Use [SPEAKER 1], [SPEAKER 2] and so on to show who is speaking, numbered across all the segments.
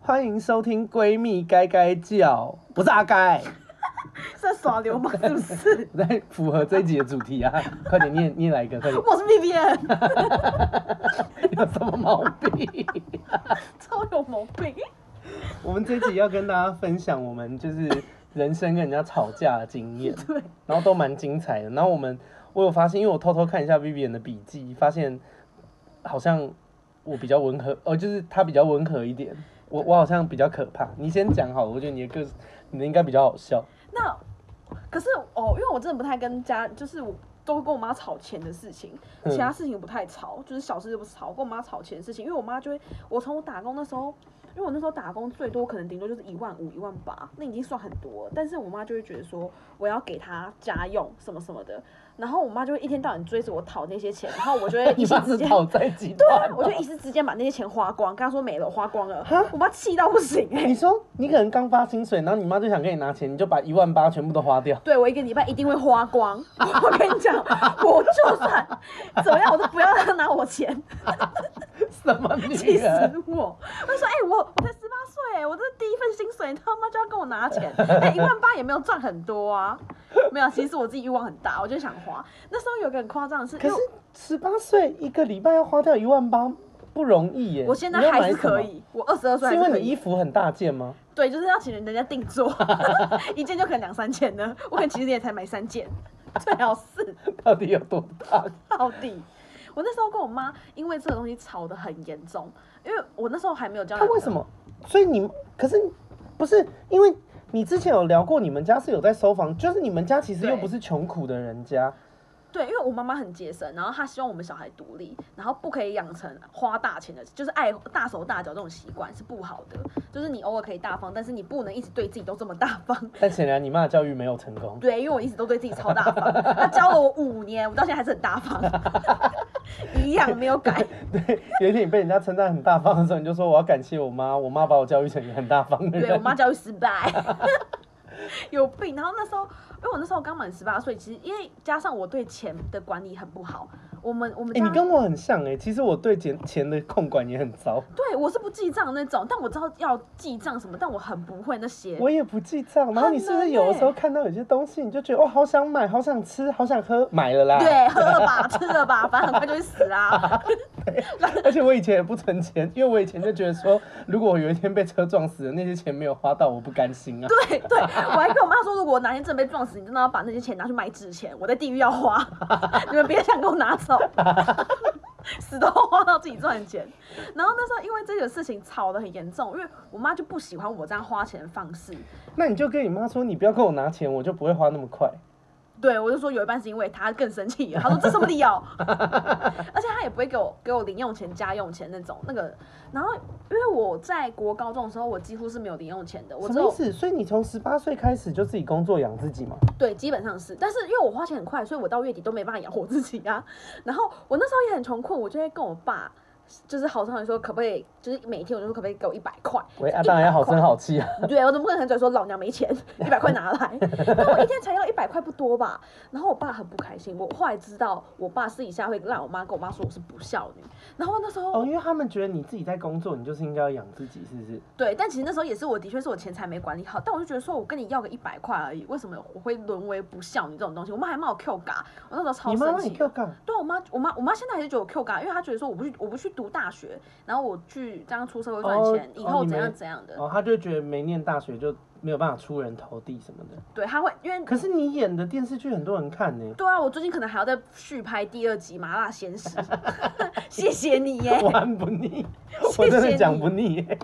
[SPEAKER 1] 欢迎收听《闺蜜该该叫》，我是阿该，
[SPEAKER 2] 是耍流氓是不是？
[SPEAKER 1] 我在符合这一集的主题啊！ 快点念念来一个，快点，
[SPEAKER 2] 我是 B B N，
[SPEAKER 1] 有什么毛病？
[SPEAKER 2] 超有毛病。
[SPEAKER 1] 我们这一集要跟大家分享我们就是人生跟人家吵架的经验，
[SPEAKER 2] 对，
[SPEAKER 1] 然后都蛮精彩的。然后我们我有发现，因为我偷偷看一下 Vivian 的笔记，发现好像我比较温和，哦，就是他比较温和一点，我我好像比较可怕。你先讲好了，我觉得你的个你的应该比较好笑。
[SPEAKER 2] 那可是哦，因为我真的不太跟家，就是我都跟我妈吵钱的事情，
[SPEAKER 1] 嗯
[SPEAKER 2] 其他事情不太吵，就是小事就不吵。跟我妈吵钱的事情，因为我妈就会，我从我打工那时候，因为我那时候打工最多可能顶多就是一万五、一万八，那已经算很多了。但是我妈就会觉得说，我要给她家用什么什么的，然后我妈就会一天到晚追着我讨那些钱，然后我就会一
[SPEAKER 1] 你
[SPEAKER 2] 夕
[SPEAKER 1] 妈
[SPEAKER 2] 之
[SPEAKER 1] 是
[SPEAKER 2] 间。
[SPEAKER 1] 讨债集
[SPEAKER 2] 对
[SPEAKER 1] 团
[SPEAKER 2] 啊
[SPEAKER 1] 哦、，
[SPEAKER 2] 我就一时之间把那些钱花光，跟她说没了，花光了
[SPEAKER 1] 哈，
[SPEAKER 2] 我妈气到不行哎、
[SPEAKER 1] 你说你可能刚发薪水，然后你妈就想给你拿钱，你就把一万八全部都花掉。
[SPEAKER 2] 对我一个礼拜一定会花光。我跟你讲，我就算怎么样，我都不要让他拿我钱，
[SPEAKER 1] 什么女
[SPEAKER 2] 气死
[SPEAKER 1] 人？
[SPEAKER 2] 我！他说：“哎、我我才十八岁，我这第一份薪水，他妈就要跟我 拿钱，哎、一万八也没有赚很多啊。”没有，其实我自己欲望很大，我就想花。那时候有个很夸张的是，
[SPEAKER 1] 可
[SPEAKER 2] 因
[SPEAKER 1] 是
[SPEAKER 2] 为
[SPEAKER 1] 十八岁一个礼拜要花掉一万八，不容易耶。
[SPEAKER 2] 我现在
[SPEAKER 1] 你要买
[SPEAKER 2] 还是可
[SPEAKER 1] 什么。
[SPEAKER 2] 以，我二十二岁
[SPEAKER 1] 是
[SPEAKER 2] 还
[SPEAKER 1] 因
[SPEAKER 2] 是可
[SPEAKER 1] 为你衣
[SPEAKER 2] 以。
[SPEAKER 1] 服很大件吗？
[SPEAKER 2] 对，就是要请人家定做， 一件就可能两三千呢。我可能其实也才买三件，最好是。
[SPEAKER 1] 到底有多大？啊
[SPEAKER 2] 到底。我那时候跟我妈因为这个东西吵得很严重，因为我那时候还没有交
[SPEAKER 1] 他
[SPEAKER 2] 男朋友。
[SPEAKER 1] 为什么？所以你可是不是因为你之前有聊过，你们家是有在收房，就是你们家其实又
[SPEAKER 2] 对
[SPEAKER 1] 不是穷苦的人家，
[SPEAKER 2] 对，因为我妈妈很节省，然后她希望我们小孩独立，然后不可以养成花大钱的，就是爱大手大脚这种习惯是不好的。就是你偶尔可以大方，但是你不能一直对自己都这么大方。
[SPEAKER 1] 但显然你妈的教育没有成功。
[SPEAKER 2] 对，因为我一直都对自己超大方，她教了我五年，我到现在还是很大方， 一样没有改。
[SPEAKER 1] 对，有一天你被人家称赞很大方的时候，你就说我要感谢我妈，我妈把我教育成一个很大方的人。
[SPEAKER 2] 对我妈教育失败， 有病。然后那时候，因为我那时候刚满十八岁，其实因为加上我对钱的管理很不好，我们我们
[SPEAKER 1] 哎、
[SPEAKER 2] 家、
[SPEAKER 1] 你跟我很像哎、其实我对钱钱的控管也很糟，
[SPEAKER 2] 对我是不记账的那种，但我知道要记账什么，但我很不会那些。
[SPEAKER 1] 我也不记账。然后你是不是有的
[SPEAKER 2] 欸
[SPEAKER 1] 时候看到有些东西，你就觉得哦，好想买，好想吃，好想喝，买了啦。
[SPEAKER 2] 对，啊喝了吧，吃了吧，反正很快就会死啊啦。
[SPEAKER 1] 而且我以前也不存钱，因为我以前就觉得说，如果我有一天被车撞死了，那些钱没有花到，我不甘心啊。
[SPEAKER 2] 对对，我还跟我妈说，如果我哪天真的被撞死，你真的要把那些钱拿去买纸钱，我在地狱要花， 你们别想给我拿走， 死都花到自己赚的钱。然后那时候因为这个事情吵得很严重，因为我妈就不喜欢我这样花钱的方式。
[SPEAKER 1] 那你就跟你妈说，你不要跟我拿钱，我就不会花那么快。
[SPEAKER 2] 对，我就说有一半是因为她更生气了，她说这什么理由？ 而且她也不会给我给我零用钱、家用钱那种那个。然后因为我在国高中的时候，我几乎是没有零用钱的，我
[SPEAKER 1] 什
[SPEAKER 2] 只
[SPEAKER 1] 么意
[SPEAKER 2] 有
[SPEAKER 1] 思？所以你从十八岁开始就自己工作养自己嘛？
[SPEAKER 2] 对，基本上是，但是因为我花钱很快，所以我到月底都没办法养活自己啊。然后我那时候也很穷困，我就会跟我爸，就是好声好气说可不可以，就是每天我就说可不可以给我一百块。
[SPEAKER 1] 喂，啊，当然要好声好气啊。
[SPEAKER 2] 对，我怎么可能很嘴说老娘没钱，一百块拿来？ 但我一天才要一百块不多吧。然后我爸很不开心，我后来知道我爸私底下会让我妈跟我妈说我是不孝女。然后那时候
[SPEAKER 1] 哦，因为他们觉得你自己在工作，你就是应该要养自己，是不是？
[SPEAKER 2] 对，但其实那时候也是我的确是我钱财没管理好，但我就觉得说我跟你要个一百块而已，为什么我会沦为不孝女这种东西？我妈还骂我 Q 嘎，我那时候超
[SPEAKER 1] 你
[SPEAKER 2] 生气。
[SPEAKER 1] 妈妈你 Q 杠，
[SPEAKER 2] 对啊我妈，我妈，我妈现在还是觉得我 Q 嘎，因为她觉得说我不去，我不去读大学，然后我去这样出社会赚
[SPEAKER 1] 哦
[SPEAKER 2] 钱，以
[SPEAKER 1] 哦
[SPEAKER 2] 后
[SPEAKER 1] 你
[SPEAKER 2] 怎样
[SPEAKER 1] 没
[SPEAKER 2] 怎样的。
[SPEAKER 1] 哦，他就觉得没念大学就没有办法出人头地什么的。
[SPEAKER 2] 对，她会因为
[SPEAKER 1] 可是你演的电视剧很多人看呢、
[SPEAKER 2] 对啊，我最近可能还要再续拍第二集《麻辣鲜师》， 谢谢你耶。
[SPEAKER 1] 玩不腻，
[SPEAKER 2] 谢
[SPEAKER 1] 我真的
[SPEAKER 2] 你
[SPEAKER 1] 讲不腻、耶。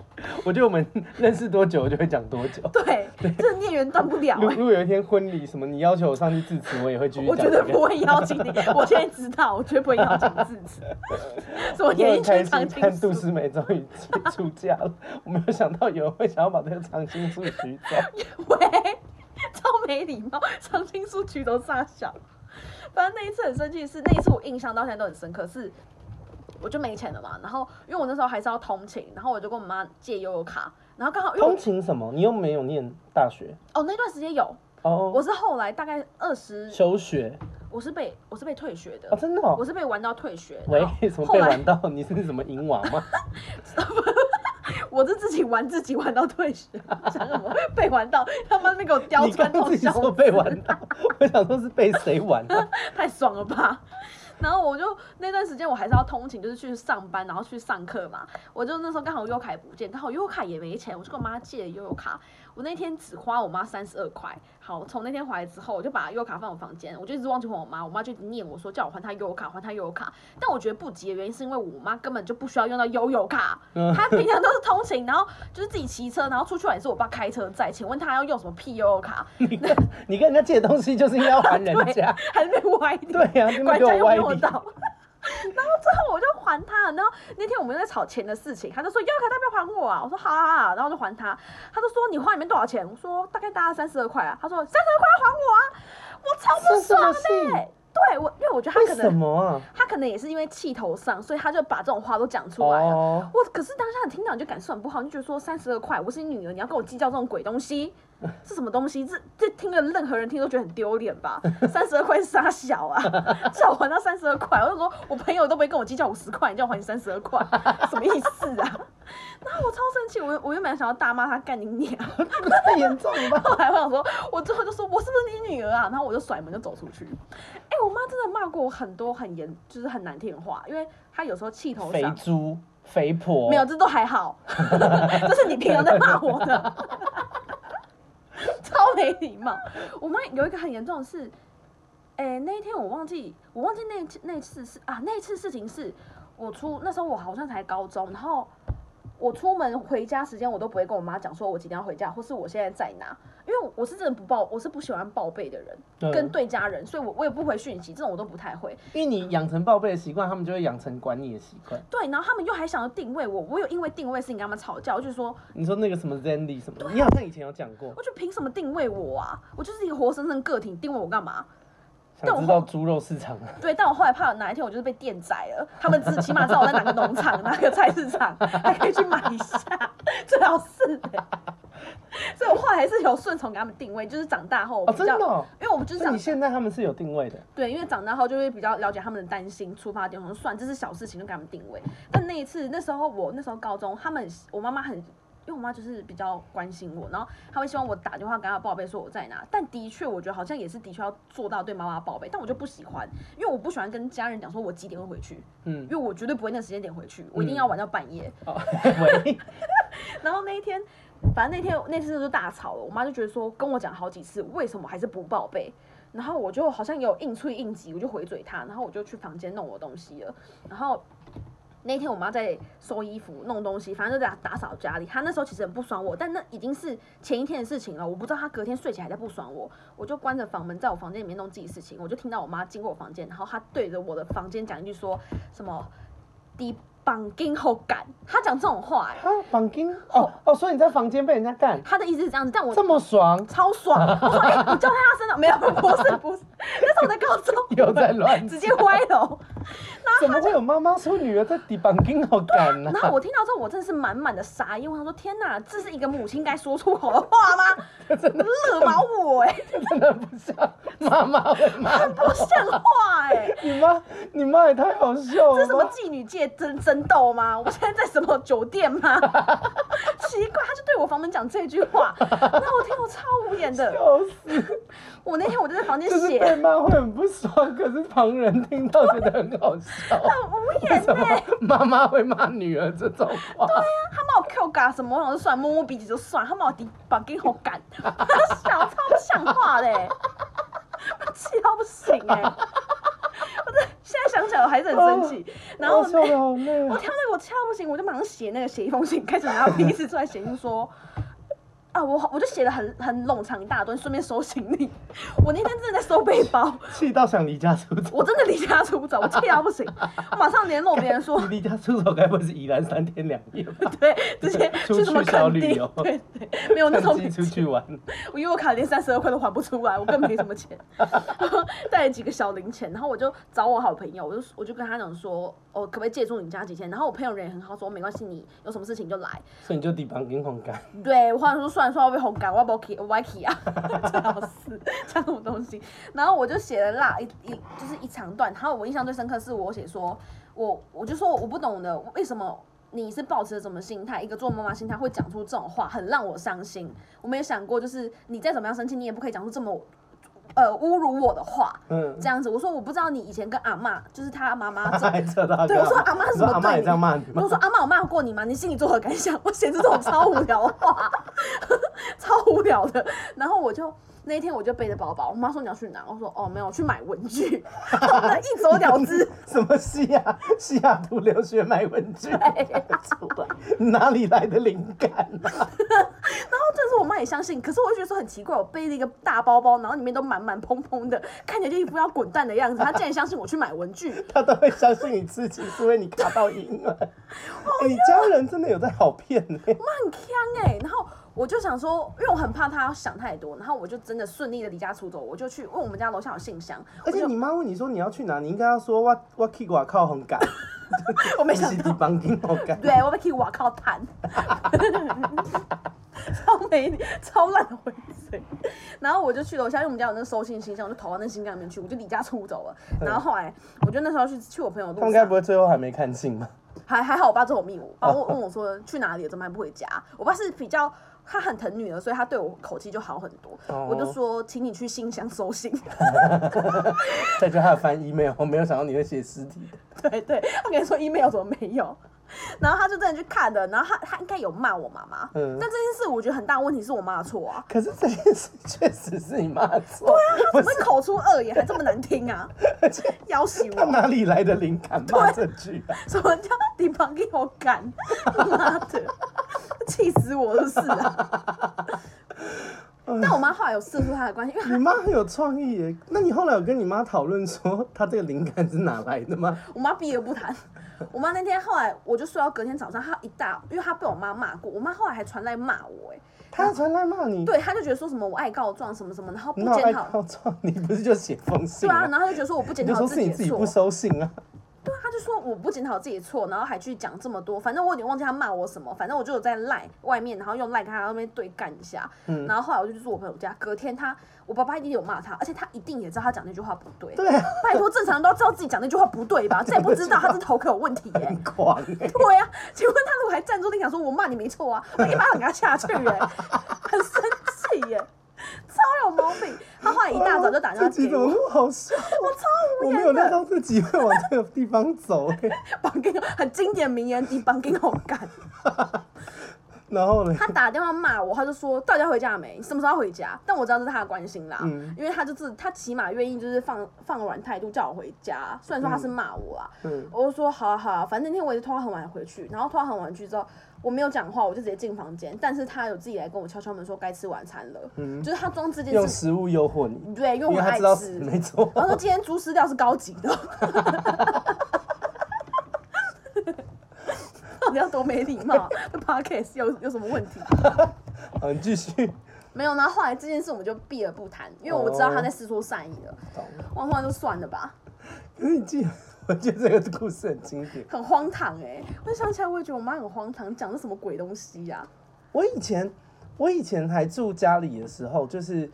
[SPEAKER 1] 我觉得我们认识多久，我就会讲多久。
[SPEAKER 2] 对，这孽缘断不了
[SPEAKER 1] 如
[SPEAKER 2] 哎。
[SPEAKER 1] 如果有一天婚礼什么，你要求我上去致辞，我也会继续
[SPEAKER 2] 我
[SPEAKER 1] 讲
[SPEAKER 2] 绝
[SPEAKER 1] 这
[SPEAKER 2] 对
[SPEAKER 1] 个。
[SPEAKER 2] 不会邀请你，我现在知道，我绝对不会邀请你自 己。什么
[SPEAKER 1] 我
[SPEAKER 2] 演
[SPEAKER 1] 很
[SPEAKER 2] 艺
[SPEAKER 1] 开
[SPEAKER 2] 圈
[SPEAKER 1] 心
[SPEAKER 2] 常
[SPEAKER 1] 看
[SPEAKER 2] 青
[SPEAKER 1] 杜
[SPEAKER 2] 树？
[SPEAKER 1] 诗梅终于出嫁了，我没有想到有人会想要把这个常青树取 走。
[SPEAKER 2] 喂，超没礼貌，常青树举头傻笑。反正那一次很生气的是，那一次我印象到现在都很深刻，是我就没钱了嘛，然后因为我那时候还是要通勤，然后我就跟我妈借悠游卡，然后刚好因为
[SPEAKER 1] 通
[SPEAKER 2] 我
[SPEAKER 1] 勤什么？你又没有念大学
[SPEAKER 2] 哦那段时间有，
[SPEAKER 1] 哦，
[SPEAKER 2] 我是后来大概二十，
[SPEAKER 1] 休学
[SPEAKER 2] 我是被我是被退学的
[SPEAKER 1] 哦，。真的哦。
[SPEAKER 2] 我是被玩到退学，
[SPEAKER 1] 喂
[SPEAKER 2] 然后，
[SPEAKER 1] 什么
[SPEAKER 2] 后
[SPEAKER 1] 被
[SPEAKER 2] 来
[SPEAKER 1] 玩到？你是什么银娃吗？
[SPEAKER 2] 我是自己玩自己玩到退学， 想什么被玩到他妈那个刁
[SPEAKER 1] 你
[SPEAKER 2] 钻
[SPEAKER 1] 刚
[SPEAKER 2] 到
[SPEAKER 1] 刚自己
[SPEAKER 2] 笑
[SPEAKER 1] 说被玩到， 我想说是被谁玩 啊？
[SPEAKER 2] 太爽了吧！然后我就那段时间我还是要通勤，就是去上班，然后去上课嘛。我就那时候刚好悠游卡也不见，刚好悠游卡也没钱，我就跟我妈借悠游卡。我那天只花我妈三十二块。好，从那天回来之后，我就把悠游卡放我房间，我就一直忘记还我妈。我妈就一直念我说叫我还她悠游卡，还她悠游卡。但我觉得不急的原因是因为我妈根本就不需要用到悠游卡，
[SPEAKER 1] 嗯
[SPEAKER 2] 她平常都是通勤，然后就是自己骑车，然后出去玩也是我爸开车载。请问她要用什么屁悠游卡？
[SPEAKER 1] 你跟你跟人家借东西就是应该要还人家，
[SPEAKER 2] 还是被歪掉？
[SPEAKER 1] 对啊呀、你们
[SPEAKER 2] 管
[SPEAKER 1] 给
[SPEAKER 2] 家
[SPEAKER 1] 我
[SPEAKER 2] 又没
[SPEAKER 1] 歪
[SPEAKER 2] 有
[SPEAKER 1] 理
[SPEAKER 2] 到。然 后最后我就还他了，然后那天我们又在吵钱的事情，他就说要卡他不要还我啊，我说好啊好啊，然后就还他，他就说你花里面多少钱？我说大概大概三十二块啊，他说三十二块要还我啊，我超不
[SPEAKER 1] 这什么
[SPEAKER 2] 爽
[SPEAKER 1] 信
[SPEAKER 2] 的、欸对我，因为我觉得
[SPEAKER 1] 为
[SPEAKER 2] 他可
[SPEAKER 1] 什
[SPEAKER 2] 能
[SPEAKER 1] 么啊？
[SPEAKER 2] 他可能也是因为气头上，所以他就把这种话都讲出来啊了。
[SPEAKER 1] 哦，
[SPEAKER 2] 我可是当下你听到你就感受很不好，你就觉得说三十二块，我是你女儿，你要跟我计较这种鬼东西，是什么东西？这这听了任何人听都觉得很丢脸吧？三十二块是啥小啊？ 叫我还到三十二块，我就说我朋友都不会跟我计较五十块，你叫我还你三十二块，什么意思啊？ 然后我超生气，我我原本想要大骂他干你娘，
[SPEAKER 1] 太严重了吧？
[SPEAKER 2] 后来我想说，我最后就说我是不是你女儿啊？然后我就甩门就走出去。哎、我妈真的骂过我很多很严，就是很难听的话，因为她有时候气头
[SPEAKER 1] 肥
[SPEAKER 2] 上。
[SPEAKER 1] 猪、肥婆，
[SPEAKER 2] 没有，这都还好， 这是你平常在骂我的，超没礼貌。我妈有一个很严重的事，哎、那一天我忘记，我忘记那一次那一次是啊，那一次事情是我出那时候我好像才高中，然后我出门回家时间我都不会跟我妈讲说我几点要回家，或是我现在在哪，因为我是真的不报，我是不喜欢报备的人，
[SPEAKER 1] 嗯
[SPEAKER 2] 跟对家人，所以我我也不回讯息，这种我都不太会。
[SPEAKER 1] 因为你养成报备的习惯，他们就会养成管你的习惯。
[SPEAKER 2] 对，然后他们又还想要定位我，我有因为定位事情跟他们吵架，我就说
[SPEAKER 1] 你说那个什么 Zandy 什么的，你好像以前有讲过，
[SPEAKER 2] 我就凭什么定位我啊？我就是一个活生生个体，你定位我干嘛？但
[SPEAKER 1] 想
[SPEAKER 2] 我
[SPEAKER 1] 知道猪肉市场啊，
[SPEAKER 2] 对，但我后来怕哪一天我就是被电宰了，他们只起码知道我在哪个农场、 哪个菜市场，还可以去买一下，最好是、欸。 所以我后来还是有顺从给他们定位，就是长大后我
[SPEAKER 1] 哦，
[SPEAKER 2] 比
[SPEAKER 1] 真
[SPEAKER 2] 较，
[SPEAKER 1] 的哦、
[SPEAKER 2] 因为我们就是
[SPEAKER 1] 那
[SPEAKER 2] 长
[SPEAKER 1] 你现在他们是有定位的，
[SPEAKER 2] 对，因为长大后就会比较了解他们的担心、出发点，我说算这是小事情，就给他们定位。但那一次，那时候我那时候高中，他们我妈妈很，因为我妈就是比较关心我，然后她会希望我打电话跟她报备说我在哪。但的确，我觉得好像也是的确要做到对妈妈报备，但我就不喜欢，因为我不喜欢跟家人讲说我几点会回去，
[SPEAKER 1] 嗯
[SPEAKER 2] 因，为我绝对不会那时间点回去，我一定要玩到半夜。
[SPEAKER 1] 哦， 喂，
[SPEAKER 2] 然后那一天，反正那天那次就大吵了，我妈就觉得说跟我讲好几次，为什么还是不报备？然后我就好像有应催应急，我就回嘴她，然后我就去房间弄我东西了。然后那天我妈在收衣服、弄东西，反正就打打扫家里。她那时候其实很不爽我，但那已经是前一天的事情了，我不知道她隔天睡起来还在不爽我。我就关着房门，在我房间里面弄自己事情，我就听到我妈经过我房间，然后她对着我的房间讲一句说什么“低绑金后感”，她讲这种话、欸，
[SPEAKER 1] 啊，绑金，哦哦，所以你在房间被人家干，
[SPEAKER 2] 他的意思是这样子，但我
[SPEAKER 1] 这么爽，
[SPEAKER 2] 超爽。我说，哎、你叫他他身上没有？不是不是，那时候我在高中，
[SPEAKER 1] 又在乱
[SPEAKER 2] 直接歪 楼。
[SPEAKER 1] 怎么会有妈妈说女儿在抵绑金好感呢、
[SPEAKER 2] 然后我听到之后，我真的是满满的傻眼，我想说，天哪，这是一个母亲该说出口的话吗？ 惹毛我哎、
[SPEAKER 1] 真的不像妈妈会骂
[SPEAKER 2] 很不像话哎、
[SPEAKER 1] 你妈，你妈也太好笑
[SPEAKER 2] 这
[SPEAKER 1] 了
[SPEAKER 2] 是什么
[SPEAKER 1] 吧！
[SPEAKER 2] 妓女界争争斗吗？我们现在在什么酒店吗？ 奇怪，他就对我房门讲这句话，那我听我超无言的。
[SPEAKER 1] 笑死，
[SPEAKER 2] 我那天我就在房间
[SPEAKER 1] 就是
[SPEAKER 2] 写，
[SPEAKER 1] 被骂会很不爽，可是旁人听到觉得很好笑。
[SPEAKER 2] 很无
[SPEAKER 1] 为
[SPEAKER 2] 言
[SPEAKER 1] 什
[SPEAKER 2] 哎、
[SPEAKER 1] 么妈妈会骂女儿这种话？
[SPEAKER 2] 他骂我 Q 嘎什么，我想说算了摸摸鼻子就算，他骂我底把给好干，小超不像话的、欸，气到不行哎、我这现在想起来我还是很生气，然后
[SPEAKER 1] 哦笑的好累
[SPEAKER 2] 我
[SPEAKER 1] 啊。
[SPEAKER 2] 跳那个我气到不行，我就马上写那个写一封信，开始拿笔子出来写，就说。啊，我好我就写了很很冗长一大段，顺便收行李。我那天真的在收背包，
[SPEAKER 1] 气到想离家出走。
[SPEAKER 2] 我真的离家出走，我气到不行，我马上联络别人说
[SPEAKER 1] 你离家出走该不会是宜兰三天两夜吧？
[SPEAKER 2] 对，直接
[SPEAKER 1] 出
[SPEAKER 2] 去什么
[SPEAKER 1] 去小
[SPEAKER 2] 垦
[SPEAKER 1] 旅
[SPEAKER 2] 丁
[SPEAKER 1] 游，
[SPEAKER 2] 对对，没有那种
[SPEAKER 1] 趁机出去玩，
[SPEAKER 2] 我因为我卡连三十二块都还不出来，我更没什么钱，带了几个小零钱，然后我就找我好朋友，我就我就跟他讲说，哦，可不可以借住你家几天？然后我朋友人也很好，说哦没关系，你有什么事情就来。
[SPEAKER 1] 所以你就抵绑金红干。
[SPEAKER 2] 对我好像说，虽然说要被红感，我要不 k 我 k 啊， 最好是像这种东西。然后我就写了辣一一就是一长段，然后我印象最深刻是我写说，我我就说我不懂的为什么。你是抱持着什么心态？一个做妈妈心态会讲出这种话，很让我伤心。我们也想过，就是你再怎么样生气，你也不可以讲出这么呃侮辱我的话。
[SPEAKER 1] 嗯，
[SPEAKER 2] 这样子，我说我不知道你以前跟阿嬷，就是他妈妈怎么
[SPEAKER 1] 还扯到
[SPEAKER 2] 对
[SPEAKER 1] 跟
[SPEAKER 2] 我说阿嬷
[SPEAKER 1] 你说
[SPEAKER 2] 怎么
[SPEAKER 1] 阿嬷
[SPEAKER 2] 对
[SPEAKER 1] 也
[SPEAKER 2] 你
[SPEAKER 1] 这样骂你吗
[SPEAKER 2] 我？说阿妈，我骂过你吗？你心里作何感想？ 我写这种超无聊的话， 超无聊的。然后我就那一天我就背着包包，我妈说你要去哪？我说哦没有，去买文具。我们一走了之。
[SPEAKER 1] 什么西雅西雅图留学买文具，出来 哪里来的灵感啊？
[SPEAKER 2] 然后这是我妈也相信，可是我就觉得说很奇怪，我背着一个大包包，然后里面都满满蓬蓬的，看起来就一副要滚蛋的样子，她竟然相信我去买文具。
[SPEAKER 1] 他都会相信你自己，是因为你卡到音了。哎你家人真的有在好骗呢、
[SPEAKER 2] 我很呛哎、然后我就想说，因为我很怕她想太多，然后我就真的顺利的离家出走，我就去，因为我们家楼下有信箱，
[SPEAKER 1] 而且你妈问你说你要去哪，你应该要说我我去外靠很 赶，
[SPEAKER 2] 我没
[SPEAKER 1] 是
[SPEAKER 2] 想
[SPEAKER 1] 地方紧好赶。
[SPEAKER 2] 对，我被踢瓦靠弹， 超没超烂的回嘴。然后我就去楼下，因为我们家有那个收信信箱，我就投到那信箱里面去，我就离家出走了。然后后来，我就那时候去去我朋友
[SPEAKER 1] 他们
[SPEAKER 2] 路
[SPEAKER 1] 该不
[SPEAKER 2] 上，
[SPEAKER 1] 会最后还没看清吧？
[SPEAKER 2] 还还好我爸最后有密我，爸问问我说去哪里，怎么还不回家？我爸是比较。他很疼女儿，所以他对我口气就好很多。
[SPEAKER 1] 哦
[SPEAKER 2] 我就说，请你去信箱收信。
[SPEAKER 1] 再叫他翻 email，我没有想到你会写尸体。
[SPEAKER 2] 对对，他跟你说 email 怎么没有， 然后他就真的去看的，然后他他应该有骂我妈妈。
[SPEAKER 1] 嗯
[SPEAKER 2] 但这件事我觉得很大问题是我妈的错啊。
[SPEAKER 1] 可是这件事确实是你妈的错，对啊，不
[SPEAKER 2] 怎
[SPEAKER 1] 是
[SPEAKER 2] 么会口出恶言，还这么难 听啊？要挟
[SPEAKER 1] 他
[SPEAKER 2] 我，
[SPEAKER 1] 哪里来的灵感骂这句啊？
[SPEAKER 2] 什么叫你旁给我干？妈的，气死我就是啊！但我妈后来有试出她的关系，因为
[SPEAKER 1] 你妈很有创意耶。那你后来有跟你妈讨论说她这个灵感是哪来的 吗？
[SPEAKER 2] 我妈避而不谈。我妈那天后来，我就睡到隔天早上，她一大，因为她被我妈骂过，我妈后来还传来骂我、哎，
[SPEAKER 1] 她传来骂你，
[SPEAKER 2] 对，她就觉得说什么我爱告状什么什么，然后不
[SPEAKER 1] 那我爱
[SPEAKER 2] 检讨，
[SPEAKER 1] 告状，你不是就写封信
[SPEAKER 2] 对啊，
[SPEAKER 1] 吗？
[SPEAKER 2] 然后她就觉得说我不检
[SPEAKER 1] 你就
[SPEAKER 2] 讨
[SPEAKER 1] 说是你自
[SPEAKER 2] 的
[SPEAKER 1] 己
[SPEAKER 2] 错
[SPEAKER 1] 不，收信啊，
[SPEAKER 2] 对啊，他就说我不检讨自己的错，然后还去讲这么多，反正我有点忘记他骂我什么，反正我就有在赖外面，然后用赖跟他那边对干一下，
[SPEAKER 1] 嗯
[SPEAKER 2] 然后后来我就去住我朋友家，隔天他我爸爸一定有骂他，而且他一定也知道他讲那句话不对，
[SPEAKER 1] 对啊，
[SPEAKER 2] 拜托正常人都知道自己讲那句话不 对吧？这也不知道他是头壳有问题耶、
[SPEAKER 1] 很狂哎。
[SPEAKER 2] 对啊，请问他如果还站住那想说我骂你没错啊，我一巴掌给他下去 耶、很生气耶、超有毛病。他后来一大早就打电话
[SPEAKER 1] 这集
[SPEAKER 2] 给
[SPEAKER 1] 怎么
[SPEAKER 2] 我，
[SPEAKER 1] 那么好笑？
[SPEAKER 2] 我超无
[SPEAKER 1] 我
[SPEAKER 2] 言
[SPEAKER 1] 没
[SPEAKER 2] 的。
[SPEAKER 1] 有料到这集会往这个地方走哎。
[SPEAKER 2] 绑给很经典名言，你绑给我 干。
[SPEAKER 1] 然后呢？
[SPEAKER 2] 他打电话骂我，他就说到底要回家没？你什么时候要回家？但我知道这是他的关心啦，
[SPEAKER 1] 嗯
[SPEAKER 2] 因为他就是他起码愿意就是放放软态度叫我回家，虽然说他是骂我啊，
[SPEAKER 1] 嗯，
[SPEAKER 2] 我就说好啊好啊，反正那天我也是拖到很晚回去，然后拖到很晚去之后，我没有讲话，我就直接进房间，但是他有自己来跟我敲敲门说该吃晚餐了，就是他装这件
[SPEAKER 1] 用
[SPEAKER 2] 事，
[SPEAKER 1] 食物诱惑你，
[SPEAKER 2] 对，因为
[SPEAKER 1] 嗯因
[SPEAKER 2] 我
[SPEAKER 1] 为
[SPEAKER 2] 很
[SPEAKER 1] 他
[SPEAKER 2] 爱
[SPEAKER 1] 知道
[SPEAKER 2] 吃，
[SPEAKER 1] 没错。
[SPEAKER 2] 然后说今天猪饲料是高级的， 到底要多没礼 貌？这 podcast 有有什么问题？
[SPEAKER 1] 好，你继续。
[SPEAKER 2] 没有，然后后来这件事我们就避而不谈，因为我知道他在施出善意了。
[SPEAKER 1] 懂
[SPEAKER 2] 忘忘就算了吧，
[SPEAKER 1] 可是你记得， 我觉得这个故事很经典。
[SPEAKER 2] 很荒唐哎、我想起来，我也觉得我妈很荒唐，讲的什么鬼东西呀、
[SPEAKER 1] 我以前我以前还住家里的时候，就是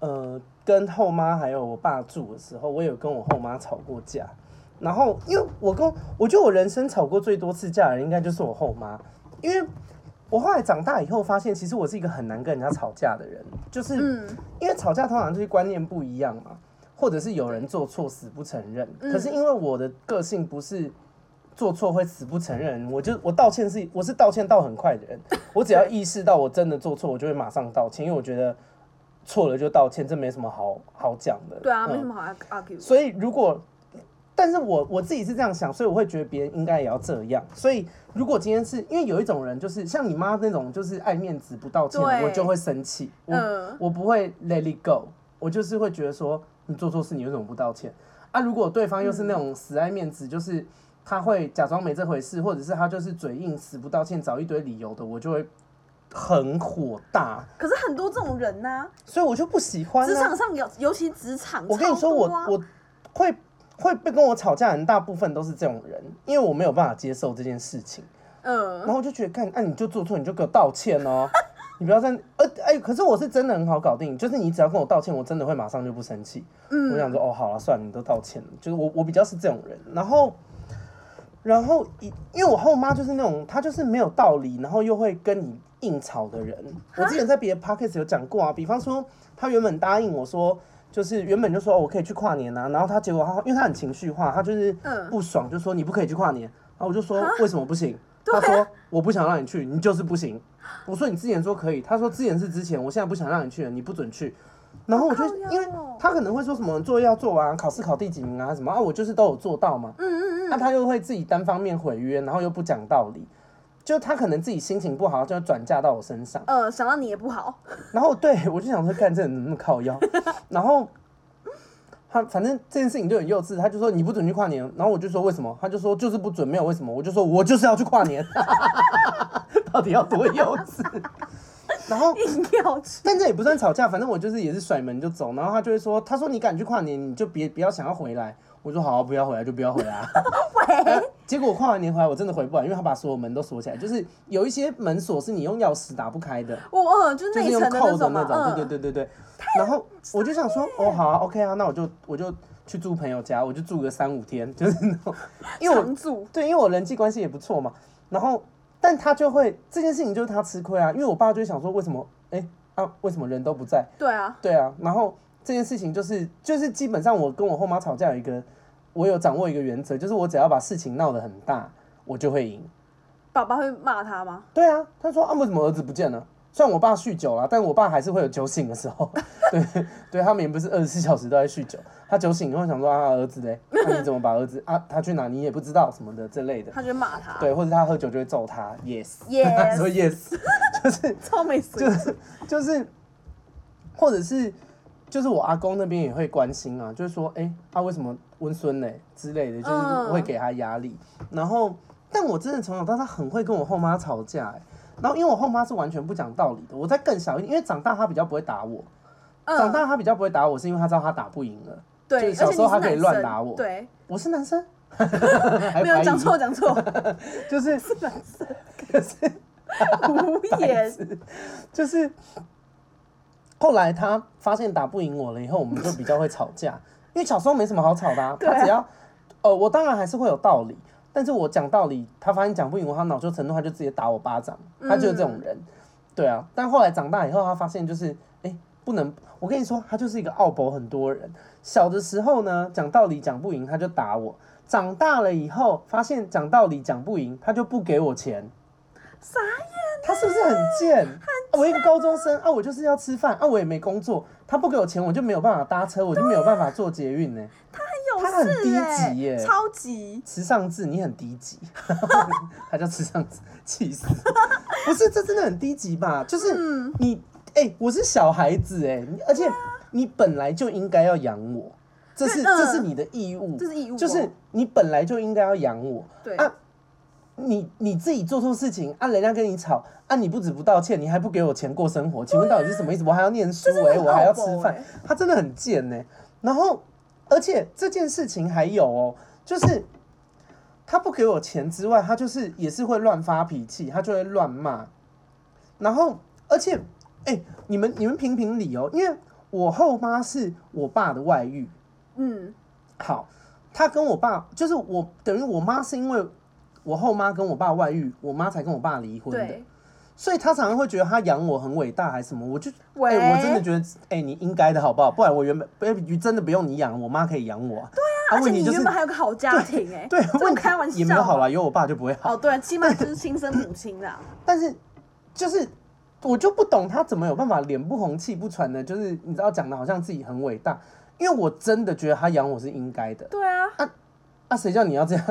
[SPEAKER 1] 呃跟后妈还有我爸住的时候，我有跟我后妈吵过架。然后因为我跟我觉得我人生吵过最多次架的人，应该就是我后妈，因为。我后来长大以后发现，其实我是一个很难跟人家吵架的人，就是、
[SPEAKER 2] 嗯
[SPEAKER 1] 因为吵架通常就是观念不一样嘛，或者是有人做错死不承认。
[SPEAKER 2] 嗯
[SPEAKER 1] 可是因为我的个性不是做错会死不承认，我就我道歉是我是道歉到很快的 人，我只要意识到我真的做错，我就会马上道歉，因为我觉得错了就道歉，这没什么好好讲的。
[SPEAKER 2] 对啊，没
[SPEAKER 1] 嗯
[SPEAKER 2] 什么好 argue。
[SPEAKER 1] 所以如果，但是我我自己是这样想，所以我会觉得别人应该也要这样。所以如果今天是因为有一种人，就是像你妈那种，就是爱面子不道歉
[SPEAKER 2] 对，
[SPEAKER 1] 我就会生气，我、
[SPEAKER 2] 嗯
[SPEAKER 1] 我不会 let it go，我就是会觉得说你做错事，你为什么不道歉？啊，如果对方又是那种死爱面子，就是。他会假装没这回事，或者是他就是嘴硬死不道歉，找一堆理由的，我就会很火大，
[SPEAKER 2] 可是很多这种人呐、
[SPEAKER 1] 所以我就不喜欢、啊。
[SPEAKER 2] 职场上有，尤其职场，
[SPEAKER 1] 我跟你说，
[SPEAKER 2] 超
[SPEAKER 1] 我
[SPEAKER 2] 多啊
[SPEAKER 1] 我会会被跟我吵架的人，大部分都是这种人，因为我没有办法接受这件事情，然
[SPEAKER 2] 嗯，
[SPEAKER 1] 后我就觉得，干，啊那、你就做错，你就给我道歉哦， 你不要再，呃，哎、可是我是真的很好搞定，就是你只要跟我道歉，我真的会马上就不生气。我想说，哦，好了，算了，你都道歉了，就是我我比较是这种人，然后。然后一，因为我后妈就是那种，她就是没有道理，然后又会跟你硬吵的人。我之前在别的 podcast 有讲过啊，比方说，她原本答应我说，就是原本就说、哦我可以去跨年啊，然后她结果她因为她很情绪化，她就是
[SPEAKER 2] 嗯
[SPEAKER 1] 不爽，就说你不可以去跨年，然后我就说为什么不行？她说我不想让你去，你就是不行。我说你之前说可以，她说之前是之前，我现在不想让你去了，你不准去。然后我就
[SPEAKER 2] 好靠腰
[SPEAKER 1] 因为
[SPEAKER 2] 哦
[SPEAKER 1] 她可能会说什么作业要做完，考试考第几名啊什么啊，我就是都有做到嘛。
[SPEAKER 2] 嗯嗯
[SPEAKER 1] 那他又会自己单方面毁约，然后又不讲道理，就他可能自己心情不好，就转嫁到我身上。
[SPEAKER 2] 嗯，呃，想到你也不好，
[SPEAKER 1] 然后对我就想说，干这人怎么那么靠腰？然后他反正这件事情就很幼稚，他就说你不准去跨年，然后我就说为什么？他就说就是不准，没有为什么。我就说我就是要去跨年， 到底要多幼稚？然后
[SPEAKER 2] 硬要去，
[SPEAKER 1] 但这也不算吵架，反正我就是也是甩门就走，然后他就会说，他说你敢去跨年，你就别不要想要回来。我说好、不要回来就不要回来、啊。结果我跨完年回来，我真的回不来，因为他把所有门都锁起来，就是有一些门锁是你用钥匙打不开的，
[SPEAKER 2] 我嗯，就是
[SPEAKER 1] 就是
[SPEAKER 2] 内
[SPEAKER 1] 用
[SPEAKER 2] 层
[SPEAKER 1] 扣的
[SPEAKER 2] 种
[SPEAKER 1] 那
[SPEAKER 2] 嘛，
[SPEAKER 1] 种。
[SPEAKER 2] 嗯，
[SPEAKER 1] 对对对对对。然后我就想说，哦好啊，OK 啊，那我就我就去住朋友家，我就住个三五天， 就是那 种，因为我
[SPEAKER 2] 常住，
[SPEAKER 1] 对，因为我人际关系也不错嘛。然后，但他就会这件事情就是他吃亏啊，因为我爸就会想说，为什么哎啊为什么人都不在？
[SPEAKER 2] 对啊，
[SPEAKER 1] 对啊，然后这件事情就是就是基本上我跟我后妈吵架有一个，我有掌握一个原则，就是我只要把事情闹得很大，我就会赢。
[SPEAKER 2] 爸爸会骂他吗？
[SPEAKER 1] 对啊，他说啊为什么儿子不见了？虽然我爸酗酒啦，但我爸还是会有酒醒的时候。对对，他们也不是二十四小时都在酗酒，他酒醒以后想说啊儿子嘞，那、你怎么把儿子啊他去哪你也不知道什么的之类的。
[SPEAKER 2] 他就会骂他，
[SPEAKER 1] 对，或者他喝酒就会揍 他，yes，
[SPEAKER 2] Yes
[SPEAKER 1] 说 yes，就是
[SPEAKER 2] 超没水
[SPEAKER 1] 就
[SPEAKER 2] 准，
[SPEAKER 1] 是就是，或者是就是我阿公那边也会关心啊，就是说，哎、他、为什么温孙呢之类的，就是
[SPEAKER 2] 嗯
[SPEAKER 1] 会给他压力。然后，但我真的从小到大很会跟我后妈吵架、欸，然后因为我后妈是完全不讲道理的，我在更小一点，因为长大她比较不会打我，长
[SPEAKER 2] 嗯，
[SPEAKER 1] 大她比较不会打我，是因为她知道她打不赢了。
[SPEAKER 2] 对，
[SPEAKER 1] 就是小时候他
[SPEAKER 2] 而且你
[SPEAKER 1] 可
[SPEAKER 2] 是
[SPEAKER 1] 以
[SPEAKER 2] 男
[SPEAKER 1] 乱
[SPEAKER 2] 生
[SPEAKER 1] 打我
[SPEAKER 2] 对，
[SPEAKER 1] 我是男 生，
[SPEAKER 2] 没
[SPEAKER 1] 没
[SPEAKER 2] 有讲，错讲错，
[SPEAKER 1] 就是可是
[SPEAKER 2] 无言，
[SPEAKER 1] 就是后来他发现打不赢我了以后，我们就比较会吵架，因为小时候没什么好吵的、啊，
[SPEAKER 2] 对啊
[SPEAKER 1] 他只要呃，我当然还是会有道理，但是我讲道理，他发现讲不赢我，他恼羞成怒，他就直接打我巴掌，他就是这种人，对啊。但后来长大以后，他发现就是哎、诶不能，我跟你说，他就是一个傲博很多人。小的时候呢，讲道理讲不赢，他就打我。长大了以后，发现讲道理讲不赢，他就不给我钱。
[SPEAKER 2] 傻
[SPEAKER 1] 他是不是很贱？啊我一个高中生啊，我就是要吃饭啊，我也没工作，他不给我钱，我就没有办法搭车，我就没有办法坐捷运呢、
[SPEAKER 2] 有
[SPEAKER 1] 他很
[SPEAKER 2] 事
[SPEAKER 1] 低
[SPEAKER 2] 欸
[SPEAKER 1] 级耶
[SPEAKER 2] 超级，
[SPEAKER 1] 池上智，你很低级， 他叫池上智，气死！ 不是，这真的很低级吧？就是
[SPEAKER 2] 嗯
[SPEAKER 1] 你，哎、我是小孩子哎、你而且你本来就应该要养我，这是
[SPEAKER 2] 对嗯
[SPEAKER 1] 这是你的义务，
[SPEAKER 2] 这是义务哦
[SPEAKER 1] 就是你本来就应该要养我。
[SPEAKER 2] 对
[SPEAKER 1] 啊，你你自己做错事情啊，人家跟你吵啊，你不止不道歉，你还不给我钱过生活，请问到底是什么意思？我还要念书
[SPEAKER 2] 啊这真的
[SPEAKER 1] 哎、
[SPEAKER 2] 很
[SPEAKER 1] 我还要吃
[SPEAKER 2] 傲娇
[SPEAKER 1] 饭
[SPEAKER 2] 欸，
[SPEAKER 1] 他真的很贱呢、然后，而且这件事情还有哦，就是他不给我钱之外，他就是也是会乱发脾气，他就会乱骂。然后，而且，哎、你们你们评评理哦，因为我后妈是我爸的外遇，
[SPEAKER 2] 嗯，
[SPEAKER 1] 好，他跟我爸就是我等于我妈是因为我后妈跟我爸外遇，我妈才跟我爸离婚的，
[SPEAKER 2] 对，
[SPEAKER 1] 所以他常常会觉得他养我很伟大还是什么，我就哎、
[SPEAKER 2] 喂
[SPEAKER 1] 我真的觉得哎、你应该的好不好？不然我原本不真的不用你养，我妈可以养我、啊。对啊
[SPEAKER 2] 而且
[SPEAKER 1] 问
[SPEAKER 2] 你
[SPEAKER 1] 题就
[SPEAKER 2] 原
[SPEAKER 1] 是
[SPEAKER 2] 本还有个好家庭哎，
[SPEAKER 1] 对，
[SPEAKER 2] 这
[SPEAKER 1] 问题
[SPEAKER 2] 种开玩笑
[SPEAKER 1] 也没有好啦，有我爸就不会好。
[SPEAKER 2] 哦，对，起码就是亲生母亲 啦，
[SPEAKER 1] 但是就是我就不懂他怎么有办法脸不红气不喘的，就是你知道讲的好像自己很伟大，因为我真的觉得他养我是应该的。
[SPEAKER 2] 对啊，
[SPEAKER 1] 啊，谁叫你要这样？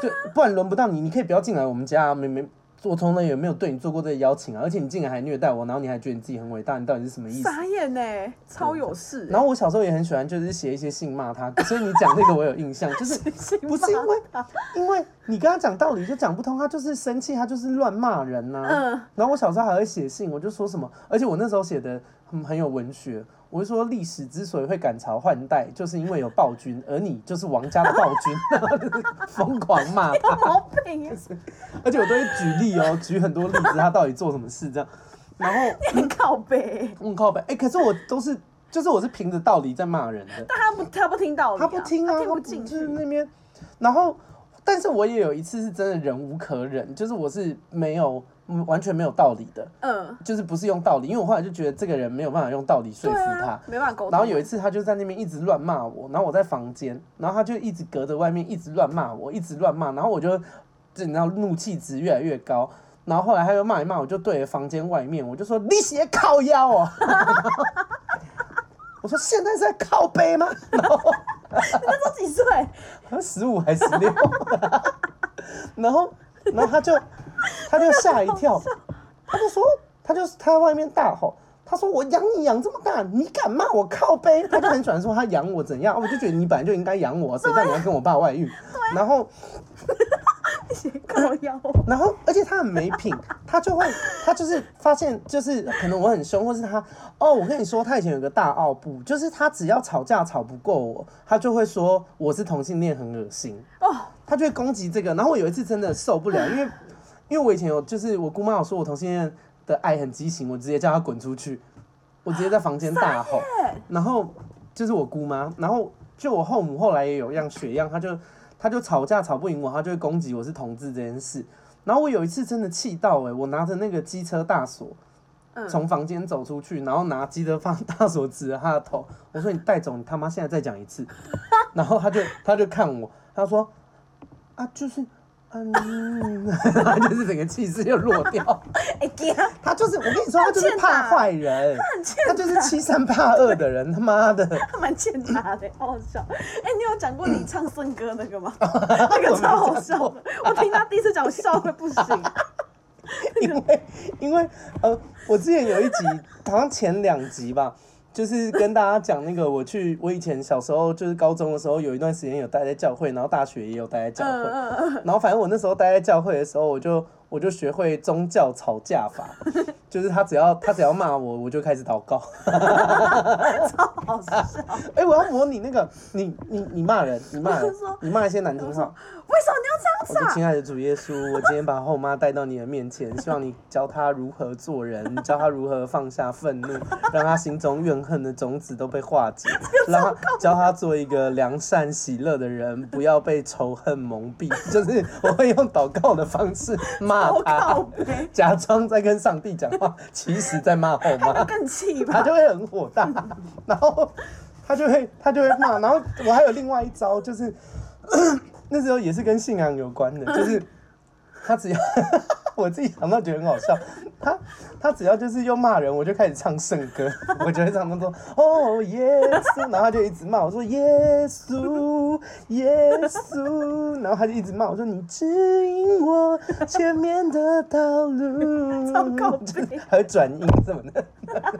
[SPEAKER 1] 就不然轮不到你，你可以不要进来我们家、啊，没没，我从来也没有对你做过这个邀请啊，而且你进来还虐待我，然后你还觉得你自己很伟大，你到底是什么意思？
[SPEAKER 2] 傻眼哎，超有事
[SPEAKER 1] 然后我小时候也很喜欢，就是写一些信骂他， 所以你讲这个我有印象， 就是
[SPEAKER 2] 欸，信
[SPEAKER 1] 不是
[SPEAKER 2] 吗
[SPEAKER 1] 因为因为你跟他讲道理就讲不通，他就是生气，他就是乱骂人呐、
[SPEAKER 2] 嗯
[SPEAKER 1] 然后我小时候还会写信，我就说什么，而且我那时候写的很很有文学，我就说历史之所以会赶朝换代，就是因为有暴君，而你就是王家的暴君，然后就是疯狂骂他。
[SPEAKER 2] 有 毛病啊，
[SPEAKER 1] 而且我都会举例哦， 举很多例子，他到底做什么事这样。然后
[SPEAKER 2] 很靠背。
[SPEAKER 1] 问靠北，哎、可是我都是，就是我是凭着道理在骂人的，
[SPEAKER 2] 但他不，他不听道理、
[SPEAKER 1] 他
[SPEAKER 2] 啊，
[SPEAKER 1] 不听啊，
[SPEAKER 2] 他
[SPEAKER 1] 他
[SPEAKER 2] 听不
[SPEAKER 1] 不
[SPEAKER 2] 进
[SPEAKER 1] 就
[SPEAKER 2] 去。
[SPEAKER 1] 是那边，然后。但是我也有一次是真的忍无可忍，就是我是没有嗯完全没有道理的，
[SPEAKER 2] 嗯，
[SPEAKER 1] 就是不是用道理，因为我后来就觉得这个人没有办法用道理说
[SPEAKER 2] 对
[SPEAKER 1] 服他，
[SPEAKER 2] 啊，没办法沟通。
[SPEAKER 1] 然后有一次，他就在那边一直乱骂我，然后我在房间，然后他就一直隔着外面一直乱骂我，一直乱骂，然后我就，就你知道怒气值越来越高，然后后来他又骂一骂，我就对着房间外面，我就说你写靠腰哦， 我说现在是在靠背吗？
[SPEAKER 2] 那时候几岁？
[SPEAKER 1] 十五还十六， 然后然后他就他就吓一跳，他就说他就他在外面大吼，他说我养你养这么大，你敢骂我靠背？他就很喜欢说他养我怎样，我就觉得你本来就应该养我，谁叫你要跟我爸外遇？然后
[SPEAKER 2] 谁靠腰？
[SPEAKER 1] 然后，而且他很没品，他就会，他就是发现，就是可能我很凶，或是他，哦，我跟你说，他以前有个大奥布，就是他只要吵架吵不过我，他就会说我是同性恋，很恶心，
[SPEAKER 2] 哦，
[SPEAKER 1] 他就会攻击这个。然后我有一次真的受不了，因为因为我以前有，就是我姑妈有说我同性恋的爱很畸形，我直接叫他滚出去，我直接在房间大吼，
[SPEAKER 2] 对，
[SPEAKER 1] 然后就是我姑妈，然后就我后母后来也有样学样，她就她就吵架吵不赢我，她就会攻击我是同志这件事。然后我有一次真的气到哎、我拿着那个机车大锁
[SPEAKER 2] 嗯，
[SPEAKER 1] 从房间走出去，然后拿机车放大锁指着她的头，我说你带走，你他妈现在再讲一次。 然后她就她就看我，她说啊就是嗯， 她就是整个气势又落掉。
[SPEAKER 2] 哎呀，
[SPEAKER 1] 她就是我跟你说，她就是怕坏人，
[SPEAKER 2] 很欠
[SPEAKER 1] 她就是欺三怕二的人，他妈的。
[SPEAKER 2] 他蛮欠打的，好好笑。哎、你有讲过你唱圣歌那个吗？那个超好笑的，我听他第一次讲，我笑的不行。
[SPEAKER 1] 因 为因为呃，我之前有一集，好像前两集吧，就是跟大家讲那个我去，我以前小时候就是高中的时候，有一段时间有待在教会，然后大学也有待在教
[SPEAKER 2] 嗯
[SPEAKER 1] 会，
[SPEAKER 2] 嗯嗯，
[SPEAKER 1] 然后反正我那时候待在教会的时候，我就我就学会宗教吵架法，就是他只要他只要骂我，我就开始祷告。
[SPEAKER 2] 超好笑。
[SPEAKER 1] 哎、我要模拟那个你你你骂人，你骂人
[SPEAKER 2] 我说，
[SPEAKER 1] 你骂一些难听话。
[SPEAKER 2] 为什么你
[SPEAKER 1] 我
[SPEAKER 2] 要这
[SPEAKER 1] 说
[SPEAKER 2] 样：“子啊？
[SPEAKER 1] 亲爱的主耶稣，我今天把后妈带到你的面前， 希望你教她如何做人， 你教她如何放下愤怒，让她心中怨恨的种子都被化解，让她教她做一个良善喜乐的人，不要被仇恨蒙蔽。” 就是我会用祷告的方式骂
[SPEAKER 2] 好靠
[SPEAKER 1] 她，
[SPEAKER 2] 背，
[SPEAKER 1] 假装在跟上帝讲话，其实在骂后妈。
[SPEAKER 2] 他更气
[SPEAKER 1] 他
[SPEAKER 2] 吧？
[SPEAKER 1] 就会很火大，然后他就会他就会骂，然后我还有另外一招，就是那时候也是跟信仰有关的，就是他只要 我自己想到觉得很好笑，他他只要就是又骂人，我就开始唱圣歌， 我就会唱那种哦耶稣，然后他就一直骂我说耶稣耶稣，然后他就一直骂我说你指引我前面的道路，
[SPEAKER 2] 超靠背
[SPEAKER 1] 还有转音什么的。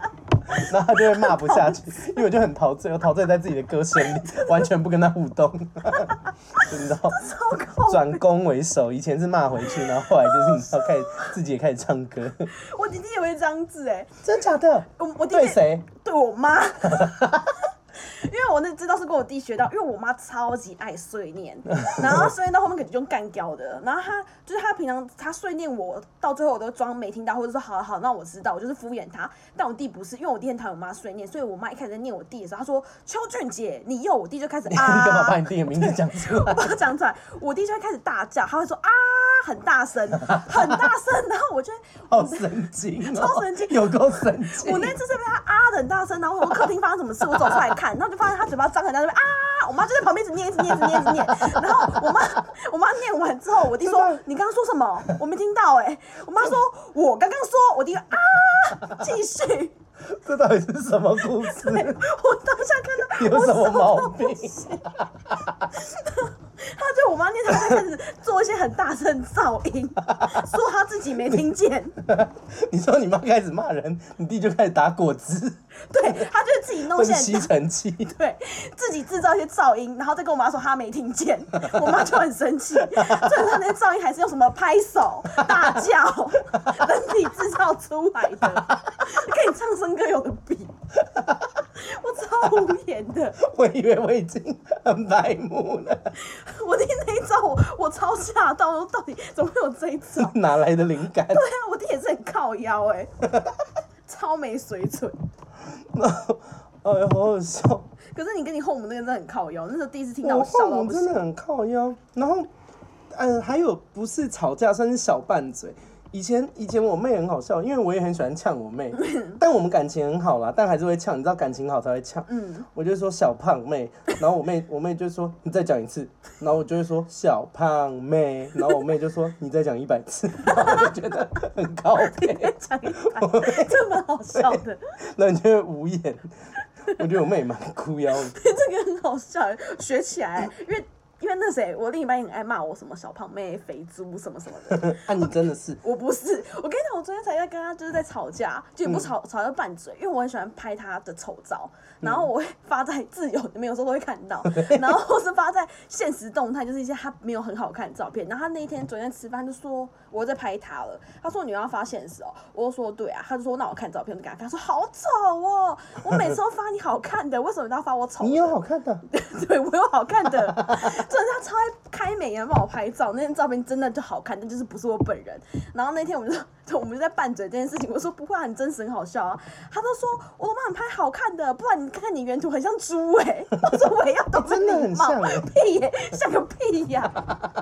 [SPEAKER 1] 然后他就会骂不下去，因为我就很陶醉，我陶醉在自己的歌声里，完全不跟他互动，就你知道，
[SPEAKER 2] 超靠 背。
[SPEAKER 1] 转攻为守。以前是骂回去，然后后来就是你知道，开始自己也开始唱歌，
[SPEAKER 2] 我弟弟也会这样子哎、
[SPEAKER 1] 真假的？
[SPEAKER 2] 我我弟弟
[SPEAKER 1] 对谁？
[SPEAKER 2] 对我妈， 因为我那知道是跟我弟学到，因为我妈超级爱碎 念，然后碎念到后面可能就干掉的。然后她就是她平常她碎念我，到最后我都装没听到，或者说好好，那我知道，我就是敷衍她。但我弟不是，因为我弟很讨厌我妈碎念，所以我妈一开始在念我弟的时候，她说邱俊杰，你又我弟就开始
[SPEAKER 1] 你
[SPEAKER 2] 啊，
[SPEAKER 1] 干 嘛把你弟的名字讲出 来？
[SPEAKER 2] 把它讲出来，我弟就会开始大叫，他会说啊，很大声，很大声，然后我就会
[SPEAKER 1] 好神经哦，
[SPEAKER 2] 超神经
[SPEAKER 1] 有够神经。
[SPEAKER 2] 我那次是被他啊的很大声，然后我客厅发生什么事，我走出来看，然后就发现他嘴巴张很大声，啊！我妈就在旁边一直念，一直念，一直念，一直念。然后我妈，我妈念完之后，我弟说：“你刚刚说什么？我没听到。”哎，我妈说：“我刚刚说。”我弟就啊，继续。
[SPEAKER 1] 这到底是什么故事？
[SPEAKER 2] 我当下看到
[SPEAKER 1] 有什么毛病？
[SPEAKER 2] 他就我妈念，他就开始做一些很大声的噪音，说他自己没听见。
[SPEAKER 1] 你说你妈开始骂人，你弟就开始打果汁，
[SPEAKER 2] 对，他就自己弄
[SPEAKER 1] 或是吸
[SPEAKER 2] 现
[SPEAKER 1] 尘器。
[SPEAKER 2] 对自己制造一些噪音，然后再跟我妈说她没听 见，我妈就很生气。最后她那些噪音还是用什么拍手、大 叫、人体制造出来的，跟你唱生歌有的比。我超无言的，
[SPEAKER 1] 我以为我已经很白目了。
[SPEAKER 2] 我弟那一招我我超吓到，我说到底怎么会有这一招？对
[SPEAKER 1] 哪来的灵感？
[SPEAKER 2] 啊，我弟也是很靠腰哎、超没水准。
[SPEAKER 1] 哎呦，好好笑！
[SPEAKER 2] 可是你跟你后母那个真的很靠腰，那时候第一次听到
[SPEAKER 1] 我
[SPEAKER 2] 我笑
[SPEAKER 1] 后
[SPEAKER 2] 到
[SPEAKER 1] 母
[SPEAKER 2] 不
[SPEAKER 1] 真
[SPEAKER 2] 行。
[SPEAKER 1] 的很靠腰，然后嗯，还有不是吵架，算是小拌嘴。以前以前我妹很好笑，因为我也很喜欢呛我妹，但我们感情很好啦，但还是会呛。你知道感情好才会呛。
[SPEAKER 2] 嗯，
[SPEAKER 1] 我就说小胖妹，然后我妹我妹就说你再讲一次，然后我就会说小胖妹，然后我妹就说你再讲一百次，然后我就觉得很高配，
[SPEAKER 2] 讲一百，这蛮好笑的，
[SPEAKER 1] 然后你就会无言。我觉得我妹蛮哭腰的，
[SPEAKER 2] 这个很好笑，学起来，因为因为那谁，我另一半也很爱骂我什么小胖妹、肥猪什么什么的，
[SPEAKER 1] 啊，你真的是，
[SPEAKER 2] 我不是，我跟你讲，我昨天才在跟他就是在吵架，就也不吵、吵到拌嘴，因为我很喜欢拍他的丑照，然后我会发在自由，你们有时候都会看到，然后或是发在现实动态，就是一些他没有很好看的照片。然后他那一天昨天吃饭就说我在拍他了，他说你要发现实哦，我就说对啊，他就说那我看照片，我就给他看，他说好丑哦，我每次都发你好看的，为什么你都要发我丑的？
[SPEAKER 1] 你有好看的，
[SPEAKER 2] 对我有好看的，真的他超爱开美颜帮我拍照，那张照片真的就好看，但就是不是我本人。然后那天我们就 就我们就在拌嘴这件事情，我说不会、啊，很真实，很好笑啊。他都说我都帮你拍好看的，不然你看看你原图很像猪哎、 我说我也要懂得
[SPEAKER 1] 真的
[SPEAKER 2] 礼
[SPEAKER 1] 很
[SPEAKER 2] 貌
[SPEAKER 1] 像欸，
[SPEAKER 2] 屁耶、像个屁呀、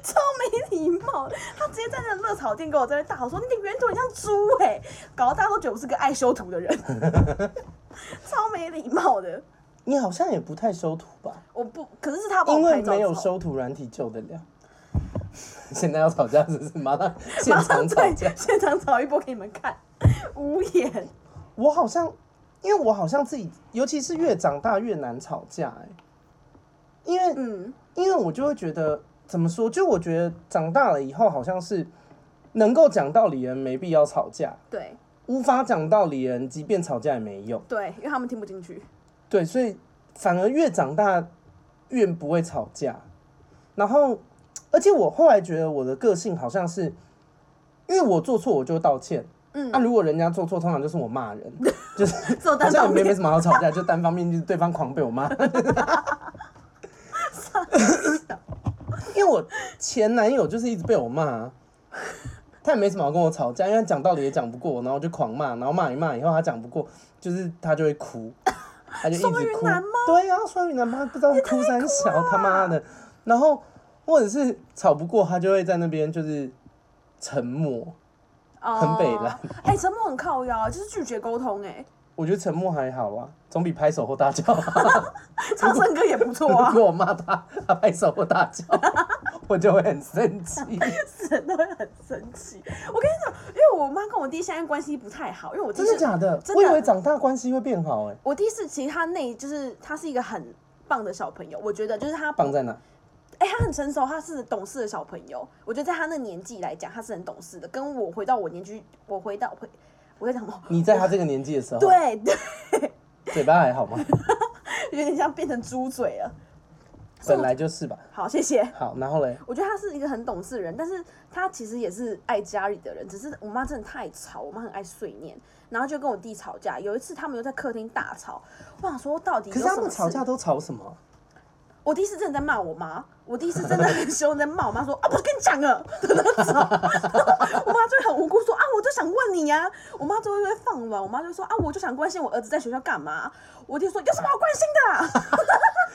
[SPEAKER 2] 超没礼貌。他直接在那个热炒店跟我在那边大吼说：“你的原图很像猪哎、搞得大家都觉得我是个爱修图的人， 超没礼貌的。
[SPEAKER 1] 你好像也不太修图吧？
[SPEAKER 2] 我不，可是是他帮
[SPEAKER 1] 因
[SPEAKER 2] 我
[SPEAKER 1] 为
[SPEAKER 2] 拍照
[SPEAKER 1] 没有
[SPEAKER 2] 的时候，
[SPEAKER 1] 修图软体救得了。 现在要吵架是不是？马上现
[SPEAKER 2] 马
[SPEAKER 1] 场
[SPEAKER 2] 上
[SPEAKER 1] 吵
[SPEAKER 2] 对
[SPEAKER 1] 架。
[SPEAKER 2] 现场找一波给你们看，无言。
[SPEAKER 1] 我好像，因为我好像自己，尤其是越长大越难吵架、欸。因为
[SPEAKER 2] 嗯，
[SPEAKER 1] 因为我就会觉得怎么说，就我觉得长大了以后好像是能够讲道理的人没必要吵架，
[SPEAKER 2] 对
[SPEAKER 1] 无法讲道理的人即便吵架也没用。
[SPEAKER 2] 对，因为他们听不进去。
[SPEAKER 1] 对，所以反而越长大越不会吵架。然后，而且我后来觉得我的个性好像是，因为我做错我就道歉。
[SPEAKER 2] 嗯
[SPEAKER 1] 那、如果人家做错，通常就是我骂人，就是
[SPEAKER 2] 只有
[SPEAKER 1] 好
[SPEAKER 2] 单
[SPEAKER 1] 像
[SPEAKER 2] 方
[SPEAKER 1] 也没没
[SPEAKER 2] 面
[SPEAKER 1] 什么好吵架，就单方面就是对方狂被我 骂。因为我前男友就是一直被我骂、啊，他也没什么好跟我吵架，因为他讲道理也讲不过，然后我就狂骂，然后骂一骂以后他讲不过，就是他就会哭，他就一直
[SPEAKER 2] 双鱼
[SPEAKER 1] 哭
[SPEAKER 2] 男吗。
[SPEAKER 1] 对啊，双鱼男妈不知道哭三小
[SPEAKER 2] 啊
[SPEAKER 1] 他妈的，然后或者是吵不过他就会在那边就是沉默，很北
[SPEAKER 2] 哦
[SPEAKER 1] 啦
[SPEAKER 2] 哎，沉默很靠腰，就是拒绝沟通哎。
[SPEAKER 1] 我觉得沉默还好啊，总比拍手或大叫好。
[SPEAKER 2] 唱圣歌也不错
[SPEAKER 1] 如
[SPEAKER 2] 啊，
[SPEAKER 1] 果我骂他，他拍手或大 叫，我就会很生气。
[SPEAKER 2] 人都会很生气。我跟你讲，因为我妈跟我弟现在关系不太好，因为我弟
[SPEAKER 1] 真的
[SPEAKER 2] 是
[SPEAKER 1] 假的？
[SPEAKER 2] 真的
[SPEAKER 1] 我以为长大关系会变好、欸，哎，
[SPEAKER 2] 我弟是其实他那就是他是一个很棒的小朋友，我觉得就是他
[SPEAKER 1] 棒在哪？
[SPEAKER 2] 哎、他很成熟，他是懂事的小朋友。我觉得在他那年纪来讲，他是很懂事的。跟我回到我年纪，我回到回我在讲什么？
[SPEAKER 1] 你在他这个年纪的时候，
[SPEAKER 2] 对 对，
[SPEAKER 1] 嘴巴还好 吗？
[SPEAKER 2] 有点像变成猪嘴了。
[SPEAKER 1] 本来就是吧。
[SPEAKER 2] 好，谢谢。
[SPEAKER 1] 好，然后嘞，
[SPEAKER 2] 我觉得他是一个很懂事的人，但是他其实也是爱家里的人。只是我妈真的太吵，我妈很爱碎念，然后就跟我弟吵架。有一次他们又在客厅大吵，我想说到底有
[SPEAKER 1] 可
[SPEAKER 2] 什
[SPEAKER 1] 是
[SPEAKER 2] 么
[SPEAKER 1] 他们吵
[SPEAKER 2] 事
[SPEAKER 1] 架都吵什么啊？
[SPEAKER 2] 我第一次真的在骂我妈，我第一次真的很凶在骂我妈说啊，不是跟你讲了，的那种 我妈就会很无辜说啊，我就想问你呀、我妈就会放软，我妈就说啊，我就想关心我儿子在学校干嘛，我弟说有什么好关心的、啊，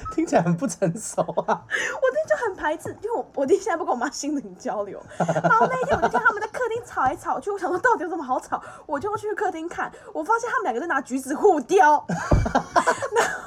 [SPEAKER 1] 听起来很不成熟啊。
[SPEAKER 2] 我弟就很排斥，因为我我弟现在不跟我妈心灵交流，然后那一天我就听他们在客厅吵来吵去，我想说到底有什么好吵，我就去客厅看，我发现他们两个在拿橘子互叼。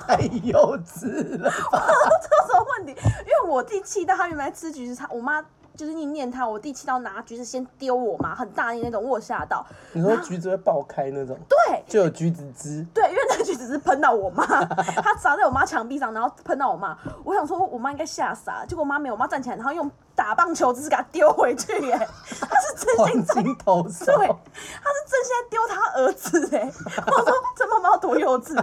[SPEAKER 1] 太幼稚了吧，
[SPEAKER 2] 这有什么问题？因为我弟气到他原来吃橘子，他我妈就是念念他，我弟气到拿橘子先丢我妈，很大力那种，我有吓到。
[SPEAKER 1] 你说橘子会爆开那种，
[SPEAKER 2] 对
[SPEAKER 1] 就有橘子汁，
[SPEAKER 2] 对，因为那橘子是喷到我妈， 他砸在我妈墙壁上，然后喷到我妈。我想说我妈应该吓傻，结果我妈没有，我妈站起来，然后用打棒球姿势给他丢回去、耶，哎，他是 真心
[SPEAKER 1] 黄
[SPEAKER 2] 在
[SPEAKER 1] 金投手。
[SPEAKER 2] 对，他是真心在丢他儿子哎、我说这妈妈有多幼稚，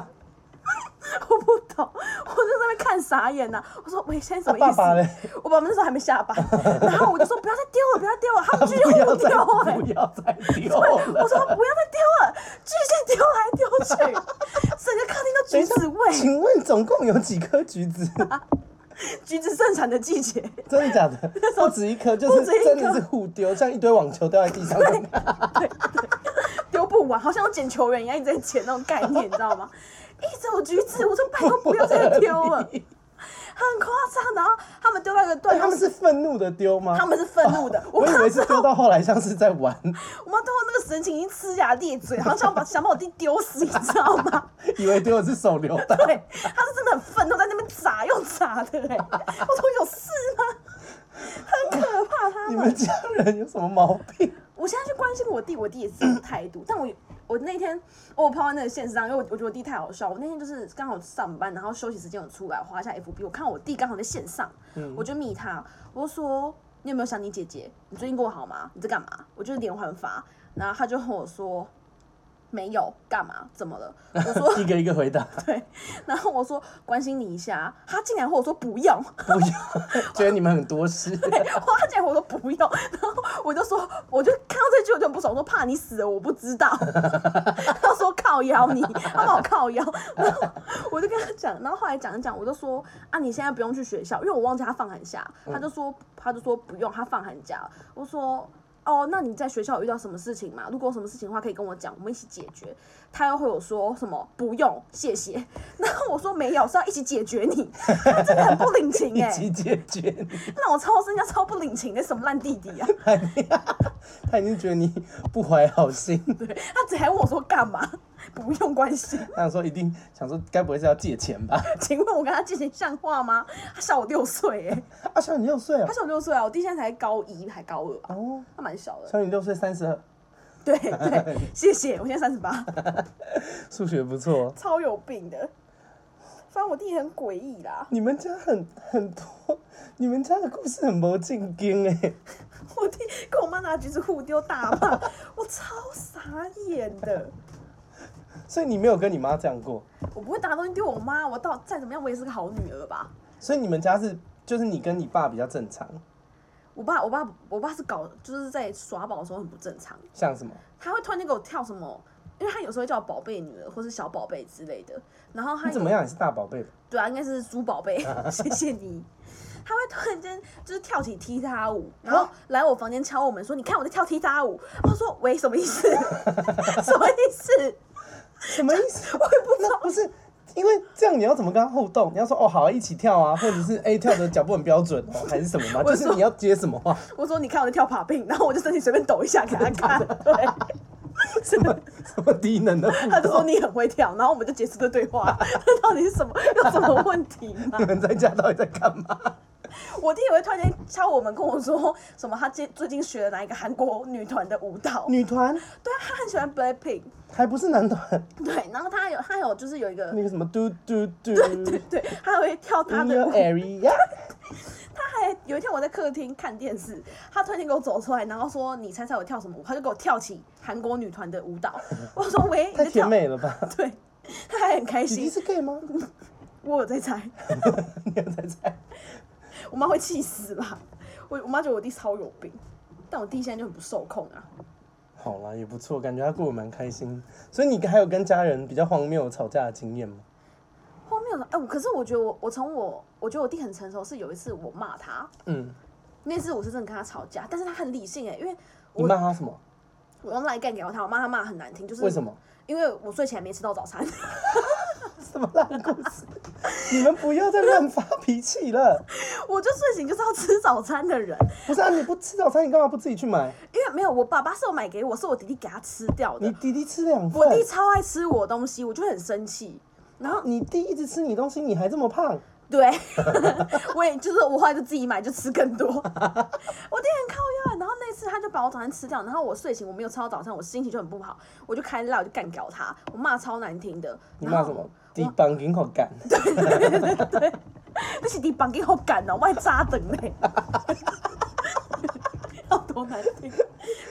[SPEAKER 2] 我不懂，我就在那边看傻眼呐、我说喂，现在什么意
[SPEAKER 1] 爸
[SPEAKER 2] 思？
[SPEAKER 1] 爸嘞
[SPEAKER 2] 我爸爸那时候还没下班，然后我就说不要再丢了，不要再丢了，他们继续
[SPEAKER 1] 不要
[SPEAKER 2] 互
[SPEAKER 1] 再
[SPEAKER 2] 丢哎、
[SPEAKER 1] 不要再丢
[SPEAKER 2] 我
[SPEAKER 1] 了。
[SPEAKER 2] 说不要再丢了，继续丢来丢去，
[SPEAKER 1] 啊
[SPEAKER 2] 整个客厅都橘子味，
[SPEAKER 1] 请问总共有几颗橘子？
[SPEAKER 2] 橘子盛产的季节，
[SPEAKER 1] 真的假 的？不止一颗，就
[SPEAKER 2] 不
[SPEAKER 1] 是
[SPEAKER 2] 止一颗
[SPEAKER 1] 真的是互丢，像一堆网球掉在地上。
[SPEAKER 2] 对对，丢不完，好像要捡球员一样一直在捡那种概念，你知道吗？一直有橘子，我说拜托不要再丢了。很夸张。然后他们丢到一个
[SPEAKER 1] 哎
[SPEAKER 2] 段，
[SPEAKER 1] 他们是哦愤怒的丢吗？
[SPEAKER 2] 他们是愤怒的，
[SPEAKER 1] 我
[SPEAKER 2] 我
[SPEAKER 1] 以
[SPEAKER 2] 妈
[SPEAKER 1] 为是丢到后来像是在玩，
[SPEAKER 2] 我妈最后那个神情已经呲牙咧嘴，好像想把想把我弟丢死，你知道 吗？
[SPEAKER 1] 以为丢的是手榴弹。
[SPEAKER 2] 对，她是真的很愤怒，在那边砸又砸的哎、我说有事吗？很可怕，他
[SPEAKER 1] 你
[SPEAKER 2] 们
[SPEAKER 1] 们。家人有什么毛 病？
[SPEAKER 2] 我现在去关心我弟，我弟也是这种态度。但我我那天我抛在那个现实上，因为我我觉得我弟太好笑。我那天就是刚好上班，然后休息时间我出来滑一下 FB，我看我弟刚好在线上，我就密他，我就说你有没有想你姐姐？你最近过好吗？你在干嘛？我就是连环发，然后他就和我说没有，干嘛？怎么了？我说
[SPEAKER 1] 一个一个回答，
[SPEAKER 2] 对，然后我说关心你一下，他竟然和我说不用。
[SPEAKER 1] 不要，觉得你们很多 事。
[SPEAKER 2] 花姐，我说不用，然后我就说，我就看到这句我就很不爽，我说怕你死了，我不 知道。他说靠腰你，他把我靠腰，然后我就跟他讲，然后后来讲一讲，我就说啊，你现在不用去学校，因为我忘记他放寒假，
[SPEAKER 1] 嗯
[SPEAKER 2] 他就说他就说不用，他放寒假了。我说哦，那你在学校有遇到什么事情吗？如果有什么事情的话，可以跟我讲，我们一起解决。他又会有说什么不用，谢 谢。然后我说没有，是要一起解决你。 他真的很不领 情
[SPEAKER 1] 一
[SPEAKER 2] 哎、
[SPEAKER 1] 起解决 你，
[SPEAKER 2] 让我超生，人家超不领情的，什么烂弟弟啊！
[SPEAKER 1] 他已经觉得你不怀好心，
[SPEAKER 2] 对他只还问我说干嘛？不用关心，
[SPEAKER 1] 他想说一定想说，该不会是要借钱吧？
[SPEAKER 2] 请问我跟他进行像话吗？他小我六岁哎，
[SPEAKER 1] 啊，小你六岁哦
[SPEAKER 2] 他，小我六岁啊，我弟现在才高一还高二吧，啊
[SPEAKER 1] 哦，
[SPEAKER 2] 他蛮小的。
[SPEAKER 1] 小你六岁三十二，
[SPEAKER 2] 对对，谢谢，我现在三十八，
[SPEAKER 1] 数学不错。哦
[SPEAKER 2] 超有病的。反正我弟很诡异啦，
[SPEAKER 1] 你们家很很多，你们家的故事很没进经哎，
[SPEAKER 2] 我弟跟我妈拿橘子互丢大骂，我超傻眼的。
[SPEAKER 1] 所以你没有跟你妈这样过，
[SPEAKER 2] 我不会拿东西丢我妈，我到再怎么样我也是个好女儿吧。
[SPEAKER 1] 所以你们家是就是你跟你爸比较正常，
[SPEAKER 2] 我爸，我爸，我爸是搞就是在耍宝的时候很不正常，
[SPEAKER 1] 像什么？
[SPEAKER 2] 他会突然间给我跳什么，因为他有时候会叫我宝贝女儿或是小宝贝之类的，然后他
[SPEAKER 1] 你怎么
[SPEAKER 2] 有？
[SPEAKER 1] 样也是大宝贝吧？
[SPEAKER 2] 对啊，应该是猪宝贝， 谢谢你。他会突然间就是跳起踢踏舞，然
[SPEAKER 1] 啊
[SPEAKER 2] 后来我房间敲我门说：“你看我在跳踢踏舞。”我说：“喂，什么意思？ 什么意思？
[SPEAKER 1] 什么意思？
[SPEAKER 2] 我也不知道。
[SPEAKER 1] 那不是因为这样你要怎么跟他互动？你要说哦好啊，一起跳啊，或者是哎、跳的脚步很标准哦，还是什么吗？
[SPEAKER 2] 我
[SPEAKER 1] 就
[SPEAKER 2] 说
[SPEAKER 1] 是你要接什么话？”
[SPEAKER 2] 我说：“你看我在跳爬病。”然后我就身体随便抖一下给他 看。对，
[SPEAKER 1] 什么什么低能的互
[SPEAKER 2] 他就说：“
[SPEAKER 1] 动？
[SPEAKER 2] 你很会跳。”然后我们就结束这对话。 这到底是什么？有什么问题吗
[SPEAKER 1] 你？们在家到底在干嘛？
[SPEAKER 2] 我弟也会突然间敲我们，跟我说什么他最最近学了哪一个韩国女团的舞蹈。
[SPEAKER 1] 女团
[SPEAKER 2] 对啊，他很喜欢 Blackpink。
[SPEAKER 1] 还不是男团？
[SPEAKER 2] 对，然后他有他有就是有一个
[SPEAKER 1] 那，个什么嘟嘟嘟
[SPEAKER 2] 对，他还会跳他
[SPEAKER 1] ，In
[SPEAKER 2] 的
[SPEAKER 1] your
[SPEAKER 2] 舞。
[SPEAKER 1] area，
[SPEAKER 2] 他还有一天我在客厅看电视，他突然间给我走出来，然后说你猜猜我跳什么舞？他就给我跳起韩国女团的舞蹈。我说喂，你
[SPEAKER 1] 太
[SPEAKER 2] 在
[SPEAKER 1] 甜
[SPEAKER 2] 跳？
[SPEAKER 1] 美了吧？
[SPEAKER 2] 对，他还很开
[SPEAKER 1] 姐姐
[SPEAKER 2] 心。
[SPEAKER 1] 是 gay 吗？
[SPEAKER 2] 我有在猜，
[SPEAKER 1] 你有在猜？
[SPEAKER 2] 我妈会气死吧？我我妈觉得我弟超有病，但我弟现在就很不受控啊。
[SPEAKER 1] 好啦，也不错，感觉他过得蛮开心。所以你还有跟家人比较荒谬吵架的经验吗？
[SPEAKER 2] 后面的哎、我可是我觉得我我从我我觉得我弟很成熟，是有一次我骂他，
[SPEAKER 1] 嗯，
[SPEAKER 2] 那次我是真的跟他吵架，但是他很理性哎、因为
[SPEAKER 1] 你
[SPEAKER 2] 我
[SPEAKER 1] 骂他什么？
[SPEAKER 2] 我用赖干给他，我骂他骂得很难听，就是
[SPEAKER 1] 为什？么？
[SPEAKER 2] 因为我睡前没吃到早餐，
[SPEAKER 1] 什么烂故事？你们不要再乱发脾气了！
[SPEAKER 2] 我就睡醒就是要吃早餐的人，
[SPEAKER 1] 不是啊，你不吃早餐，你干嘛不自己去买？
[SPEAKER 2] 因为没有我爸爸是有买给我，是我弟弟给他吃掉
[SPEAKER 1] 你
[SPEAKER 2] 的，
[SPEAKER 1] 弟弟吃两份
[SPEAKER 2] 我，弟超爱吃我东西，我就很生气。然后
[SPEAKER 1] 你弟一直吃你东西，你还这么胖。
[SPEAKER 2] 对， 我也就是我后来就自己买，就吃更多。我 弟很靠腰，然后那次他就把我早餐吃掉，然后我睡醒我没有吃到早餐，我心情就很不好，我就开赖我就干掉他，我骂超难听的。
[SPEAKER 1] 你
[SPEAKER 2] 然
[SPEAKER 1] 骂
[SPEAKER 2] 后
[SPEAKER 1] 什么？地板给口 干，
[SPEAKER 2] 那是你绑给我赶哦，我还扎等呢。 要多难听！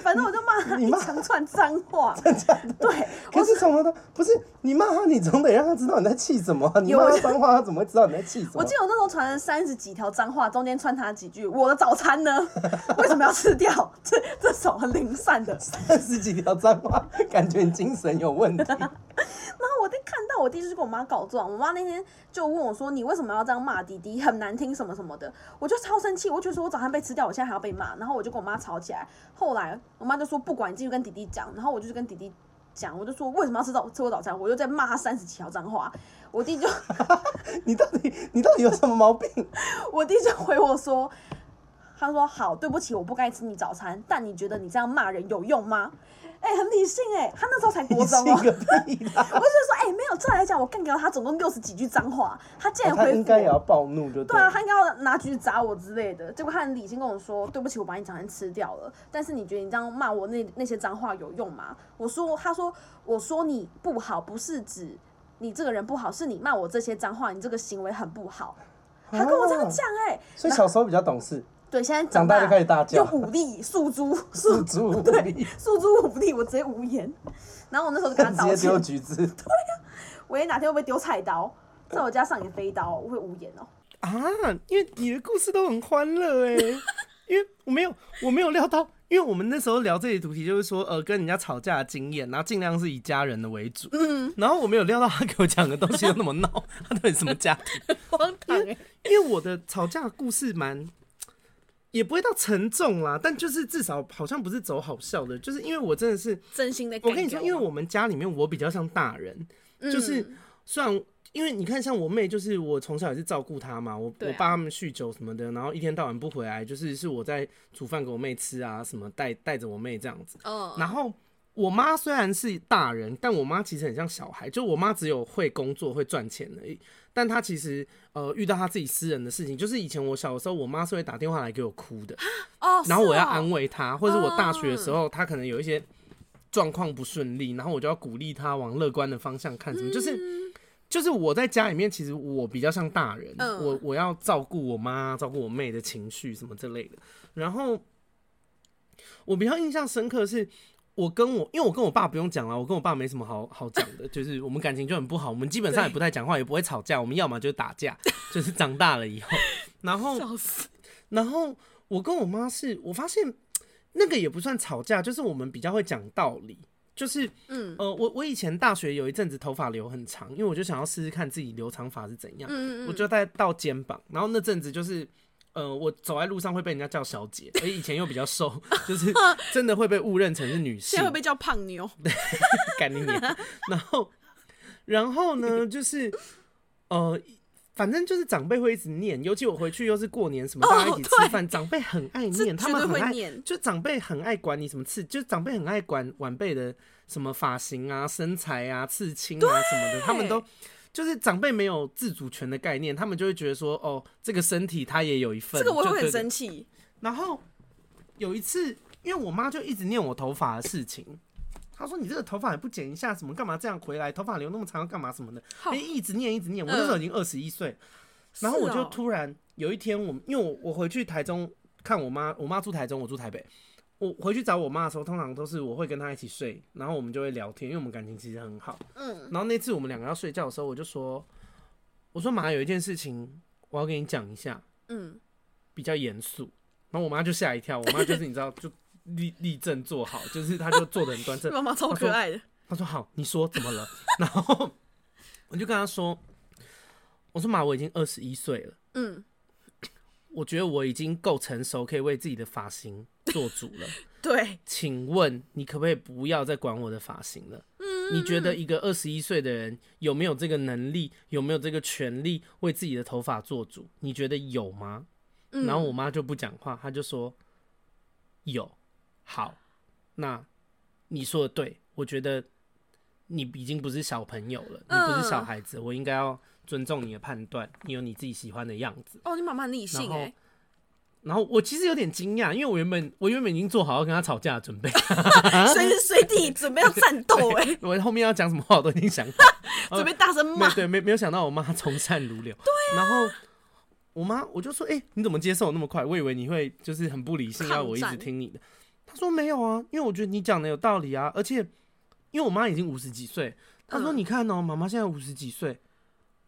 [SPEAKER 2] 反正我就骂他
[SPEAKER 1] 你
[SPEAKER 2] 一
[SPEAKER 1] 骂
[SPEAKER 2] 长串脏 话，对，
[SPEAKER 1] 可是从头到不是你骂他，你总得让他知道你在气什么啊、你
[SPEAKER 2] 有
[SPEAKER 1] 骂
[SPEAKER 2] 我
[SPEAKER 1] 他
[SPEAKER 2] 就
[SPEAKER 1] 脏话，他怎么会知道你在气什么？
[SPEAKER 2] 我记得我那时候传了三十几条脏话，中间穿插几句“我的早餐呢？ 为什么要吃掉？” 这这首很零散的。
[SPEAKER 1] 三十几条脏话，感觉你精神有问题。
[SPEAKER 2] 然后我弟看到我弟就是跟我妈告状，我妈那天就问我说：“你为什么要这样骂弟弟？很难听什么什么的。”我就超生气，我就觉得说我早餐被吃掉，我现在还要被骂，然后我就跟我妈吵起来。后来我妈就说：“不管，你继续跟弟弟讲。”然后我就去跟弟弟讲，我就说为什么要吃早吃我早餐，我就在骂他三十几条脏话。我弟就
[SPEAKER 3] 你到底你到底有什么毛 病？
[SPEAKER 2] 我弟就回我说，他说好，对不起，我不该吃你早餐，但你觉得你这样骂人有用吗？哎、很理性哎、他那时候才
[SPEAKER 3] 你
[SPEAKER 2] 国中
[SPEAKER 3] 信
[SPEAKER 2] 哦、
[SPEAKER 3] 个屁啦！
[SPEAKER 2] 我就说，哎、没有，照来讲，我干掉他总共六十几句脏话，他竟然
[SPEAKER 3] 哦他
[SPEAKER 2] 回复
[SPEAKER 3] 应该也
[SPEAKER 2] 我
[SPEAKER 3] 要暴怒就
[SPEAKER 2] 对
[SPEAKER 3] 对
[SPEAKER 2] 啊，
[SPEAKER 3] 了。
[SPEAKER 2] 他应该要拿橘子砸我之类的。结果他很理性跟我说：“对不起，我把你早餐吃掉了。但是你觉得你这样骂我那那些脏话有用吗？”我说：“他说我说你不好，不是指你这个人不好，是你骂我这些脏话，你这个行为很不好。”他跟我这样讲哎、
[SPEAKER 3] 所以小时候比较懂事，
[SPEAKER 2] 对，现在
[SPEAKER 3] 啊长大
[SPEAKER 2] 大
[SPEAKER 3] 就开始大叫
[SPEAKER 2] 用武力诉诸
[SPEAKER 3] 自
[SPEAKER 2] 诉
[SPEAKER 3] 主武力，
[SPEAKER 2] 诉诸武力，我直接无言。然后我那时候就跟他
[SPEAKER 3] 直
[SPEAKER 2] 道
[SPEAKER 3] 接丢
[SPEAKER 2] 歉，
[SPEAKER 3] 橘子
[SPEAKER 2] 我也哪天会不会丢菜刀，
[SPEAKER 1] 呃
[SPEAKER 2] 在我家上演飞刀，我会无言哦、
[SPEAKER 1] 啊，因为你的故事都很欢 乐哎，因为我没有我没有料到，因为我们那时候聊这些主题就是说呃跟人家吵架的经验，然后尽量是以家人的为主，嗯，然后我没有料到他给我讲的东西又那么闹，他到底什么家庭？
[SPEAKER 2] 荒唐哎、
[SPEAKER 1] 因为我的吵架故事蛮，也不会到沉重啦，但就是至少好像不是走好笑的，就是因为我真的啊是，
[SPEAKER 2] 真心的。
[SPEAKER 1] 我跟你说，因为我们家里面我比较像大人，就是虽然。因为你看，像我妹，就是我从小也是照顾她嘛，我、
[SPEAKER 2] 对
[SPEAKER 1] 我
[SPEAKER 2] 啊
[SPEAKER 1] 爸他们酗酒什么的，然后一天到晚不回来，就是是我在煮饭给我妹吃啊，什么带带着我妹这样子。
[SPEAKER 2] 嗯，
[SPEAKER 1] 然后我妈虽然是大人，但我妈其实很像小孩，就我妈只有会工作、会赚钱而已。但她其实呃遇到她自己私人的事情，就是以前我小的时候，我妈是会打电话来给我哭的，
[SPEAKER 2] 哦，
[SPEAKER 1] 然后我要
[SPEAKER 2] 是哦嗯
[SPEAKER 1] 安慰她，或者我大学的时候，她可能有一些状况不顺利，然后我就要鼓励她往乐观的方向看，什么就是。就是我在家里面，其实我比较像大人，
[SPEAKER 2] 嗯
[SPEAKER 1] 我我要照顾我妈、照顾我妹的情绪什么之类的。然后我比较印象深刻的是，我跟我因为我跟我爸不用讲了，我跟我爸没什么好好讲 的，就是我们感情就很不好，我们基本上也不太讲话，也不会吵架，我们要么就是打架，就是长大了以后，然后
[SPEAKER 2] 笑死，
[SPEAKER 1] 然后我跟我妈是，我发现那个也不算吵架，就是我们比较会讲道理。就是，
[SPEAKER 2] 嗯
[SPEAKER 1] 呃，我我以前大学有一阵子头发留很长，因为我就想要试试看自己留长发是怎样，
[SPEAKER 2] 嗯嗯
[SPEAKER 1] 我就在到肩膀，然后那阵子就是，呃，我走在路上会被人家叫小姐，而以前又比较瘦， 就是真的会被误认成是女性
[SPEAKER 2] 现在，会被叫胖妞，
[SPEAKER 1] 干你娘！然后，然后呢，就是呃，反正就是长辈会一直念，尤其我回去又是过年什么，
[SPEAKER 2] 哦
[SPEAKER 1] 大家一起吃饭，长辈很爱
[SPEAKER 2] 这
[SPEAKER 1] 念，他
[SPEAKER 2] 绝对
[SPEAKER 1] 们很
[SPEAKER 2] 会
[SPEAKER 1] 爱，
[SPEAKER 2] 念。
[SPEAKER 1] 就长辈很爱管你什么刺，就长辈很爱管晚辈的什么发型啊、身材啊、刺青啊什么的，他们都。就是长辈没有自主权的概念，他们就会觉得说，哦，这个身体他也有一份，
[SPEAKER 2] 这个我
[SPEAKER 1] 就
[SPEAKER 2] 也会
[SPEAKER 1] 对
[SPEAKER 2] 很
[SPEAKER 1] 对
[SPEAKER 2] 生气，
[SPEAKER 1] 然后有一次，因为我妈就一直念我头发的事情，她说你这个头发也不剪一下，什么干嘛这样回来？头发留那么长要干嘛什么的，
[SPEAKER 2] 好嗯
[SPEAKER 1] 就一直念一直念。我那时候已经二十一岁，然后我
[SPEAKER 2] 是
[SPEAKER 1] 就
[SPEAKER 2] 哦
[SPEAKER 1] 突然有一天我，因为我我回去台中看我妈，我妈住台中，我住台北。我回去找我妈的时候，通常都是我会跟她一起睡，然后我们就会聊天，因为我们感情其实很好。
[SPEAKER 2] 嗯，
[SPEAKER 1] 然后那次我们两个要睡觉的时候，我就说：“我说妈，有一件事情我要跟你讲一下。”
[SPEAKER 2] 嗯，
[SPEAKER 1] 比较严肃，然后我妈就吓一跳，我妈就是你知道就立立正坐好，就是她就坐得很端正。
[SPEAKER 2] 妈妈超可爱的，
[SPEAKER 1] 她说好，你说怎么了？ 然后我就跟她说，我说妈，我已经二十一岁了，
[SPEAKER 2] 嗯，
[SPEAKER 1] 我觉得我已经够成熟，可以为自己的发型做主了。
[SPEAKER 2] 对，
[SPEAKER 1] 请问你可不可以不要再管我的发型了？你觉得一个二十一岁的人有没有这个能力，有没有这个权利为自己的头发做主？你觉得有吗？
[SPEAKER 2] 嗯
[SPEAKER 1] 然后我妈就不讲话，她就说有。好，那你说的对，我觉得你已经不是小朋友了，你不是小
[SPEAKER 2] 嗯
[SPEAKER 1] 孩子，我应该要尊重你的判断，你有你自己喜欢的样子。
[SPEAKER 2] 哦，你妈妈很理性哎、
[SPEAKER 1] 然后我其实有点惊讶，因为我原本我原本已经做好要跟她吵架的准备，啊
[SPEAKER 2] 随时随地准备要战斗 哎、
[SPEAKER 1] 我后面要讲什么话我都已经想好，
[SPEAKER 2] 准备大声
[SPEAKER 1] 没
[SPEAKER 2] 骂，啊
[SPEAKER 1] 对没没有想到我妈从善如流，对、然后我妈我就说，哎、你怎么接受我那么快？我以为你会就是很不理性，
[SPEAKER 2] 抗
[SPEAKER 1] 要我一直
[SPEAKER 2] 战
[SPEAKER 1] 听你的。她说没有啊，因为我觉得你讲的有道理啊，而且因为我妈已经五十几岁，她说
[SPEAKER 2] 嗯
[SPEAKER 1] 你看哦、妈妈现在五十几岁，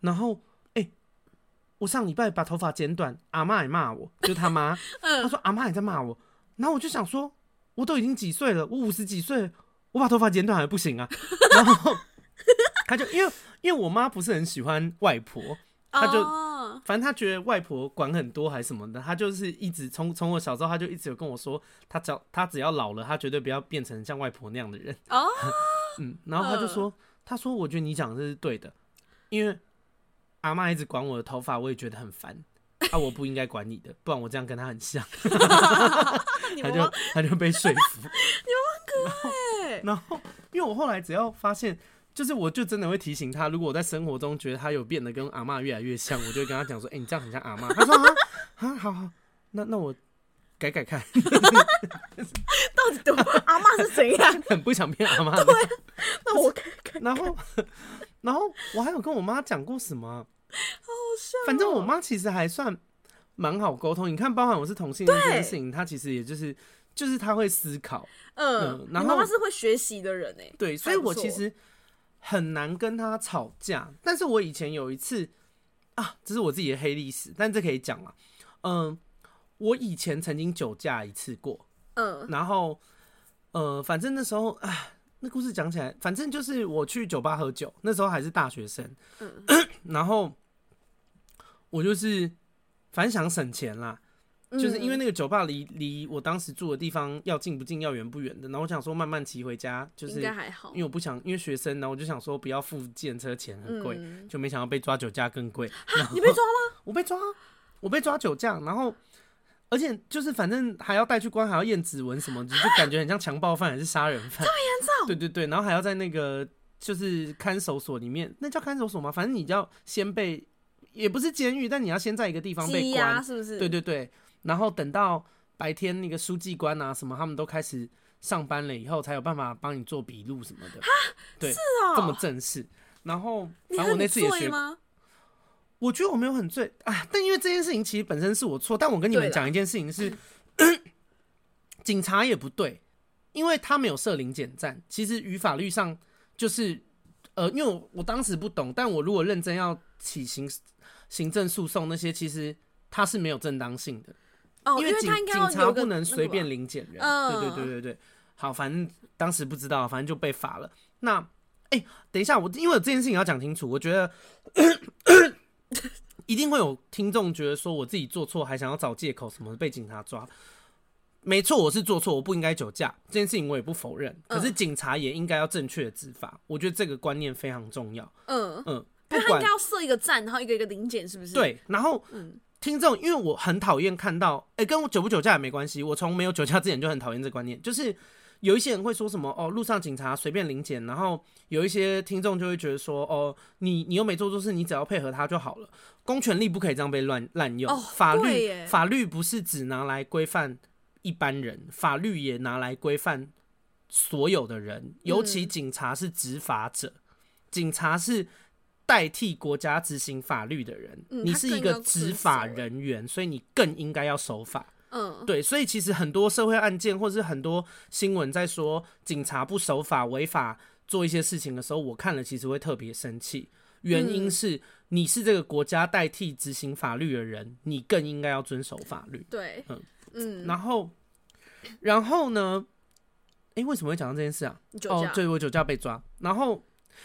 [SPEAKER 1] 然后哎、诶我上礼拜把头发剪短，阿妈也骂我，就她妈，她
[SPEAKER 2] 嗯，
[SPEAKER 1] 说阿妈也在骂我，然后我就想说，我都已经几岁了，我五十几岁了，我把头发剪短还不行啊， 然后她就因为因为我妈不是很喜欢外婆，他就
[SPEAKER 2] 哦
[SPEAKER 1] 反正她觉得外婆管很多还是什么的，她就是一直从从我小时候，她就一直有跟我说，她只要她只要老了，她绝对不要变成像外婆那样的人。
[SPEAKER 2] 哦
[SPEAKER 1] 嗯，然后他就说，他说我觉得你讲的是对的，因为阿妈一直管我的头发，我也觉得很烦。啊，我不应该管你的，不然我这样跟他很像，
[SPEAKER 2] 你
[SPEAKER 1] 他
[SPEAKER 2] 们
[SPEAKER 1] 就
[SPEAKER 2] 妈
[SPEAKER 1] 他就被说服。
[SPEAKER 2] 对，
[SPEAKER 1] 然后，因为我后来只要发现，就是我就真的会提醒他，如果我在生活中觉得他有变得跟阿嬷越来越像，我就会跟他讲说：“哎、你这样很像阿嬷。”他说：“啊啊，好好，那那我改改看，
[SPEAKER 2] 到底多阿妈是怎 样？
[SPEAKER 1] 很不想变阿嬷。”
[SPEAKER 2] 那我看 看，
[SPEAKER 1] 然后， 然后我还有跟我妈讲过什么啊、
[SPEAKER 2] 像
[SPEAKER 1] 反正我妈其实还算蛮好沟通。你看，包含我是同性恋这件
[SPEAKER 2] 对
[SPEAKER 1] 事情，她其实也就是就是她会思考，嗯
[SPEAKER 2] 嗯，你
[SPEAKER 1] 然
[SPEAKER 2] 妈
[SPEAKER 1] 后
[SPEAKER 2] 妈是会学习的人哎，
[SPEAKER 1] 对，所以
[SPEAKER 2] 还不
[SPEAKER 1] 我其
[SPEAKER 2] 错
[SPEAKER 1] 实很难跟她吵架。但是我以前有一次啊，这是我自己的黑历史，但这可以讲了。嗯，我以前曾经酒驾一次过，
[SPEAKER 2] 嗯
[SPEAKER 1] 然后，呃，反正那时候，哎，那故事讲起来，反正就是我去酒吧喝酒，那时候还是大学生，
[SPEAKER 2] 嗯
[SPEAKER 1] 然后我就是反正想省钱啦，
[SPEAKER 2] 嗯
[SPEAKER 1] 就是因为那个酒吧离离我当时住的地方要近不近，要远不远的，然后我想说慢慢骑回家，就
[SPEAKER 2] 应
[SPEAKER 1] 是
[SPEAKER 2] 该还好
[SPEAKER 1] 因，为我不想因为学生，然后我就想说不要付建车钱很贵，
[SPEAKER 2] 嗯啊
[SPEAKER 1] 就没想到被抓酒驾更贵，
[SPEAKER 2] 你被抓吗？
[SPEAKER 1] 我被抓，我被抓酒驾，然后而且就是反正还要带去关，还要验指纹什么，就就感觉很像强暴犯还是杀人犯，这么严重？ 对对对，然后还要在那个就是看守所里面，那叫看守所吗？反正你要先被，也不是监狱，但你要先在一个地方被
[SPEAKER 2] 鸡
[SPEAKER 1] 关
[SPEAKER 2] 呀，，是不是？
[SPEAKER 1] 对对对，然后等到白天那个书记官啊什么，他们都开始上班了以后，才有办法帮你做笔录什么的，对，是
[SPEAKER 2] 哦
[SPEAKER 1] 这么正式。然后，
[SPEAKER 2] 你
[SPEAKER 1] 反正
[SPEAKER 2] 很
[SPEAKER 1] 我那次也
[SPEAKER 2] 醉
[SPEAKER 1] 学
[SPEAKER 2] 吗？
[SPEAKER 1] 我觉得我没有很醉啊，但因为这件事情其实本身是我错，但我跟你们
[SPEAKER 2] 对啦嗯
[SPEAKER 1] 讲一件事情是， 警察也不对，因为他没有设临检站，其实于法律上就是呃，因为我我当时不懂，但我如果认真要起行行政诉讼那些，其实它是没有正当性的，
[SPEAKER 2] 哦，
[SPEAKER 1] 因
[SPEAKER 2] 因
[SPEAKER 1] 为警
[SPEAKER 2] 他应该
[SPEAKER 1] 警
[SPEAKER 2] 要
[SPEAKER 1] 察
[SPEAKER 2] 有个
[SPEAKER 1] 不能随便
[SPEAKER 2] 那个吧
[SPEAKER 1] 临检人，
[SPEAKER 2] 嗯
[SPEAKER 1] 对对对对对。好，反正当时不知道，反正就被罚了。那哎、等一下，我因为我这件事情要讲清楚，我觉得一定会有听众觉得说我自己做错，还想要找借口什么被警察抓。没错，我是做错，我不应该酒驾这件事情，我也不否认。可
[SPEAKER 2] 嗯
[SPEAKER 1] 是警察也应该要正确的执法，我觉得这个观念非常重要。
[SPEAKER 2] 嗯，
[SPEAKER 1] 嗯，不
[SPEAKER 2] 因为他应
[SPEAKER 1] 管
[SPEAKER 2] 该要设一个站，然后一个一个零检，是不是？，
[SPEAKER 1] 对，然后
[SPEAKER 2] 嗯
[SPEAKER 1] 听众，因为我很讨厌看到，哎、跟我酒不酒驾也没关系，我从没有酒驾之前就很讨厌这观念，就是有一些人会说什么哦，路上警察随便临检，然后有一些听众就会觉得说哦，你你又没做错事，你只要配合他就好了，公权力不可以这样被乱滥用，
[SPEAKER 2] 哦
[SPEAKER 1] 法
[SPEAKER 2] 对
[SPEAKER 1] 律
[SPEAKER 2] 耶
[SPEAKER 1] 法律不是只拿来规范一般人，法律也拿来规范所有的人，尤其
[SPEAKER 2] 嗯
[SPEAKER 1] 警察是执法者，警察是代替国家执行法律的人，
[SPEAKER 2] 嗯
[SPEAKER 1] 你
[SPEAKER 2] 他
[SPEAKER 1] 是
[SPEAKER 2] 更
[SPEAKER 1] 一个
[SPEAKER 2] 要欸
[SPEAKER 1] 执
[SPEAKER 2] 遵
[SPEAKER 1] 法
[SPEAKER 2] 守
[SPEAKER 1] 人员，所以你更应该要守法。
[SPEAKER 2] 嗯，
[SPEAKER 1] 对，所以其实很多社会案件或是很多新闻在说警察不守法、违法做一些事情的时候，我看了其实会特别生气。原因
[SPEAKER 2] 嗯
[SPEAKER 1] 是你是这个国家代替执行法律的人，你更应该要遵守法律。
[SPEAKER 2] 对
[SPEAKER 1] 嗯，
[SPEAKER 2] 嗯，
[SPEAKER 1] 然后，然后呢？诶，为什么会讲到这件事啊？
[SPEAKER 2] 酒
[SPEAKER 1] 哦
[SPEAKER 2] 驾，，
[SPEAKER 1] 对，我酒驾被抓，然后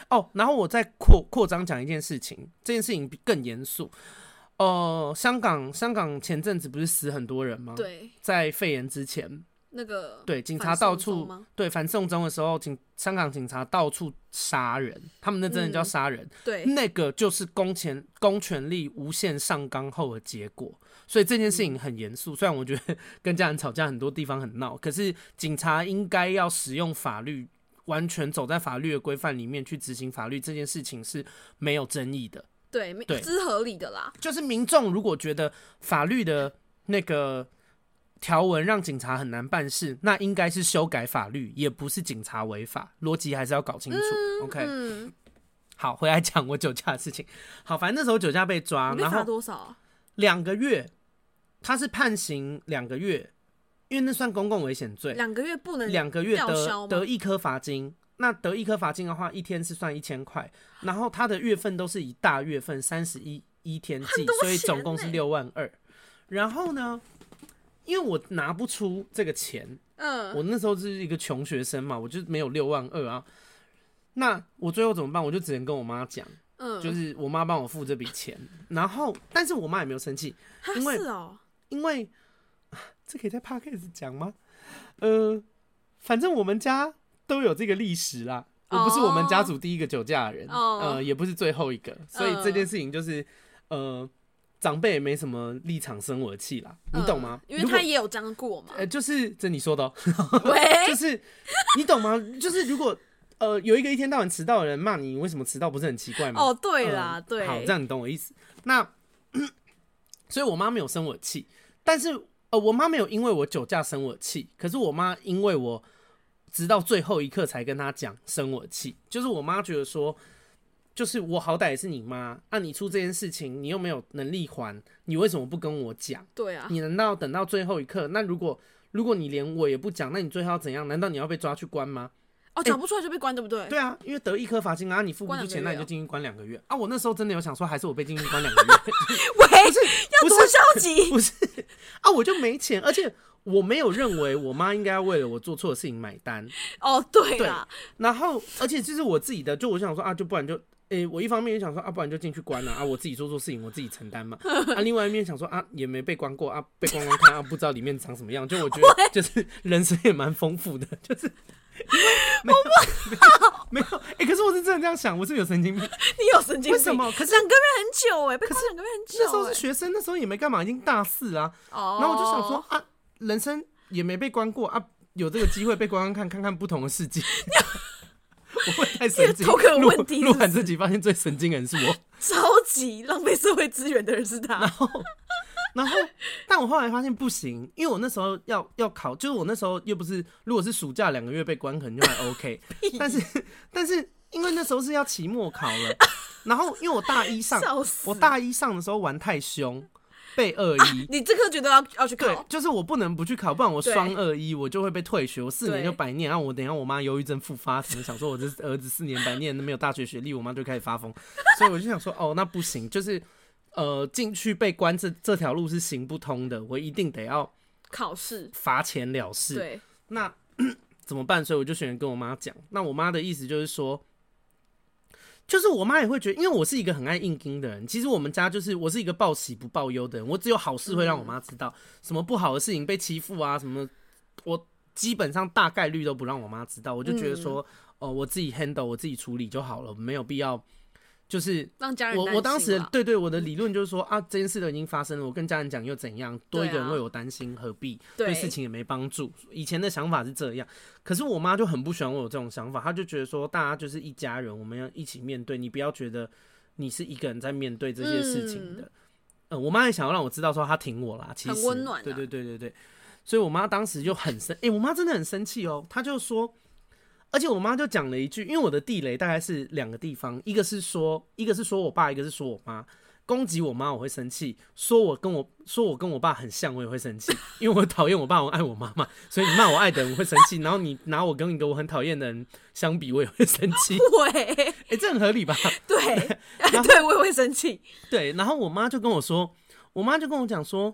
[SPEAKER 1] 哦，然后我再扩扩张讲一件事情，这件事情更严肃。呃，香港香港前阵子不是死很多人吗？，
[SPEAKER 2] 对，
[SPEAKER 1] 在肺炎之前，
[SPEAKER 2] 那个
[SPEAKER 1] 对警察
[SPEAKER 2] 反送
[SPEAKER 1] 到
[SPEAKER 2] 中
[SPEAKER 1] 处
[SPEAKER 2] 吗？
[SPEAKER 1] 对反送中的时候，警香港警察到处杀人，他们那真的叫
[SPEAKER 2] 嗯
[SPEAKER 1] 杀人，
[SPEAKER 2] 对，
[SPEAKER 1] 那个就是公权公权力无限上纲后的结果，所以这件事情很严肃。虽然我觉得跟家人吵架很多地方很闹，可是警察应该要使用法律，完全走在法律的规范里面去执行法律，这件事情是没有争议的。
[SPEAKER 2] 对，没
[SPEAKER 1] 对
[SPEAKER 2] 这是合理的啦。
[SPEAKER 1] 就是民众如果觉得法律的那个条文让警察很难办事，那应该是修改法律，也不是警察违法，逻辑还是要搞清楚。OK，
[SPEAKER 2] 嗯，
[SPEAKER 1] 好，回来讲我酒驾的事情。 好，反正那时候酒驾被抓，
[SPEAKER 2] 你被
[SPEAKER 1] 然
[SPEAKER 2] 罚
[SPEAKER 1] 后
[SPEAKER 2] 多少啊？
[SPEAKER 1] 两个月，他是判刑两个月，因为那算公共危险罪，
[SPEAKER 2] 两个月不能
[SPEAKER 1] 两个月
[SPEAKER 2] 吊销
[SPEAKER 1] 得
[SPEAKER 2] 吗
[SPEAKER 1] 得一颗罚金。那得一颗罚金的话，一天是算一千块，然后他的月份都是以大月份三十一一天计，所以总共是
[SPEAKER 2] 钱呢欸
[SPEAKER 1] 六万二。然后呢，因为我拿不出这个钱，
[SPEAKER 2] 嗯，
[SPEAKER 1] 我那时候是一个穷学生嘛，我就没有六万二啊。那我最后怎么办？我就只能跟我妈讲。
[SPEAKER 2] 嗯，
[SPEAKER 1] 就是我妈帮我付这笔钱，然后但是我妈也没有生气，
[SPEAKER 2] 哈
[SPEAKER 1] 因为
[SPEAKER 2] 是哦，
[SPEAKER 1] 因为啊这可以在 p o d c a s t 讲吗？呃，反正我们家都有这个历史啦，我不是我们家族第一个酒驾的人，
[SPEAKER 2] 哦嗯
[SPEAKER 1] 呃，也不是最后一个，所以这件事情就是，呃，长辈也没什么立场生我的气啦，你懂吗？
[SPEAKER 2] 嗯因为
[SPEAKER 1] 如果
[SPEAKER 2] 他也有这样过嘛。
[SPEAKER 1] 呃，就是这你说的、哦， 就
[SPEAKER 2] 喂，
[SPEAKER 1] 是你懂吗？就是如果呃有一个一天到晚迟到的人骂你，你为什么迟到，不是很奇怪吗？
[SPEAKER 2] 哦，对啦，
[SPEAKER 1] 嗯
[SPEAKER 2] 对，
[SPEAKER 1] 好，这样你懂我意思。那 所以我妈没有生我气，但是呃，我妈没有因为我酒驾生我气，可是我妈因为我直到最后一刻才跟她讲生我气，就是我妈觉得说。就是我好歹也是你妈，那、你出这件事情，你又没有能力还，你为什么不跟我讲？
[SPEAKER 2] 对啊，
[SPEAKER 1] 你难道等到最后一刻？那如果如果你连我也不讲，那你最后要怎样？难道你要被抓去关吗？
[SPEAKER 2] 哦，讲不出来就被关，对不对？
[SPEAKER 1] 哎对啊，因为得一颗罚金啊，你付不
[SPEAKER 2] 关
[SPEAKER 1] 出
[SPEAKER 2] 两个
[SPEAKER 1] 钱，
[SPEAKER 2] 月
[SPEAKER 1] 那你就
[SPEAKER 2] 啊
[SPEAKER 1] 进去关两个月啊。我那时候真的有想说，还是我被进去关两个 月，
[SPEAKER 2] 喂，
[SPEAKER 1] 不
[SPEAKER 2] 要
[SPEAKER 1] 是
[SPEAKER 2] 多消极？
[SPEAKER 1] 不是啊，我就没钱，而且我没有认为我妈应该要为了我做错的事情买单。
[SPEAKER 2] 哦，对啦，
[SPEAKER 1] 然后，而且这是我自己的，就我想说啊，就不然就，诶、我一方面也想说啊，不然就进去关了啊，我自己做错事情我自己承担 嘛。啊，另外一面想说啊，也没被关过啊，被关关看啊，不知道里面长什么样。就我觉得就是人生也蛮丰富的， 就是因为没有没有没有，诶、可是我是真的这样想，我是有神经病，
[SPEAKER 2] 你有神经病？
[SPEAKER 1] 为什么？可是
[SPEAKER 2] 两个月很久哎，被关两个月很久欸。
[SPEAKER 1] 那时候是学生，那时候也没干嘛，已经大四啊。
[SPEAKER 2] 哦，
[SPEAKER 1] 然后我就想说，啊，人生也没被关过啊，有这个机会被关关看看看不同的世界。 我会太神经，
[SPEAKER 2] 这个头壳有
[SPEAKER 1] 录
[SPEAKER 2] 问题是不
[SPEAKER 1] 录
[SPEAKER 2] 是
[SPEAKER 1] 完自己发现最神经的人是我，
[SPEAKER 2] 超级浪费社会资源的人是他。
[SPEAKER 1] 然后，但我后来发现不行，因为我那时候要要考，就是我那时候又不是，如果是暑假两个月被关，可能就还 OK，但 是 但是因为那时候是要期末考了，然后因为我大一上
[SPEAKER 2] 笑，死
[SPEAKER 1] 我大一上的时候玩太凶，被二一、
[SPEAKER 2] 你这个觉得要要去
[SPEAKER 1] 对
[SPEAKER 2] 考，，
[SPEAKER 1] 就是我不能不去考，不然我
[SPEAKER 2] 对
[SPEAKER 1] 双二一我就会被退学，我四年
[SPEAKER 2] 对
[SPEAKER 1] 就白念。然后我等一下我妈忧郁症复发，可能想说我这儿子四年白念没有大学学历，我妈就开始发 疯。所以我就想说，哦，那不行，就是呃进去被关这这条路是行不通的，我一定得要
[SPEAKER 2] 考试，
[SPEAKER 1] 罚钱了事。
[SPEAKER 2] 对，
[SPEAKER 1] 那 怎么办？所以我就选择跟我妈讲。那我妈的意思就是说，就是我妈也会觉得，因为我是一个很爱硬盯的人。其实我们家就是我是一个报喜不报忧的人，我只有好事会让我妈知道，什么不好的事情被欺负啊，什么我基本上大概率都不让我妈知道。我就觉得说，哦、我自己 handle，我自己处理就好了，没有必要。就是
[SPEAKER 2] 让家人
[SPEAKER 1] 我我
[SPEAKER 2] 担心啊嗯
[SPEAKER 1] 当时
[SPEAKER 2] 啦
[SPEAKER 1] 对对我的理论就是说啊，这件事都已经发生了，我跟家人讲又怎样？多一个
[SPEAKER 2] 对
[SPEAKER 1] 人
[SPEAKER 2] 啊
[SPEAKER 1] 为我担心，何必？
[SPEAKER 2] 对
[SPEAKER 1] 对事情也没帮助。以前的想法是这样，可是我妈就很不喜欢我有这种想法，她就觉得说大家就是一家人，我们要一起面对，你不要觉得你是一个人在面对这些事情
[SPEAKER 2] 嗯
[SPEAKER 1] 的。呃，我妈也想要让我知道说她挺我啦，其实
[SPEAKER 2] 很温暖啊
[SPEAKER 1] 对对对对对，所以我妈当时就很生，诶，我妈真的很生气哦，她就说。而且我妈就讲了一句，因为我的地雷大概是两个地方，一个是说，一个是说我爸，一个是说我妈。攻击我妈我会生气，说我跟我说我跟我爸很像我也会生气，因为我讨厌我爸，我爱我妈妈，所以你骂我爱的人我会生气，然后你拿我跟一个我很讨厌的人相比，我也会生气。
[SPEAKER 2] 对
[SPEAKER 1] 哎、这很合理吧？
[SPEAKER 2] 对 对，我也会生气。
[SPEAKER 1] 对，然后我妈就跟我说，我妈就跟我讲说，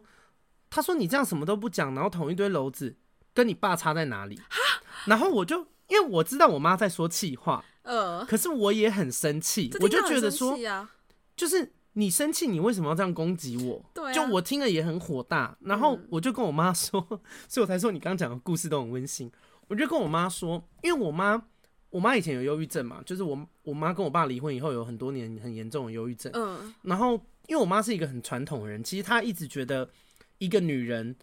[SPEAKER 1] 她说你这样什么都不讲，然后捅一堆篓子，跟你爸差在哪里？ 然后我就因为我知道我妈在说气话，
[SPEAKER 2] 呃，
[SPEAKER 1] 可是我也很生气
[SPEAKER 2] 这，
[SPEAKER 1] 我就
[SPEAKER 2] 听到很
[SPEAKER 1] 觉得
[SPEAKER 2] 生
[SPEAKER 1] 说，
[SPEAKER 2] 气啊，
[SPEAKER 1] 就是你生气，你为什么要这样攻击我？
[SPEAKER 2] 对啊嗯
[SPEAKER 1] 就我听了也很火大，然后我就跟我妈说，所以我才说你刚讲的故事都很温馨。我就跟我妈说，因为我妈，我妈以前有忧郁症嘛，就是我我妈跟我爸离婚以后有很多年很严重的忧郁症，
[SPEAKER 2] 嗯，
[SPEAKER 1] 然后因为我妈是一个很传统的人，其实她一直觉得一个女人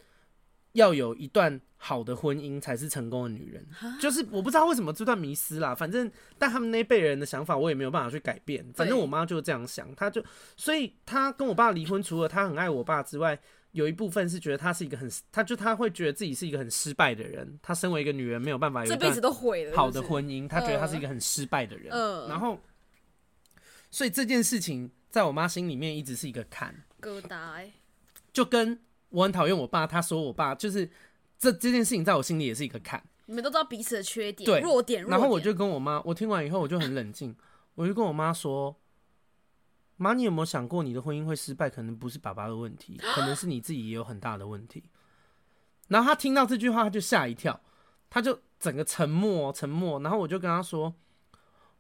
[SPEAKER 1] 要有一段好的婚姻才是成功的女人，就是我不知道为什么这段迷失啦，反正但他们那辈人的想法我也没有办法去改变，反正我妈就这样想，她就所以她跟我爸离婚，除了她很爱我爸之外。有一部分是觉得她是一个很，她就她会觉得自己是一个很失败的人。她身为一个女人，没有办法有
[SPEAKER 2] 这
[SPEAKER 1] 一
[SPEAKER 2] 辈
[SPEAKER 1] 段
[SPEAKER 2] 子都毁了，
[SPEAKER 1] 好
[SPEAKER 2] 是
[SPEAKER 1] 的
[SPEAKER 2] 不是
[SPEAKER 1] 婚姻，她觉得她是一个很失败的人。
[SPEAKER 2] 嗯
[SPEAKER 1] 然后，所以这件事情在我妈心里面一直是一个坎，
[SPEAKER 2] 疙瘩欸，
[SPEAKER 1] 就跟我很讨厌我爸，他说我爸就是这这件事情在我心里也是一个坎。
[SPEAKER 2] 你们都知道彼此的缺
[SPEAKER 1] 对
[SPEAKER 2] 点、弱点，弱
[SPEAKER 1] 然后我
[SPEAKER 2] 点
[SPEAKER 1] 就跟我妈，我听完以后我就很冷静， 我就跟我妈说：“妈，你有没有想过你的婚姻会失败，可能不是爸爸的问 题，可能是你自己也有很大的问题。”然后她听到这句话，她就吓一跳，她就整个沉默，沉默。然后我就跟她说：“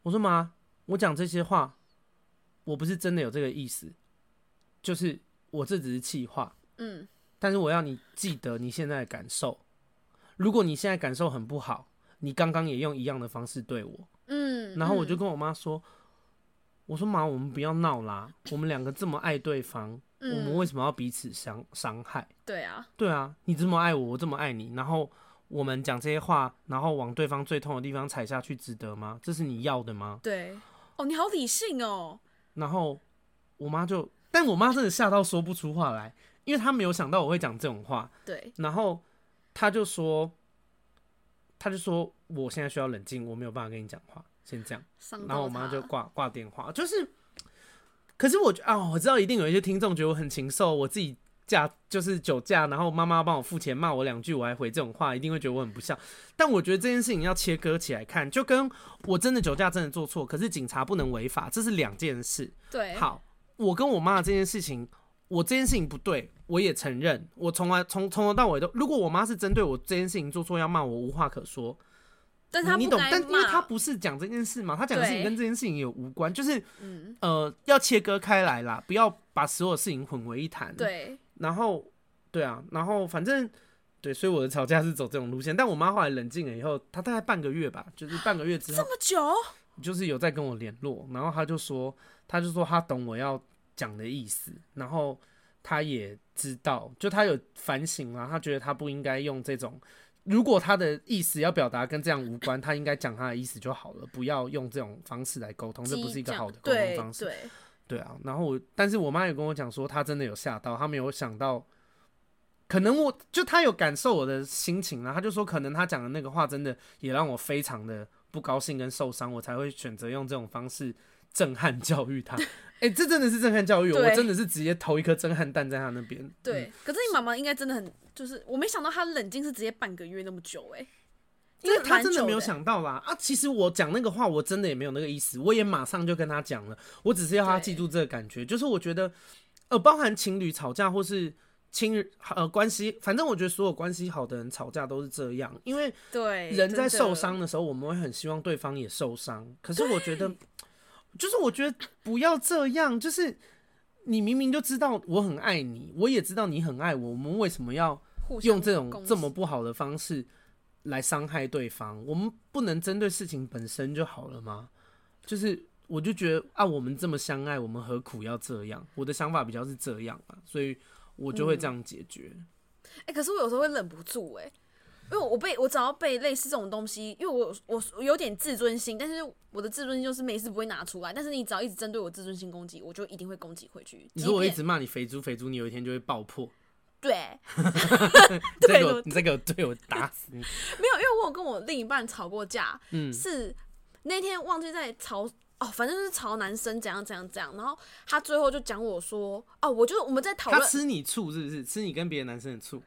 [SPEAKER 1] 我说妈，我讲这些话，我不是真的有这个意思，就是我这只是气话。
[SPEAKER 2] 嗯，
[SPEAKER 1] 但是我要你记得你现在的感受。如果你现在感受很不好，你刚刚也用一样的方式对我，
[SPEAKER 2] 嗯，
[SPEAKER 1] 然后我就
[SPEAKER 2] 嗯
[SPEAKER 1] 跟我妈说：“我说妈，我们不要闹啦，我们两个这么爱对方，我们
[SPEAKER 2] 嗯
[SPEAKER 1] 为什么要彼此伤伤害？
[SPEAKER 2] 对啊，
[SPEAKER 1] 对啊，你这么爱我，我这么爱你，然后我们讲这些话，然后往对方最痛的地方踩下去，值得吗？这是你要的吗
[SPEAKER 2] 对，哦，你好理性哦，？”
[SPEAKER 1] 然后我妈就，但我妈真的吓到说不出话来，因为她没有想到我会讲这种话，
[SPEAKER 2] 对，
[SPEAKER 1] 然后她就说。她就说：“我现在需要冷静，我没有办法跟你讲话，先这样。”
[SPEAKER 2] 伤
[SPEAKER 1] 然后
[SPEAKER 2] 到
[SPEAKER 1] 我妈
[SPEAKER 2] 嗯他
[SPEAKER 1] 就挂挂电话，就是，可是我觉啊、我知道一定有一些听众觉得我很禽兽，我自己嫁就是酒驾，然后妈妈帮我付钱骂我两句，我还回这种话，一定会觉得我很不孝。但我觉得这件事情要切割起来看，就跟我真的酒驾真的做错，可是警察不能违法，这是两件事。
[SPEAKER 2] 对，
[SPEAKER 1] 好，我跟我妈这件事情，我这件事情不对，我也承认，我从来从从头到尾都，如果我妈是针对我这件事情做错要骂我，无话可说。
[SPEAKER 2] 但
[SPEAKER 1] 你
[SPEAKER 2] 他
[SPEAKER 1] 你
[SPEAKER 2] 不
[SPEAKER 1] 懂，
[SPEAKER 2] 该
[SPEAKER 1] 但因为
[SPEAKER 2] 骂
[SPEAKER 1] 他不是讲这件事嘛，他讲的事情
[SPEAKER 2] 对
[SPEAKER 1] 跟这件事情也无关，就是
[SPEAKER 2] 嗯，
[SPEAKER 1] 呃要切割开来啦，不要把所有事情混为一谈。，
[SPEAKER 2] 对，
[SPEAKER 1] 然后对啊，然后反正对，所以我的吵架是走这种路线，但我妈后来冷静了以后，她大概半个月吧，就是半个月之后
[SPEAKER 2] 这，么久，
[SPEAKER 1] 就是有在跟我联络，然后她就说，她就说她懂我要讲的意思，然后她也知道，就她有反省啦，她觉得她不应该用这种。如果她的意思要表达跟这样无关，她应该讲她的意思就好了，不要用这种方式来沟通，这不
[SPEAKER 2] 激
[SPEAKER 1] 是一个
[SPEAKER 2] 将
[SPEAKER 1] 好的沟通
[SPEAKER 2] 对
[SPEAKER 1] 方式。
[SPEAKER 2] 对，
[SPEAKER 1] 对啊，然后我，但是我妈有跟我讲说，她真的有吓到，她没有想到，可能我就她有感受我的心情啦，她就说可能她讲的那个话真的也让我非常的不高兴跟受伤，我才会选择用这种方式震撼 教育 她。哎、这真的是震撼教育哦，
[SPEAKER 2] 对
[SPEAKER 1] 我真的是直接投一颗震撼弹在她那边。
[SPEAKER 2] 对，可是你妈妈应该真的很，就是我没想到她冷静是直接半个月那么久哎、
[SPEAKER 1] 因为他
[SPEAKER 2] 蛮
[SPEAKER 1] 真的
[SPEAKER 2] 久
[SPEAKER 1] 没有
[SPEAKER 2] 欸
[SPEAKER 1] 想到啦啊！其实我讲那个话，我真的也没有那个意思，我也马上就跟他讲了，我只是要他
[SPEAKER 2] 对
[SPEAKER 1] 记住这个感觉，就是我觉得，呃，包含情侣吵架或是亲呃关系，反正我觉得所有关系好的人吵架都是这样，因为
[SPEAKER 2] 对，
[SPEAKER 1] 人在
[SPEAKER 2] 真的
[SPEAKER 1] 受伤的时候，我们会很希望对方也受伤，可是我觉得，就是我觉得不要这样，就是你明明就知道我很爱你，我也知道你很爱我，我们为什么要？
[SPEAKER 2] 互相
[SPEAKER 1] 用这种
[SPEAKER 2] 攻
[SPEAKER 1] 这么
[SPEAKER 2] 击
[SPEAKER 1] 不好的方式来伤害对方，我们不能针对事情本身就好了吗？就是我就觉得啊，我们这么相爱，我们何苦要这样？我的想法比较是这样啊，所以我就会这样解决。
[SPEAKER 2] 哎、可是我有时候会忍不住哎、因为我被我只要被类似这种东西，因为我我我有点自尊心，但是我的自尊心就是没事不会拿出来，但是你只要一直针对我自尊心攻击，我就一定会攻击回去。
[SPEAKER 1] 你
[SPEAKER 2] 即
[SPEAKER 1] 说我一
[SPEAKER 2] 便
[SPEAKER 1] 直骂你肥猪，肥猪，你有一天就会爆破。
[SPEAKER 2] 对，
[SPEAKER 1] 你再给
[SPEAKER 2] 对
[SPEAKER 1] 我，你再给我，对我打死 你！
[SPEAKER 2] 没有，因为我有跟我另一半吵过架，
[SPEAKER 1] 嗯
[SPEAKER 2] 是那天忘记在吵哦，反正就是吵男生怎样怎样怎样，然后他最后就讲我说哦，我就我们在讨
[SPEAKER 1] 他
[SPEAKER 2] 论，
[SPEAKER 1] 吃你醋是不是？吃你跟别的男生的醋？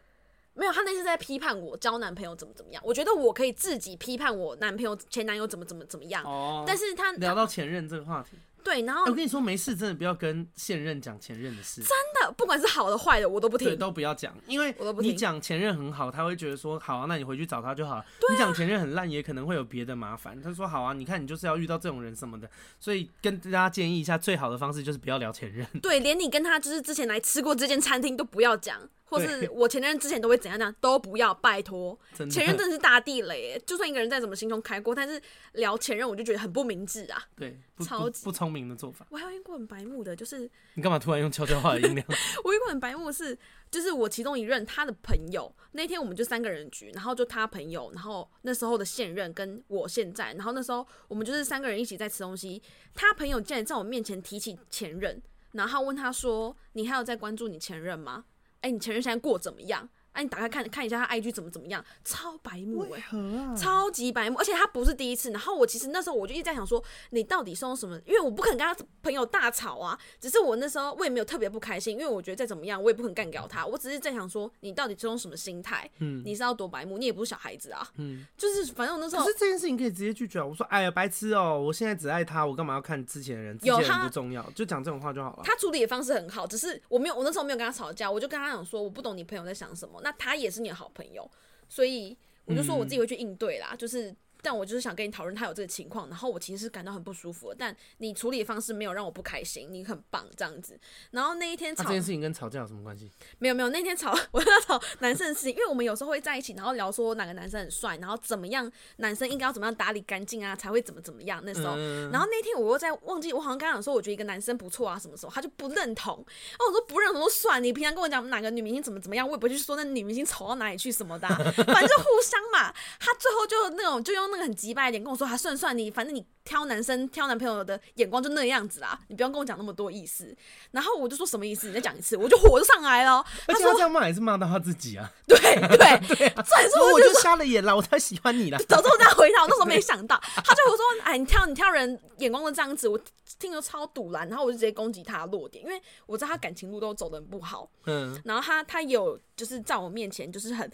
[SPEAKER 2] 没有，他那是在批判我交男朋友怎么怎么样，我觉得我可以自己批判我男朋友前男友怎么怎么怎么样，
[SPEAKER 1] 哦
[SPEAKER 2] 但是他
[SPEAKER 1] 聊到前任这个话题，
[SPEAKER 2] 对，然后
[SPEAKER 1] 哎我跟你说，没事，真的不要跟现任讲前任的事。
[SPEAKER 2] 真的不管是好的坏的，我都不
[SPEAKER 1] 对，
[SPEAKER 2] 听。
[SPEAKER 1] 都不要讲，因为
[SPEAKER 2] 我都不
[SPEAKER 1] 你
[SPEAKER 2] 听
[SPEAKER 1] 讲前任很好，他会觉得说好啊，那你回去找他就好了。
[SPEAKER 2] 啊
[SPEAKER 1] 你讲前任很烂，也可能会有别的麻烦。他说好啊，你看你就是要遇到这种人什么的，所以跟大家建议一下，最好的方式就是不要聊前任。
[SPEAKER 2] 对，连你跟他就是之前来吃过这间餐厅都不要讲，或
[SPEAKER 1] 对
[SPEAKER 2] 是我前任之前都会怎样怎样，都不要，拜托。
[SPEAKER 1] 真的，
[SPEAKER 2] 前任真的是大地雷耶，就 算一个人再怎么心胸开阔，但是聊前任我就觉得很不明智啊。
[SPEAKER 1] 对不
[SPEAKER 2] 超
[SPEAKER 1] 不
[SPEAKER 2] 级
[SPEAKER 1] 不聪明的做法。
[SPEAKER 2] 我还有遇过很白目的，就是
[SPEAKER 1] 你干嘛突然用悄悄话的音量？
[SPEAKER 2] 我遇过很白目的是，就是我其中一任他的朋友，那天我们就三个人局，然后就他朋友，然后那时候的现任跟我现在，然后那时候我们就是三个人一起在吃东西，他朋友竟然在我面前提起前任，然后问他说：“你还有在关注你前任吗？哎、你前任现在过得怎么样？哎、你打开看看一下他 IG 怎么怎么样，超白目哎、
[SPEAKER 1] 何啊？
[SPEAKER 2] 超级白目，而且他不是第一次。然后我其实那时候我就一直在想说，你到底是用什么？因为我不肯跟他朋友大吵啊，只是我那时候我也没有特别不开心，因为我觉得再怎么样我也不肯干掉他。我只是在想说，你到底是用什么心态？
[SPEAKER 1] 嗯
[SPEAKER 2] 你是要多白目？你也不是小孩子啊，
[SPEAKER 1] 嗯，
[SPEAKER 2] 就是反 正我那时
[SPEAKER 1] 可
[SPEAKER 2] 候
[SPEAKER 1] 是这件事情可以直接拒绝啊。我说哎呀，白痴哦、我现在只爱他，我干嘛要看之前的人？之前
[SPEAKER 2] 有
[SPEAKER 1] 的人
[SPEAKER 2] 他
[SPEAKER 1] 不重要，就讲这种话就好了。
[SPEAKER 2] 他处理的方式很好，只是我没有，我那时候没有跟他吵架，我就跟他讲说，我不懂
[SPEAKER 1] 嗯
[SPEAKER 2] 你朋友在想什么，那他也是你的好朋友，所以我就说我自己会去应对啦，就是但我就是想跟你讨论他有这个情况，然后我其实是感到很不舒服的，但你处理的方式没有让我不开心，你很棒这样子。然后那一天
[SPEAKER 1] 那、
[SPEAKER 2] 吵
[SPEAKER 1] 啊这件事情跟吵架有什么关系？
[SPEAKER 2] 没有没有，那天吵我要吵男生的事情，因为我们有时候会在一起，然后聊说哪个男生很帅，然后怎么样男生应该要怎么样打理干净啊，才会怎么怎么样那时候。
[SPEAKER 1] 嗯
[SPEAKER 2] 然后那天我又在忘记，我好像刚刚讲说我觉得一个男生不错啊，什么时候他就不认同，哦，我说不认同都算，你平常跟我讲哪个女明星怎么怎么样，我也不会去说那女明星丑到哪里去 什么的啊、反正就互相嘛。他最后就那种就用那个很急败的脸跟我说，他算算你，反正你挑男生挑男朋友的眼光就那样子啦，你不用跟我讲那么多意思。然后我就说什么意思？你再讲一次，我就火就上来了哦。
[SPEAKER 1] 而
[SPEAKER 2] 他
[SPEAKER 1] 且他
[SPEAKER 2] 说
[SPEAKER 1] 啊这样骂也是骂到他自己啊，
[SPEAKER 2] 对 对，所以
[SPEAKER 1] 所以
[SPEAKER 2] 说
[SPEAKER 1] 我
[SPEAKER 2] 我就
[SPEAKER 1] 就瞎了眼啦，我才喜欢 你啦。
[SPEAKER 2] 早这么大回答，我那时候没想到。他就我说，哎，你挑你挑人眼光都这样子，我听着超堵然，然后我就直接攻击他的弱点，因为我知道他感情路都走的很不好。
[SPEAKER 1] 嗯，
[SPEAKER 2] 然后他他有就是在我面前就是很，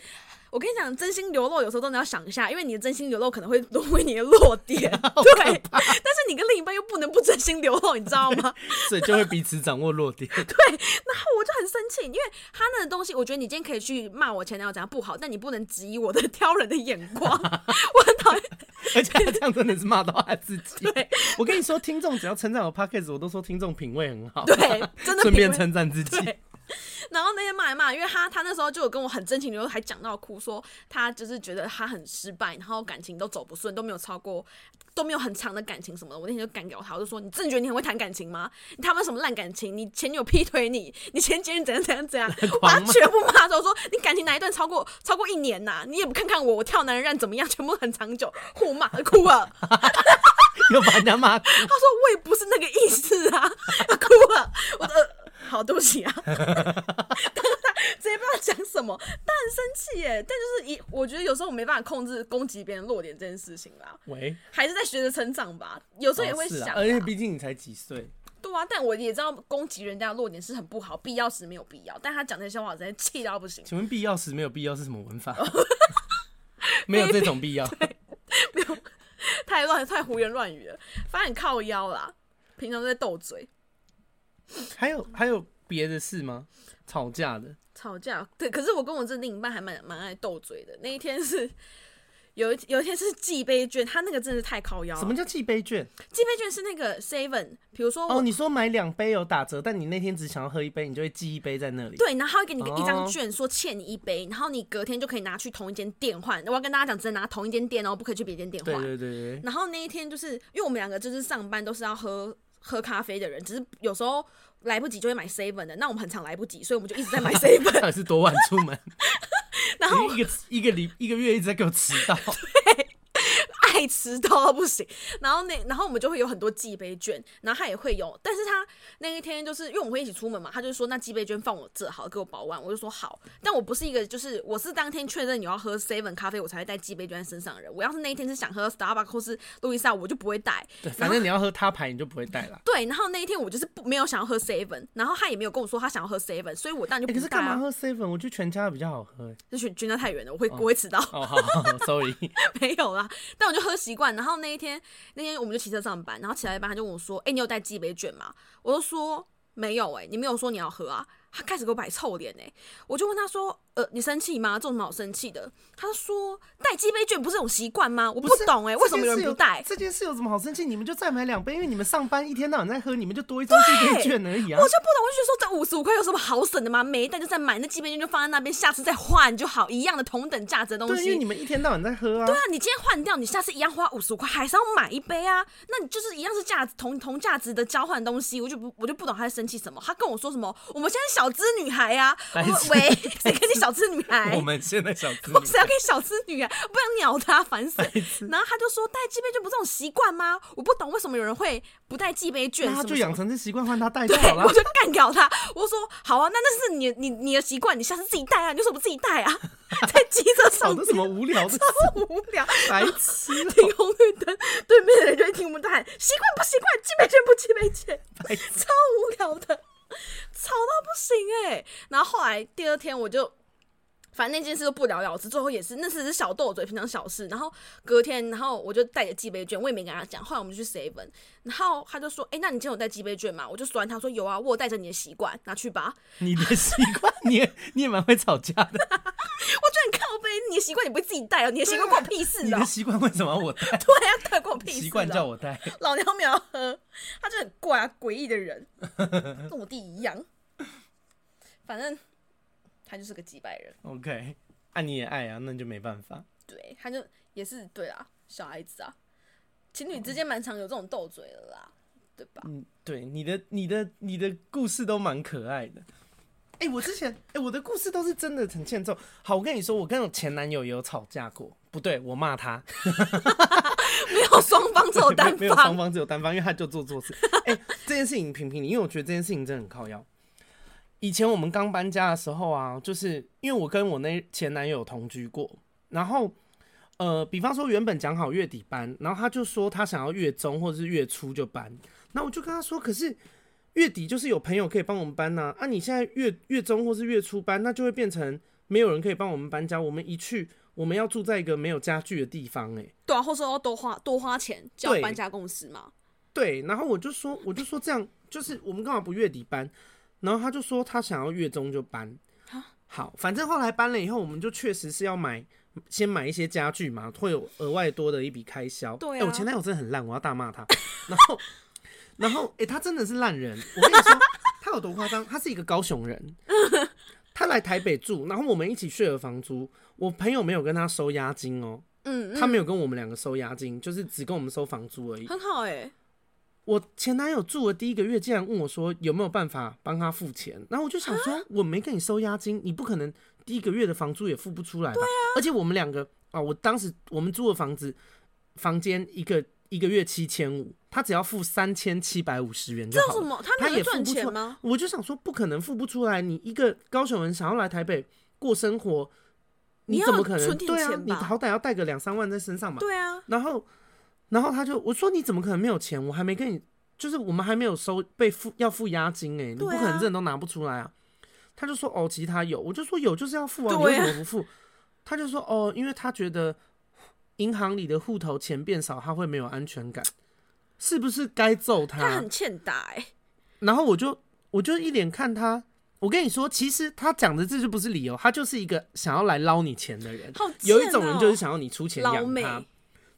[SPEAKER 2] 我跟你讲，真心流露有时候真的要想一下，因为你的真心流露可能会沦为你的弱 点，对。但是你跟另一半又不能不真心流露，你知道吗？
[SPEAKER 1] 所以就会彼此掌握弱点。
[SPEAKER 2] 我就很生气，因为他那个东西，我觉得你今天可以去骂我前男友怎样不好，但你不能质疑我的 挑人的眼光， 我很讨厌。
[SPEAKER 1] 而且他这样真的是骂到他自己。对，我跟你说，听众只要称赞我 podcast，我都说听众品味很好。
[SPEAKER 2] 对，真的
[SPEAKER 1] 顺便
[SPEAKER 2] 评论
[SPEAKER 1] 称赞自己。
[SPEAKER 2] 对然后那天骂一骂，因为他他那时候就有跟我很真情流露，还讲到哭，说他就是觉得他很失败，然后感情都走不顺，都没有超过，都没有很长的感情什么的。我那天就干掉他，我就说你真的觉得你很会谈感情吗？你他妈什么烂感情？你前女友劈腿你，你前前任怎样怎样怎样？我把他全部骂走，我说你感情哪一段超过超过一年呐、你也不看看我，我跳男人让怎么样？全部很长久，互骂哭啊了。
[SPEAKER 1] 又把人家骂哭，
[SPEAKER 2] 他说我也不是那个意思啊， 哭了，我的、呃、好对不起啊， 当时直接不知道讲什么，但很生气耶。但就是一，我觉得有时候我没办法控制攻击别人弱点这件事情啦，
[SPEAKER 1] 喂，
[SPEAKER 2] 还是在学着成长吧。有时候也会
[SPEAKER 1] 哦是
[SPEAKER 2] 想
[SPEAKER 1] 啊
[SPEAKER 2] 啊、
[SPEAKER 1] 而且毕竟你才几岁，
[SPEAKER 2] 对啊，但我也知道攻击人家的弱点是很不好，必要时没有必要。但他讲这些话，我真的气到不行。
[SPEAKER 1] 请问必要时没有必要是什么文 法？没有这种必要。
[SPEAKER 2] 太乱，太胡言乱语了，反正很靠腰啦。平常都在斗嘴、
[SPEAKER 1] 还有还有别的事吗？吵架的，
[SPEAKER 2] 吵架， 对。可是我跟我这另一半还蛮蛮爱斗嘴的。那一天是 有一有一天是寄杯券，他那个真的是太靠腰了。
[SPEAKER 1] 什么叫寄杯券？
[SPEAKER 2] 寄杯券是那个 seven，比如说我、
[SPEAKER 1] 哦，你说买两杯有打折，但你那天只想要喝一杯，你就会寄一杯在那里。
[SPEAKER 2] 对，然后他会给你个一张
[SPEAKER 1] 哦
[SPEAKER 2] 券，说欠你一杯，然后你隔天就可以拿去同一间店换。我要跟大家讲，只能拿同一间店哦，不可以去别间店换。
[SPEAKER 1] 对对对对对，
[SPEAKER 2] 然后那一天就是因为我们两个就是上班都是要喝喝咖啡的人，只是有时候来不及就会买 seven 的，那我们很常来不及，所以我们就一 直在买 seven。
[SPEAKER 1] 到底是多晚出门？
[SPEAKER 2] 然后
[SPEAKER 1] 你一个一个礼一个月一直在给我迟到，
[SPEAKER 2] 爱吃到不行。然后那然后我们就会有很多寄杯券，然后他也会有，但是他那一天就是因为我们会一起出门嘛，他就说那寄杯券放我这好，给我保管。我就说好，但我不是一个就是我是当天确认你要喝 seven 咖啡我才会带寄杯券在身上的人。我要是那一天是想喝 Starbucks 或是路易莎，我就不会带。
[SPEAKER 1] 对，反正你要喝他牌，你就不会带 啦。
[SPEAKER 2] 对，然后那一天我就是不没有想要喝 seven，然后他也没有跟我说他想要喝 seven，所以我当然
[SPEAKER 1] 欸
[SPEAKER 2] 就
[SPEAKER 1] 可
[SPEAKER 2] 不
[SPEAKER 1] 是
[SPEAKER 2] 带、
[SPEAKER 1] 干嘛
[SPEAKER 2] 啊。
[SPEAKER 1] 喝 seven？我觉得全家的比较好喝、欸。
[SPEAKER 2] 就去军到太远了，我会、我会迟到。
[SPEAKER 1] 哦，好好好，sorry。
[SPEAKER 2] 没有啦，但我就喝习惯。然后那一天，那天我们就骑车上班，然后骑到一半，他就问我说：“哎、你有带寄杯卷吗？”我就说：“没有、哎，你没有说你要喝啊。”他开始给我摆臭脸哎、我就问他说：“呃，你生气吗？这有什么好生气的？”他说：“带寄杯卷不是这种习惯吗？我不
[SPEAKER 1] 是
[SPEAKER 2] 懂哎、为什么
[SPEAKER 1] 这件
[SPEAKER 2] 有人
[SPEAKER 1] 事
[SPEAKER 2] 不带？”
[SPEAKER 1] 这件事有什么好生气？你们就再买两杯，因为你们上班一天到晚在喝，你们就多一张寄杯券而已啊
[SPEAKER 2] 我。就不懂，我就觉得说这五十五块有什么好省的吗？没带就再买，那寄杯卷就放在那边，下次再换就好，一样的同等价值的东
[SPEAKER 1] 对，
[SPEAKER 2] 西。
[SPEAKER 1] 因为你们一天到晚在喝啊
[SPEAKER 2] 对。啊，你今天换掉，你下次一样花五十块，还是要买一杯啊？那你就是一样是价值同同价值的交换东西，我就不我就不懂他在生气什么。他跟我说什么？我们现在小资女孩 啊，我
[SPEAKER 1] 白痴
[SPEAKER 2] 说喂，谁跟你小资 女孩？
[SPEAKER 1] 哎们现在想自
[SPEAKER 2] 我谁要跟你小资女孩？不想鸟他，烦死
[SPEAKER 1] 白痴。
[SPEAKER 2] 然后他就说带寄杯券不是这种习惯吗？我不懂为什么有人会不带寄杯券
[SPEAKER 1] 那
[SPEAKER 2] 什么
[SPEAKER 1] 他
[SPEAKER 2] 什么，
[SPEAKER 1] 就养成这习惯，换他带就
[SPEAKER 2] 对，
[SPEAKER 1] 好
[SPEAKER 2] 我
[SPEAKER 1] 了。
[SPEAKER 2] 就干掉他。我说好啊，那那是你你你的习惯，你下次自己带啊，你就说我自己带啊， 在机车
[SPEAKER 1] 搞
[SPEAKER 2] 上
[SPEAKER 1] 的什么无聊的事，
[SPEAKER 2] 无聊。
[SPEAKER 1] 白痴哦，
[SPEAKER 2] 停红绿灯，对面的人就会听我们的喊：习惯不习惯，记没见不记没见，
[SPEAKER 1] 白痴。
[SPEAKER 2] 超无聊的，吵到不行哎、然后后来第二天我就。反正那件事就不了了之，最后也是那只是小斗嘴，平常小事。然后隔天，然后我就带着寄杯券，我也没跟他讲。后来我们就去 seven，然后他就说：“哎、那你今天有带寄杯券吗？”我就酸他说：“有啊，我有带着你的习惯，拿去吧。”
[SPEAKER 1] 你的习惯，你也你也蛮会吵架的。
[SPEAKER 2] 我就很靠背，
[SPEAKER 4] 你的习惯你不会自己带哦，你的习惯关我屁事
[SPEAKER 1] 你
[SPEAKER 4] 哦
[SPEAKER 1] 的。习惯为什么要我 带？
[SPEAKER 4] 对啊，对，关我屁事哦。
[SPEAKER 1] 习惯叫我带，
[SPEAKER 4] 老娘没有要喝，他就很怪啊，诡异的 人，跟我弟一样。反正他就是个几百人，
[SPEAKER 1] OK，啊 你也爱啊，那就没办法。
[SPEAKER 4] 对，他就也是对啊，小孩子啊，情侣之间蛮常有这种斗嘴的啦，对 吧？
[SPEAKER 1] 嗯，对，你的你的你的故事都蛮可爱的。哎、我之前哎、我的故事都是真的很欠揍。好，我跟你说，我跟我前男友也有吵架过，不对，我骂他，
[SPEAKER 4] 没有双方，只有
[SPEAKER 1] 没
[SPEAKER 4] 单
[SPEAKER 1] 没有双
[SPEAKER 4] 方。
[SPEAKER 1] 方只有单方，因为他就做错 事。哎、这件事情评评理，因为我觉得这件事情真的很靠腰。以前我们刚搬家的时候啊，就是因为我跟我那前男友同居过，然后呃，比方说原本讲好月底搬，然后他就说他想要月中或者是月初就搬，那我就跟他说，可是月底就是有朋友可以帮我们搬呐、啊，你现在月月中或是月初搬，那就会变成没有人可以帮我们搬家，我们一去我们要住在一个没有家具的地方、欸，
[SPEAKER 4] 对啊，或者要多花多花钱叫
[SPEAKER 1] 对
[SPEAKER 4] 搬家公司嘛。
[SPEAKER 1] 对，然后我就说，我就说这样，就是我们干嘛不月底搬？然后他就说他想要月中就搬。
[SPEAKER 4] 啊
[SPEAKER 1] 好，反正后来搬了以后，我们就确实是要买，先买一些家具嘛，会有额外多的一笔开销。
[SPEAKER 4] 对啊
[SPEAKER 1] 哎我前男友真的很烂，我要大骂他。然后， 然后，哎、他真的是烂人。我跟你说，他有多夸张？他是一个高 雄人，他来台北住，然后我们一起 share 房租。我朋友没有跟他收押金哦，
[SPEAKER 4] 嗯，嗯
[SPEAKER 1] 他没有跟我们两个收押金，就是只跟我们收房租而已。
[SPEAKER 4] 很好哎、
[SPEAKER 1] 我前男友住的第一个月，竟然问我说有没有办法帮他付钱，然后我就想
[SPEAKER 4] 啊
[SPEAKER 1] 说，我没跟你收押金，你不可能第一个月的房租也付不出来吧？而且我们两个啊，我当时我们租的房子，房间一个一个月七千五，他只要付三千七百五十元就
[SPEAKER 4] 这有
[SPEAKER 1] 好
[SPEAKER 4] 什
[SPEAKER 1] 了。
[SPEAKER 4] 么？他
[SPEAKER 1] 他
[SPEAKER 4] 没
[SPEAKER 1] 也
[SPEAKER 4] 有
[SPEAKER 1] 付
[SPEAKER 4] 赚
[SPEAKER 1] 不出
[SPEAKER 4] 钱
[SPEAKER 1] 来
[SPEAKER 4] 吗？
[SPEAKER 1] 我就想说，不可能付不出来，你一个高雄人想要来台北过生活，
[SPEAKER 4] 你要
[SPEAKER 1] 怎么可能？
[SPEAKER 4] 存点
[SPEAKER 1] 对啊
[SPEAKER 4] 钱，
[SPEAKER 1] 你
[SPEAKER 4] 吧
[SPEAKER 1] 好歹要带个两三万在身上嘛。
[SPEAKER 4] 对啊，
[SPEAKER 1] 然后，然后他就我说你怎么可能没有钱？我还没跟你，就是我们还没有收被付要付押金哎、你不
[SPEAKER 4] 对啊
[SPEAKER 1] 可能这都拿不出来啊。他就说哦，其实他有，我就说有就是要付啊，
[SPEAKER 4] 对
[SPEAKER 1] 你为什
[SPEAKER 4] 啊
[SPEAKER 1] 么不付？他就说哦，因为他觉得银行里的户头钱变少，他会没有安全感，是不是该揍
[SPEAKER 4] 他很欠打哎、
[SPEAKER 1] 然后我就我就一脸看他，我跟你说，其实他讲的这就不是理由，他就是一个想要来捞你钱的人。
[SPEAKER 4] 好、贱
[SPEAKER 1] 有一种人就是
[SPEAKER 4] 哦
[SPEAKER 1] 想要你出钱
[SPEAKER 4] 老
[SPEAKER 1] 养
[SPEAKER 4] 美
[SPEAKER 1] 他，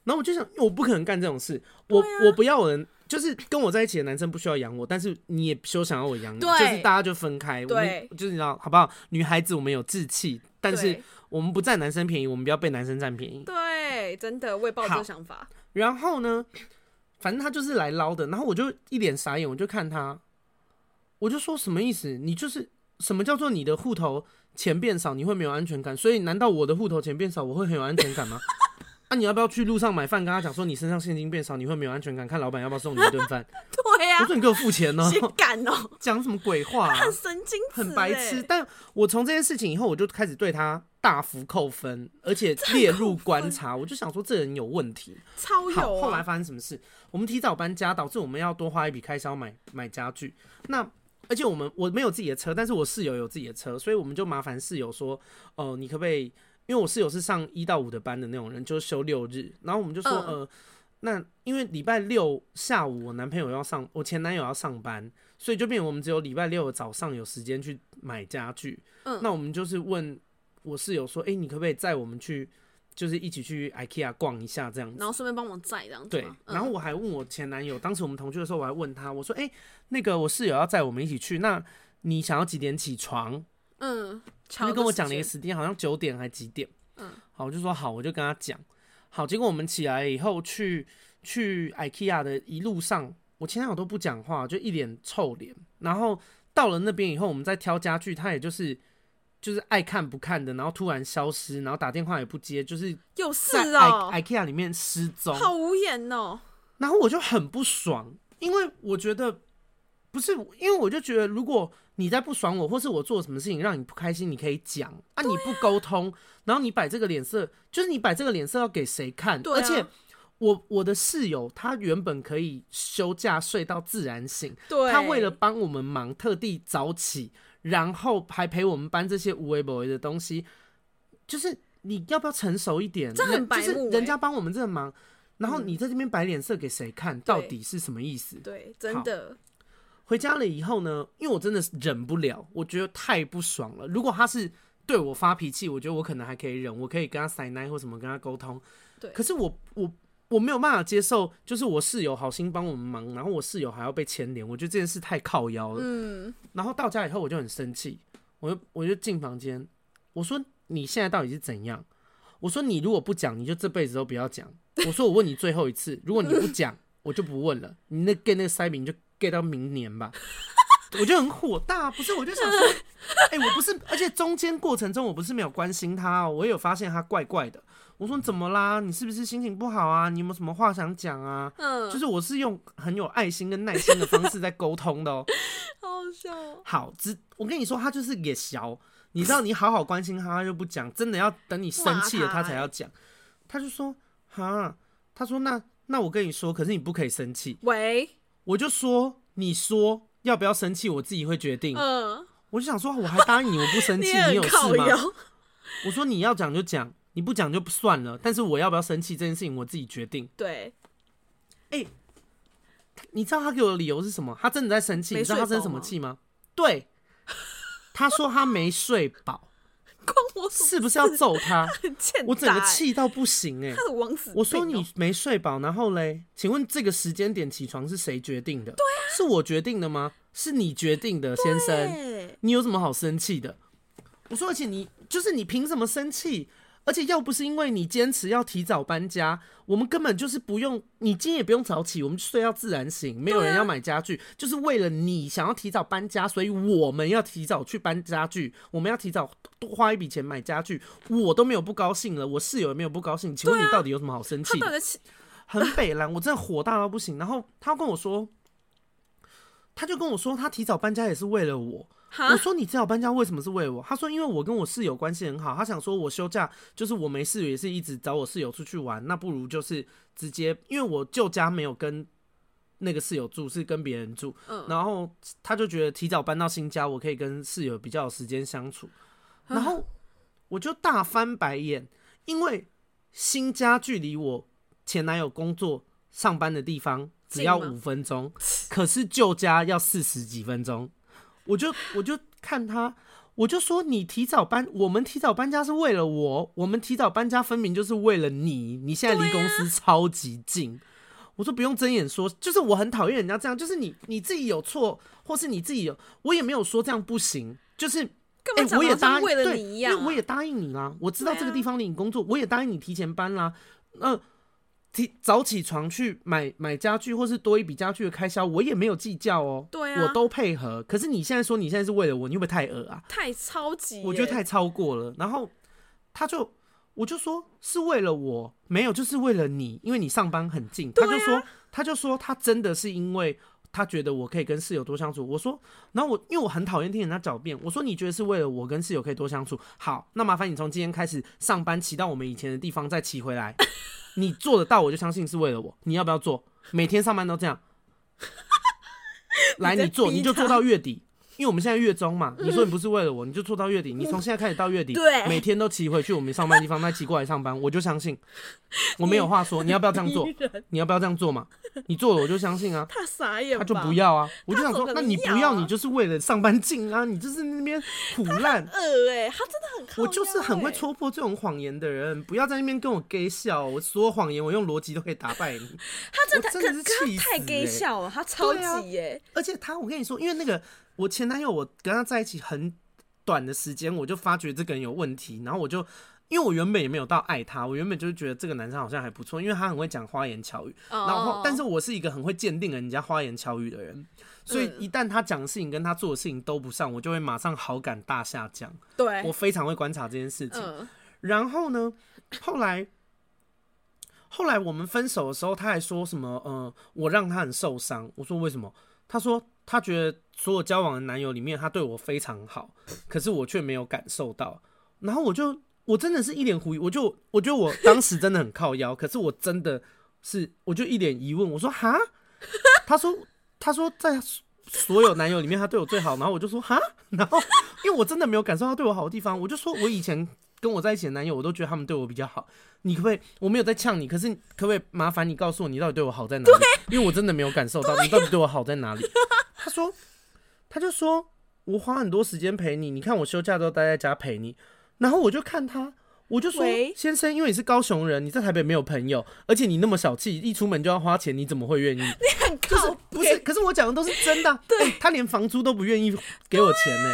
[SPEAKER 1] 然后我就想，我不可能干这种事，我、
[SPEAKER 4] 啊
[SPEAKER 1] 我不要我人，就是跟我在一起的男生不需要养我，但是你也休想要我养你，
[SPEAKER 4] 对
[SPEAKER 1] 就是大家就分开，我们
[SPEAKER 4] 对
[SPEAKER 1] 就是你知道好不好？女孩子我们有志气，但是
[SPEAKER 4] 对
[SPEAKER 1] 我们不占男生便宜，我们不要被男生占便宜。
[SPEAKER 4] 对，真的我也抱这
[SPEAKER 1] 好
[SPEAKER 4] 个想法。
[SPEAKER 1] 然后呢，反正他就是来捞的，然后我就一脸傻眼，我就看他，我就说什么意思？你就是什么叫做你的户头钱变少，你会没有安全感？所以难道我的户头钱变少，我会很有安全 感吗？啊，你要不要去路上买饭？跟他讲说你身上现金变少，你会没有安全感，看老板要不要送你一顿饭？
[SPEAKER 4] 对
[SPEAKER 1] 我
[SPEAKER 4] 啊，
[SPEAKER 1] 说你给我付 钱哦，
[SPEAKER 4] 谁敢哦？
[SPEAKER 1] 讲什么鬼话、啊？
[SPEAKER 4] 很 神经质、欸，
[SPEAKER 1] 很白 痴。但我从这件事情以后，我就开始对他大幅扣分，而且
[SPEAKER 4] 很
[SPEAKER 1] 列入
[SPEAKER 4] 扣分
[SPEAKER 1] 观察。我就想说这人有问题。
[SPEAKER 4] 超有、
[SPEAKER 1] 好，
[SPEAKER 4] 啊。
[SPEAKER 1] 后来发生什么事？我们提早搬家，导致我们要多花一笔开销买买家具。那而且我们我没有自己的车，但是我室友有自己的车，所以我们就麻烦室友说，哦、你可不可以？因为我室友是上一到五的班的那种人，就是休六日，然后我们就说，
[SPEAKER 4] 嗯
[SPEAKER 1] 呃，那因为礼拜六下午我男朋友要上，我前男友要上班，所以就变成我们只有礼拜六的早上有时间去买家具。
[SPEAKER 4] 嗯
[SPEAKER 1] 那我们就是问我室友说，诶，你可不可以载我们去，就是一起去 IKEA 逛一下这样子？
[SPEAKER 4] 然后顺便帮忙载这样子
[SPEAKER 1] 对
[SPEAKER 4] 吗，嗯
[SPEAKER 1] 然后我还问我前男友，当时我们同居的时候，我还问他，我说：“哎、那个我室友要载我们一起去，那你想要几点起床？”
[SPEAKER 4] 嗯，
[SPEAKER 1] 他
[SPEAKER 4] 他
[SPEAKER 1] 就跟我讲了一个
[SPEAKER 4] 次，
[SPEAKER 1] 时间，好像九点还几点。
[SPEAKER 4] 嗯，
[SPEAKER 1] 好，我就说好，我就跟他讲。好，结果我们起来以后去去 IKEA 的一路上，我前男友都不讲话，就一脸臭脸。然后到了那边以后，我们再挑家具，他也就是就是爱看不看的，然后突然消失，然后打电话也不接，就是
[SPEAKER 4] 有事
[SPEAKER 1] 在
[SPEAKER 4] 哦、
[SPEAKER 1] I, IKEA 里面失踪。
[SPEAKER 4] 好无言哦、
[SPEAKER 1] 然后我就很不爽，因为我觉得不是，因为我就觉得如果你在不爽我，或是我做什么事情让你不开心，你可以讲啊，你不沟通，然后你摆这个脸色，就是你摆这个脸色要给谁看？
[SPEAKER 4] 对啊
[SPEAKER 1] 而且我我的室友他原本可以休假睡到自然醒，
[SPEAKER 4] 对，
[SPEAKER 1] 他为了帮我们忙，特地早起，然后还陪我们搬这些无为不为的东西，就是你要不要成熟一点？
[SPEAKER 4] 这很
[SPEAKER 1] 人
[SPEAKER 4] 白
[SPEAKER 1] 就是
[SPEAKER 4] 目欸
[SPEAKER 1] 人家帮我们这个忙，然后你在这边摆脸色给谁
[SPEAKER 4] 嗯
[SPEAKER 1] 看？到底是什么意思？
[SPEAKER 4] 对，真的
[SPEAKER 1] 回家了以后呢，因为我真的是忍不了，我觉得太不爽了。如果他是对我发脾气，我觉得我可能还可以忍，我可以跟他塞奶或什么跟他沟通。
[SPEAKER 4] 对
[SPEAKER 1] 可是我我我没有办法接受，就是我室友好心帮我们忙，然后我室友还要被牵连，我觉得这件事太靠腰了。
[SPEAKER 4] 嗯，
[SPEAKER 1] 然后到家以后我就很生气，我就我就进房间，我说你现在到底是怎样？我说你如果不讲，你就这辈子都不要讲。我说我问你最后一次，如果你不讲， 我就不问了。你那 get 那个塞饼就 get 到明年吧。 我就很火大，不是？我就想说， 哎、我不是，而且中间过程中我不是没有关心他、哦，我也有发现他怪怪的。我说你怎么啦？你是不是心情不好啊？你有没有什么话想讲啊？
[SPEAKER 4] 嗯
[SPEAKER 1] 就是我是用很有爱心跟耐心的方式在沟通的哦。
[SPEAKER 4] 好好笑哦。
[SPEAKER 1] 好，只我跟你说，他就是也小，你 知道，你好好关心他，他就不讲，真的要等你生气了
[SPEAKER 4] 哇
[SPEAKER 1] 他
[SPEAKER 4] 他
[SPEAKER 1] 才要讲。他就说哈，他说那那我跟你说，可是你不可以生气。
[SPEAKER 4] 喂，
[SPEAKER 1] 我就说你说要不要生气，我自己会决定。
[SPEAKER 4] 嗯，
[SPEAKER 1] 我就想说，我还答应你，我 不生气，
[SPEAKER 4] 你
[SPEAKER 1] 你
[SPEAKER 4] 很
[SPEAKER 1] 有
[SPEAKER 4] 靠
[SPEAKER 1] 事吗？
[SPEAKER 4] 腰，
[SPEAKER 1] 我说你要讲就讲，你不讲就不算了。但是我要不要生气这件事情，我自己决定。
[SPEAKER 4] 对，
[SPEAKER 1] 你知道他给我的理由是什么？他真的在生气，
[SPEAKER 4] 没
[SPEAKER 1] 你知道他
[SPEAKER 4] 睡
[SPEAKER 1] 生
[SPEAKER 4] 饱
[SPEAKER 1] 什么
[SPEAKER 4] 吗
[SPEAKER 1] 气吗？对，他说他没睡饱，
[SPEAKER 4] 关我什么
[SPEAKER 1] 是不是要揍 他？
[SPEAKER 4] 很欠打？
[SPEAKER 1] 我整个
[SPEAKER 4] 欸，
[SPEAKER 1] 气到不行 哎、
[SPEAKER 4] 他的王子病哦，
[SPEAKER 1] 我说你没睡饱，然后嘞，请问这个时间点起床是谁决定的？对啊，是我决定的吗？是你决定的，先生，
[SPEAKER 4] 对
[SPEAKER 1] 你有什么好生气的？我说，而且你就是你凭什么生气？而且要不是因为你坚持要提早搬家，我们根本就是不用，你今天也不用早起，我们就睡到自然醒，没有人要买家具，就是为了你想要提早搬家，所以我们要提早去搬家具，我们要提早多花一笔钱买家具，我都没有不高兴了，我室友也没有不高兴，请问你到底有什么好生
[SPEAKER 4] 他
[SPEAKER 1] 气的？
[SPEAKER 4] 到底气
[SPEAKER 1] 很北蓝，我真的火大到不行。然后他跟我说，他就跟我说，他提早搬家也是为了我。
[SPEAKER 4] 哈
[SPEAKER 1] 我说你提早搬家为什么是为了我？他说因为我跟我室友关系很好，他想说我休假就是我没事也是一直找我室友出去玩，那不如就是直接，因为我旧家没有跟那个室友住，是跟别人住，
[SPEAKER 4] 嗯
[SPEAKER 1] 然后他就觉得提早搬到新家，我可以跟室友比较有时间相处，
[SPEAKER 4] 啊
[SPEAKER 1] 然后我就大翻白眼，因为新家距离我前男友工作上班的地方只要
[SPEAKER 4] 近吗
[SPEAKER 1] 五 分钟，可是旧家要四十几分钟，我就我就看他。我就说你提早搬，我们提早搬家是为了我，我们提早搬家分明就是为了你。你现在离公司超级近，我说不用睁眼说，就是我很讨厌人家这样，就是你你自己有错，或是你自己有，我也没有说这样不行，就是
[SPEAKER 4] 干
[SPEAKER 1] 哎、
[SPEAKER 4] 嘛讲
[SPEAKER 1] 我也
[SPEAKER 4] 得好
[SPEAKER 1] 答
[SPEAKER 4] 像
[SPEAKER 1] 应
[SPEAKER 4] 为了
[SPEAKER 1] 对，
[SPEAKER 4] 你一样啊？
[SPEAKER 1] 因为我也答应你啦，我知道
[SPEAKER 4] 对啊
[SPEAKER 1] 这个地方领工作，我也答应你提前搬啦，那、提早起床去买买家具，或是多一笔家具的开销，我也没有计较哦、
[SPEAKER 4] 对啊
[SPEAKER 1] 我都配合。可是你现在说你现在是为了我，你会不会太恶啊？
[SPEAKER 4] 太超级耶，欸
[SPEAKER 1] 我觉得太超过了。然后他就我就说是为了我，没有就是为了你，因为你上班很近。
[SPEAKER 4] 啊
[SPEAKER 1] 他就说他就说他真的是因为。他觉得我可以跟室友多相处，我说，然后我因为我很讨厌听人家狡辩，我说你觉得是为了我跟室友可以多相处，好，那麻烦你从今天开始上班骑到我们以前的地方再骑回 来，你做得到我就相信是为了我，你要不要做？每天上班都 这样，来
[SPEAKER 4] 你在
[SPEAKER 1] 你做，
[SPEAKER 4] 逼
[SPEAKER 1] 你就
[SPEAKER 4] 他
[SPEAKER 1] 做到月底，因为我们现在月中嘛，你说你不是为了我，你就做到月底，你从现在开始到月
[SPEAKER 4] 嗯
[SPEAKER 1] 底，
[SPEAKER 4] 对
[SPEAKER 1] 每天都骑回去我们上班的地方，再骑过来上班，我就 相信，我没有话说，你要不要这样做？你要不要这样做嘛？你做了我就相信啊，
[SPEAKER 4] 他傻眼
[SPEAKER 1] 他
[SPEAKER 4] 吧，
[SPEAKER 1] 就不要啊，我就想
[SPEAKER 4] 他
[SPEAKER 1] 说，
[SPEAKER 4] 怎么
[SPEAKER 1] 那
[SPEAKER 4] 可能
[SPEAKER 1] 你不要，
[SPEAKER 4] 要啊
[SPEAKER 1] 你就是为了上班近啊，你就是那边苦烂。
[SPEAKER 4] 恶哎， 他真的很靠
[SPEAKER 1] 我就是很会
[SPEAKER 4] 腰欸
[SPEAKER 1] 戳破这种谎言的人，不要在那边跟我 gay 笑。我所有谎言，我用逻辑都可以打败你。
[SPEAKER 4] 他真的
[SPEAKER 1] 我真的
[SPEAKER 4] 可
[SPEAKER 1] 是
[SPEAKER 4] 可
[SPEAKER 1] 气
[SPEAKER 4] 他太
[SPEAKER 1] 死
[SPEAKER 4] gay
[SPEAKER 1] 欸
[SPEAKER 4] 笑了，他超
[SPEAKER 1] 对啊
[SPEAKER 4] 级耶，
[SPEAKER 1] 而且他，我跟你说，因为那个我前男友，我跟他在一起很短的时间，我就发觉这个人有问题，然后我就。因为我原本也没有到爱他，我原本就是觉得这个男生好像还不错，因为他很会讲花言巧语。然后
[SPEAKER 4] 哦，
[SPEAKER 1] 但是我是一个很会鉴定人家花言巧语的人，所以
[SPEAKER 4] 嗯
[SPEAKER 1] 一旦他讲的事情跟他做的事情都不上，我就会马上好感大下降。
[SPEAKER 4] 对
[SPEAKER 1] 我，非常会观察这件事情。
[SPEAKER 4] 嗯，
[SPEAKER 1] 然后呢， 后来后来我们分手的时候，他还说什么？呃，我让他很受伤。我说为什么？他说他觉得所有交往的男友里面，他对我非常好，可是我却没有感受到。然后我就我真的是一脸狐疑，我就我觉得我当时真的很靠腰，可是我真的是我就一脸疑问，我说哈， 他说他说在所有男友里面，他对我最好，然后我就说哈，然后因为我真的没有感受到对我好的地方，我就说我以前跟我在一起的男友，我都觉得他们对我比较好。你可不可以？我没有在呛你，可是可不可以麻烦你告诉我你到底对我好在哪里？因为我真的没有感受到你到底对我好在哪里。他说，他就说我花很多时间陪你，你看我休假都待在家陪你。然后我就看他，我就说
[SPEAKER 4] 喂
[SPEAKER 1] 先生，因为你是高雄人，你在台北没有朋友，而且你那么小气，一出门就要花钱，你怎么会愿意？
[SPEAKER 4] 很
[SPEAKER 1] 就是
[SPEAKER 4] 靠
[SPEAKER 1] 不是？可是我讲的都是真的啊、对、他连房租都不愿意给我钱呢、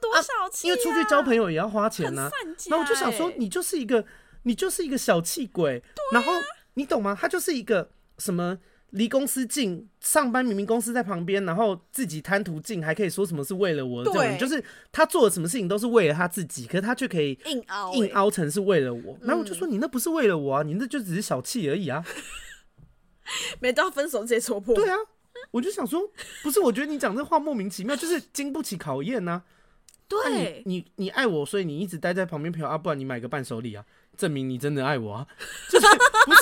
[SPEAKER 4] 多少气、
[SPEAKER 1] 因为出去交朋友也要花钱
[SPEAKER 4] 啊很
[SPEAKER 1] 呐、啊
[SPEAKER 4] 散。家、
[SPEAKER 1] 那我就想说
[SPEAKER 4] 欸，啊
[SPEAKER 1] 你就是一个，你就是一个小气鬼。然后你懂吗？他就是一个什么离公司近，上班明明公司在旁边，然后自己贪图近，还可以说什么是为了我的这种人，
[SPEAKER 4] 对
[SPEAKER 1] 就是他做了什么事情都是为了他自己，可是他却可以
[SPEAKER 4] 硬凹、
[SPEAKER 1] 硬
[SPEAKER 4] 欸，嗯
[SPEAKER 1] 凹成是为了我。然后我就说，你那不是为了我啊，你那就只是小气而已啊。
[SPEAKER 4] 没到分手直接戳破。
[SPEAKER 1] 对啊，我就想说，不是，我觉得你讲这话莫名其妙，就是经不起考验呐、那你
[SPEAKER 4] 对，
[SPEAKER 1] 你你爱我，所以你一直待在旁边陪我啊，不然你买个伴手礼啊，证明你真的爱我啊。 就是不是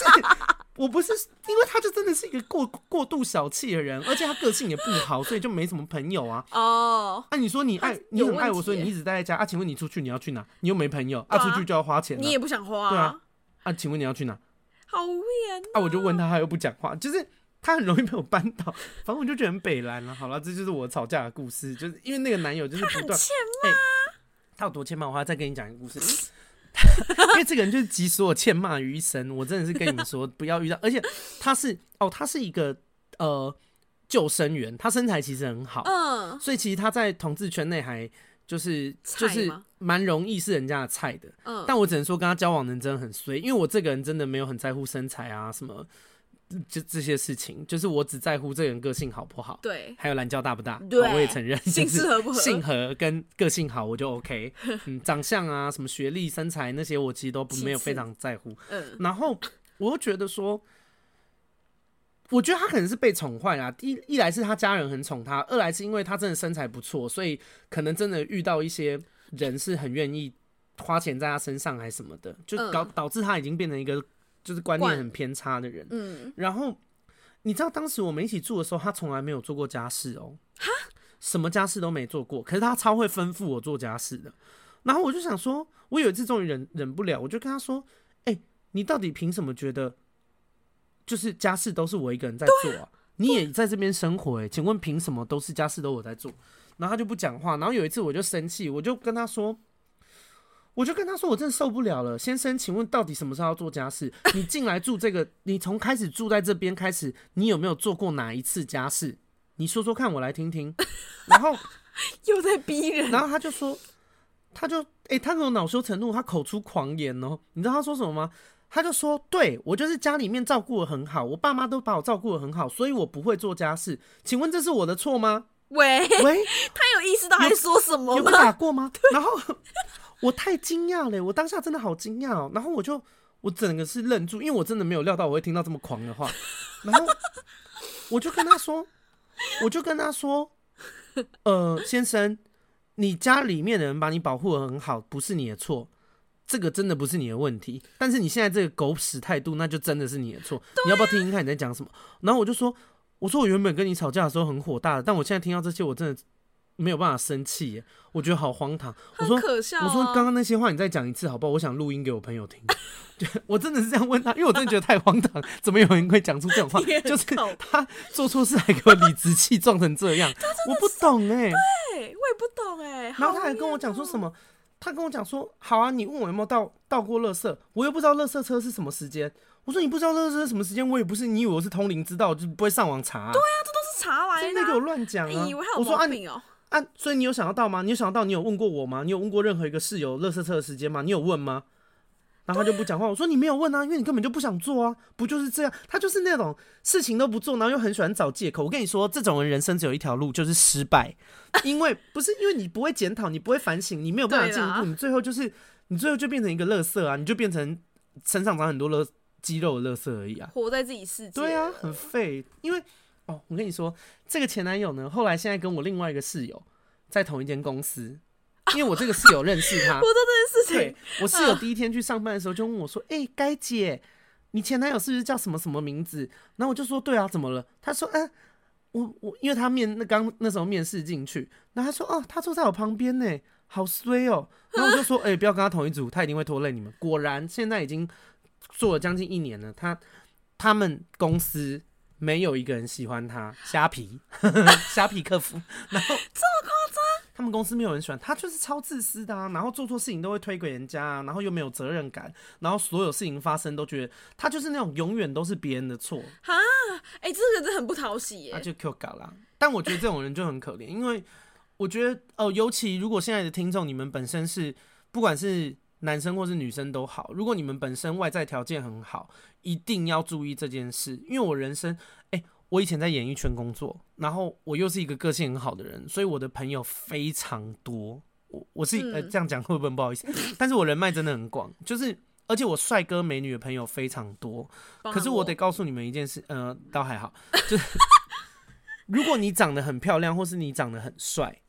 [SPEAKER 1] 我不是，因为他就真的是一个过过度小气的人，而且他个性也不好，所以就没什么朋友啊。
[SPEAKER 4] 哦，
[SPEAKER 1] 啊，你说你爱
[SPEAKER 4] 他
[SPEAKER 1] 你
[SPEAKER 4] 有
[SPEAKER 1] 很爱
[SPEAKER 4] 问
[SPEAKER 1] 我，
[SPEAKER 4] 题
[SPEAKER 1] 所以
[SPEAKER 4] 耶
[SPEAKER 1] 你一直待在家啊？请问你出去你要去哪？你又没朋友
[SPEAKER 4] 对啊
[SPEAKER 1] 啊？出去就要花钱、
[SPEAKER 4] 你
[SPEAKER 1] 啊。
[SPEAKER 4] 也不想花、
[SPEAKER 1] 对啊啊，请问你要去哪？
[SPEAKER 4] 好无言。
[SPEAKER 1] 啊，我就问他，他又不讲话，就是他很容易被我扳倒。反正我就觉得很北蓝了、好了，这就是我吵架的故事，就是因为那个男友就是不
[SPEAKER 4] 很
[SPEAKER 1] 断
[SPEAKER 4] 欠
[SPEAKER 1] 他有多欠骂我，我还要再跟你讲一个故事。 因为这个人就是集所有欠骂于一身，我真的是跟你们说不要遇到。而且他是哦，他是一个呃救生员，他身材其实很好，
[SPEAKER 4] 嗯
[SPEAKER 1] 所以其实他在同志圈内还就是
[SPEAKER 4] 菜
[SPEAKER 1] 就
[SPEAKER 4] 吗
[SPEAKER 1] 是蛮容易是人家的菜的。
[SPEAKER 4] 嗯，
[SPEAKER 1] 但我只能说跟他交往的人真的很衰，因为我这个人真的没有很在乎身材啊什么，嗯就这些事情，就是我只在乎这个人个性好不好。
[SPEAKER 4] 对，
[SPEAKER 1] 还有懒觉大不大？
[SPEAKER 4] 对
[SPEAKER 1] 好我也承认，
[SPEAKER 4] 性
[SPEAKER 1] 就是
[SPEAKER 4] 适合不合
[SPEAKER 1] 性合跟个性好，我就 OK。嗯，长相啊，什么学历、身材那些，我其实都不
[SPEAKER 4] 其次
[SPEAKER 1] 没有非常在乎。
[SPEAKER 4] 嗯，
[SPEAKER 1] 然后我又觉得说，我觉得他可能是被宠坏啦。第一，一来是他家人很宠他；二来是因为他真的身材不错，所以可能真的遇到一些人是很愿意花钱在他身上，还什么的，就
[SPEAKER 4] 嗯
[SPEAKER 1] 搞导致他已经变成一个就是观念
[SPEAKER 4] 惯
[SPEAKER 1] 很偏差的人。
[SPEAKER 4] 嗯，
[SPEAKER 1] 然后你知道当时我们一起住的时候，他从来没有做过家事哦，什么家事都没做过，可是他超会吩咐我做家事的。然后我就想说，我有一次终于忍忍不了，我就跟他说：“哎、你到底凭什么觉得就是家事都是我一个人在做啊？你也在这边生活、哎，请问凭什么都是家事都我在做？”然后他就不讲话。然后有一次我就生气，我就跟他说。我就跟他说，我真的受不了了，先生，请问到底什么时候要做家事？ 你进来住这个，你从开始住在这边开始，你有没有做过哪一次家事？你说说看，我来听听。然后，
[SPEAKER 4] 又在逼人。
[SPEAKER 1] 然后他就说，他就，诶、他给我恼羞成怒，他口出狂言哦。你知道他说什么吗？他就说，对我就是家里面照顾的很好，我爸妈都把我照顾的很好，所以我不会做家事。请问这是我的错吗？
[SPEAKER 4] 喂，
[SPEAKER 1] 喂，
[SPEAKER 4] 他有意识到他在说什么
[SPEAKER 1] 有被
[SPEAKER 4] 吗？
[SPEAKER 1] 打 过吗？然后 我太惊讶了，我当下真的好惊讶哦。然后我就我整个是愣住，因为我真的没有料到我会听到这么狂 的话。然后我就跟他说，我就跟他说，呃，先生，你家里面的人把你保护的很好，不是你的错。这个真的不是你的问题，但是你现在这个狗屎态度，那就真的是你的错。
[SPEAKER 4] 啊
[SPEAKER 1] 你要不要听听看你在讲什么？然后我就说，我说我原本跟你吵架的时候很火大的，但我现在听到这些，我真的没有办法生气耶，我觉得好荒唐。我
[SPEAKER 4] 很
[SPEAKER 1] 说，
[SPEAKER 4] 可笑、啊。
[SPEAKER 1] 我说刚刚那些话你再讲一次好不好？我想录音给我朋友听。 就我真的是这样问他，因为我真的觉得太荒唐， 怎么有人会讲出这种 话？
[SPEAKER 4] 你很
[SPEAKER 1] 就是
[SPEAKER 4] 靠
[SPEAKER 1] 他做错事还给我理直气壮成这样，我不懂
[SPEAKER 4] 对，
[SPEAKER 1] 哎、
[SPEAKER 4] 我也不懂哎、
[SPEAKER 1] 然后他还跟我讲说什么？他跟我讲说，好啊，你问我有没有倒倒过垃圾，我又不知道垃圾车是什么时间。我说你不知道垃圾车是什么时间，我也不是你以为我是通灵之道，就是不会上网查、啊。对啊，
[SPEAKER 4] 都是查来
[SPEAKER 1] 真
[SPEAKER 4] 的
[SPEAKER 1] 的
[SPEAKER 4] 啊、
[SPEAKER 1] 给我乱讲啊！
[SPEAKER 4] 以为他
[SPEAKER 1] 我
[SPEAKER 4] 有
[SPEAKER 1] 说
[SPEAKER 4] 毛
[SPEAKER 1] 啊你
[SPEAKER 4] 病哦、
[SPEAKER 1] 啊，所以你有想要到吗？你有想要到你有问过我吗？你有问过任何一个室友垃圾车的时间吗？你有问吗？然后他就不讲话。我说你没有问啊，因为你根本就不想做啊，不就是这样？他就是那种事情都不做，然后又很喜欢找借口。我跟你说，这种人人生只有一条路，就是失败。因为不是因为你不会检讨，你不会反省，你没有办法
[SPEAKER 4] 对
[SPEAKER 1] 进
[SPEAKER 4] 啦
[SPEAKER 1] 步，你最后就是你最后就变成一个垃圾啊，你就变成身上长很多垃肌肉的垃圾而已啊。
[SPEAKER 4] 活在自己世界。
[SPEAKER 1] 对啊，很废。因为哦，我跟你说，这个前男友呢，后来现在跟我另外一个室友在同一间公司，因为我这个室友认识他
[SPEAKER 4] 我。做这件事
[SPEAKER 1] 对
[SPEAKER 4] 情，嗯
[SPEAKER 1] 我室友第一天去上班的时候就问我说：“哎、该姐，你前男友是不是叫什么什么名字？”然后我就说：“对啊，怎么了？”他说：“嗯、我我因为他面那刚那时候面试进去，然后他说：‘哦，他坐在我旁边呢，好衰哦。’ 然后我就说：‘哎、不要跟他同一组，他一定会拖累你们。’果然，现在已经做了将近一年了，他他们公司。” 没有一个人喜欢他，虾皮，虾皮客服，然后这么夸张？他们公司没有人喜欢他，就是超自私的啊，然后做错事情都会推给人家、啊，然后又没有责任感，然后所有事情发生都觉得他就是那种永远都是别人的错，
[SPEAKER 4] 哎、这个真的很不讨喜耶、
[SPEAKER 1] 那啊就 Q 嘎啦。但我觉得这种人就很可怜，因为我觉得哦、呃尤其如果现在的听众你们本身是不管是男生或是女生都好，如果你们本身外在条件很好，一定要注意这件事。因为我人生，哎、我以前在演艺圈工作，然后我又是一个个性很好的人，所以我的朋友非常多。我我是、呃
[SPEAKER 4] 嗯
[SPEAKER 1] 这样讲会不会不好意思？ 但是我人脉真的很广，就是而且我帅哥美女的朋友非常多，
[SPEAKER 4] 包含
[SPEAKER 1] 可是我
[SPEAKER 4] 我
[SPEAKER 1] 得告诉你们一件事，呃，倒还好，就是 如果你长得很漂亮，或是你长得很帅，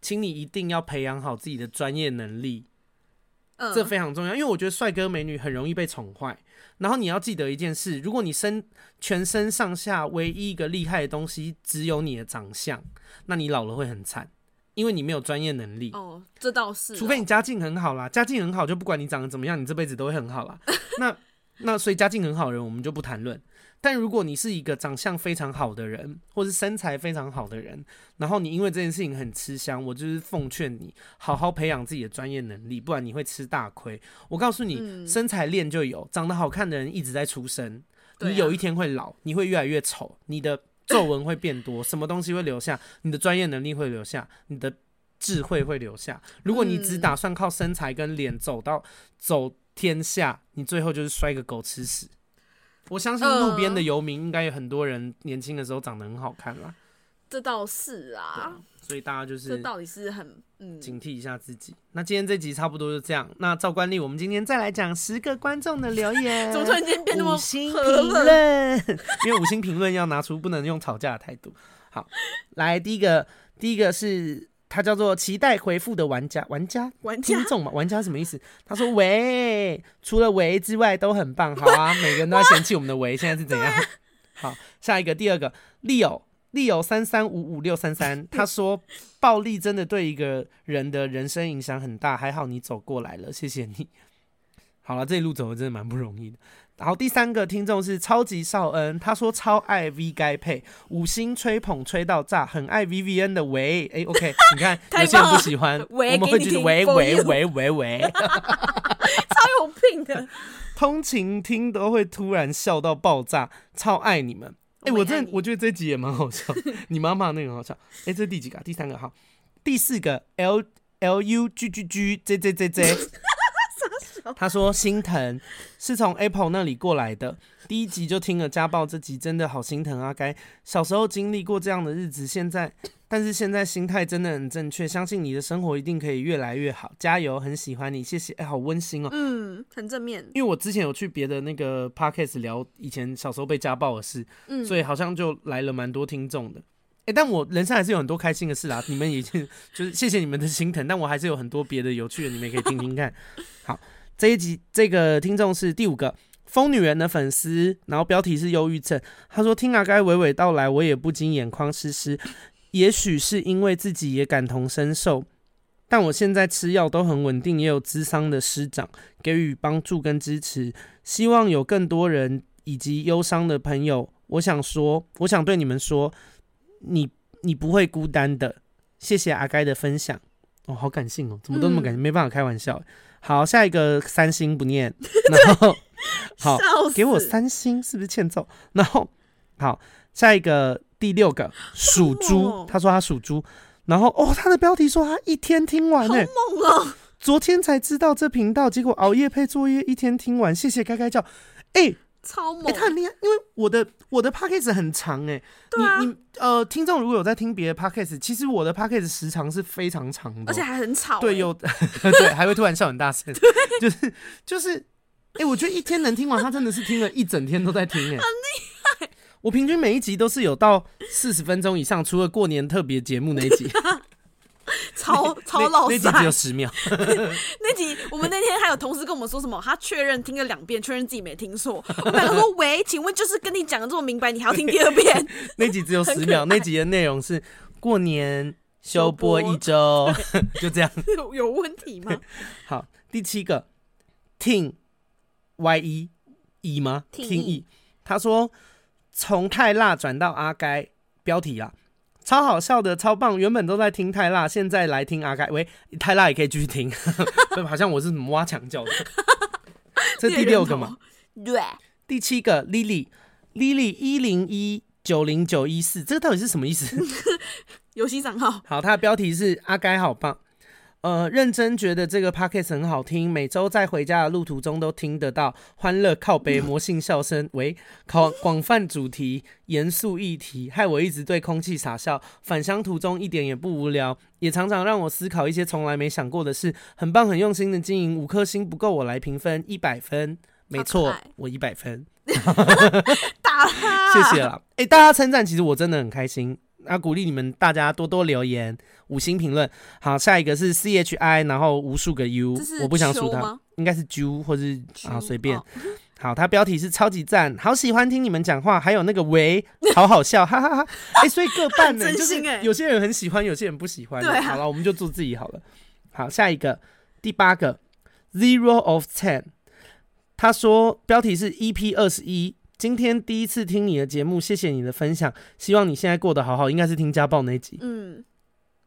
[SPEAKER 1] 请你一定要培养好自己的专业能力，
[SPEAKER 4] 嗯
[SPEAKER 1] 这非常重要。因为我觉得帅哥美女很容易被宠坏，然后你要记得一件事：如果你身全身上下唯一一个厉害的东西只有你的长相，那你老了会很惨，因为你没有专业能力。
[SPEAKER 4] 哦，这倒是哦、
[SPEAKER 1] 除非你家境很好啦，家境很好就不管你长得怎么样，你这辈子都会 很好啦。那那所以家境很好的人我们就不谈论，但如果你是一个长相非常好的人，或是身材非常好的人，然后你因为这件事情很吃香，我就是奉劝你好好培养自己的专业能力，不然你会吃大亏。我告诉你，
[SPEAKER 4] 嗯
[SPEAKER 1] 身材练就有，长得好看的人一直在出生，
[SPEAKER 4] 对啊
[SPEAKER 1] 你有一天会老，你会越来越丑，你的皱纹会变多，什么东西会留下？你的专业能力会留下，你的智慧会留下。如果你只
[SPEAKER 4] 嗯
[SPEAKER 1] 打算靠身材跟脸走到走天下，你最后就是摔个狗吃屎。我相信路边的
[SPEAKER 4] 嗯
[SPEAKER 1] 游民应该有很多人年轻的时候长得很好看啦，
[SPEAKER 4] 这倒是啊，
[SPEAKER 1] 所以大家就
[SPEAKER 4] 这
[SPEAKER 1] 是
[SPEAKER 4] 到底是很嗯，
[SPEAKER 1] 警惕一下自己。那今天这集差不多就这样。那照惯例，我们今天再来讲十个观众的留 言。
[SPEAKER 4] 怎么突然间变那么
[SPEAKER 1] 五星
[SPEAKER 4] 和
[SPEAKER 1] 评
[SPEAKER 4] 乐
[SPEAKER 1] 论， 因为五星评论要拿出不能用吵架的态度。好，来第一个，第一个是他叫做期待回复的玩家，玩家。
[SPEAKER 4] 玩家
[SPEAKER 1] 听众嘛，玩家什么意思？他说：“喂，除了喂之外都很棒，好啊，每个人都在嫌弃我们的喂，现在是怎样？”
[SPEAKER 4] 啊
[SPEAKER 1] 好，下一个，第二个，Leo Leo 三三五五六三三，他说：“暴力真的对一个人的人生影响很大，还好你走过来了，谢谢你。”好了，这一路走的真的蛮不容易的。然后第三个听众是超级少恩，他说超爱 V 该配，五星吹捧吹到炸，很爱 V V N 的喂，哎、o k 你看
[SPEAKER 4] 太
[SPEAKER 1] 有些人
[SPEAKER 4] 棒
[SPEAKER 1] 不
[SPEAKER 4] 了
[SPEAKER 1] 喜欢，我
[SPEAKER 4] 喂
[SPEAKER 1] 们
[SPEAKER 4] 给
[SPEAKER 1] 会
[SPEAKER 4] 你
[SPEAKER 1] 觉得
[SPEAKER 4] 听
[SPEAKER 1] 喂
[SPEAKER 4] for
[SPEAKER 1] 喂
[SPEAKER 4] you
[SPEAKER 1] 喂喂喂，
[SPEAKER 4] 超有病 的。
[SPEAKER 1] 通勤听都会突然笑到爆炸，超爱你们。
[SPEAKER 4] 我
[SPEAKER 1] 哎、
[SPEAKER 4] 也
[SPEAKER 1] 我
[SPEAKER 4] 爱
[SPEAKER 1] 真
[SPEAKER 4] 你
[SPEAKER 1] 我觉得这集也蛮 好笑，你妈妈那个很好笑。哎、这第几个、啊？第三个哈，第四个 L L U G G G J J J J。他说心疼是从 Apple 那里过来的，第一集就听了家暴，这集真的好心疼啊！该小时候经历过这样的日子，现在 但是现在心态真的很正确，相信你的生活一定可以越来越好，加油！很喜欢你，谢谢。哎、好温馨哦、
[SPEAKER 4] 嗯，很正面。
[SPEAKER 1] 因为我之前有去别的那个 podcast 聊以前小时候被家暴的事，
[SPEAKER 4] 嗯，
[SPEAKER 1] 所以好像就来了蛮多听众的。哎、但我人生还是有很多开心的事啦， 你们也是，就是谢谢你们的心疼，但我还是有很多别的有趣的，你们也可以听听看。 好，这一集这个听众是第五个疯女人的粉丝，然后标题是忧郁症，他说听阿该娓娓道来，我也不禁眼眶湿湿，也许是因为自己也感同身受。但我现在吃药都很稳定，也有咨商的师长给予帮助跟支持，希望有更多人以及忧伤的朋友，我想说，我想对你们说，你你不会孤单的。谢谢阿该的分享，哦，好感性哦，怎么都那么感性，没办法开玩笑。好，下一个三星不念，然后好，
[SPEAKER 4] 笑死
[SPEAKER 1] 给我三星是不是欠揍？然后好，下一个第六个属猪
[SPEAKER 4] 哦，
[SPEAKER 1] 他说他属猪，然后哦，他的标题说他一天听完呢、
[SPEAKER 4] 梦哦，
[SPEAKER 1] 昨天才知道这频道，结果熬夜配作业一天听完，谢谢该该叫，哎、
[SPEAKER 4] 超猛
[SPEAKER 1] 哎、。他很厉害，因为我的我的 podcast 很长哎、
[SPEAKER 4] 对啊
[SPEAKER 1] 你你呃，听众如果有在听别的 podcast，其实我的 podcast 时长是非常长的哦，
[SPEAKER 4] 而且还很吵、
[SPEAKER 1] 对，
[SPEAKER 4] 哎
[SPEAKER 1] 有 对，还会突然笑很大声，就是就是，哎、我觉得一天能听完，他真的是听了一整天都在听、哎，很厉害。我平均每一集都是有到四十分钟以上，除了过年特别节目那一 集，
[SPEAKER 4] 超超老
[SPEAKER 1] 那那
[SPEAKER 4] 塞
[SPEAKER 1] 集。只有十秒。
[SPEAKER 4] 那集我们那天还有同事跟我们说什么，他确认听了两遍，确认自己没听错。我们两个说：“喂，请问就是跟你讲的这么明白，你还要听第二遍
[SPEAKER 1] 那集只有十秒，那集的内容是过年休播一周，就这样。
[SPEAKER 4] 有有问题吗
[SPEAKER 1] 好，第七个，Ting Y E E 吗
[SPEAKER 4] Ting
[SPEAKER 1] ？Ting
[SPEAKER 4] E
[SPEAKER 1] E，他说从泰辣转到阿该，标题啊，超好笑的，超棒！原本都在听泰辣，现在来听阿盖。喂，泰辣也可以继续听， 对好像我是什么挖墙脚的。 这第六个嘛，
[SPEAKER 4] 对，
[SPEAKER 1] 第七个 Lily，Lily 一零一九零九一四，这个到底是什么意思？
[SPEAKER 4] 游戏账号，
[SPEAKER 1] 好，它的标题是阿该好棒。呃，认真觉得这个 podcast 很好听，每周在回家的路途中都听得到欢乐靠北魔性笑声。喂， 广广泛主题、严肃议题，害我一直对空气傻笑。返乡途中一点也不无聊，也常常让我思考一些从来没想过的事。很棒，很用心的经营，五颗星不够我来评分，一百分。没
[SPEAKER 4] 好
[SPEAKER 1] 错
[SPEAKER 4] 可爱，
[SPEAKER 1] 我一百分。
[SPEAKER 4] 打他，
[SPEAKER 1] 谢谢啦。哎、大家称赞，其实我真的很开心。那、鼓励你们大家多多留言、五星评论。好，下一个是 C H I，然后无数个 U，
[SPEAKER 4] 这是
[SPEAKER 1] 我不想数
[SPEAKER 4] 秋
[SPEAKER 1] 它，
[SPEAKER 4] 吗？
[SPEAKER 1] 应该是 Ju 或是
[SPEAKER 4] 秋
[SPEAKER 1] 啊随便
[SPEAKER 4] 哦。
[SPEAKER 1] 好，它标题是超级赞，好喜欢听你们讲话，还有那 个喂，好好笑，哈哈哈哎、所以各半呢、
[SPEAKER 4] 真
[SPEAKER 1] 就是
[SPEAKER 4] 心欸
[SPEAKER 1] 有些人很喜欢，有些人不喜欢。
[SPEAKER 4] 对啊
[SPEAKER 1] 好了，我们就做自己好了。好，下一个第八个 Zero of Ten，他说标题是 EP 二十一。今天第一次听你的节目，谢谢你的分享，希望你现在过得好好。应该是听家暴那一集，
[SPEAKER 4] 嗯，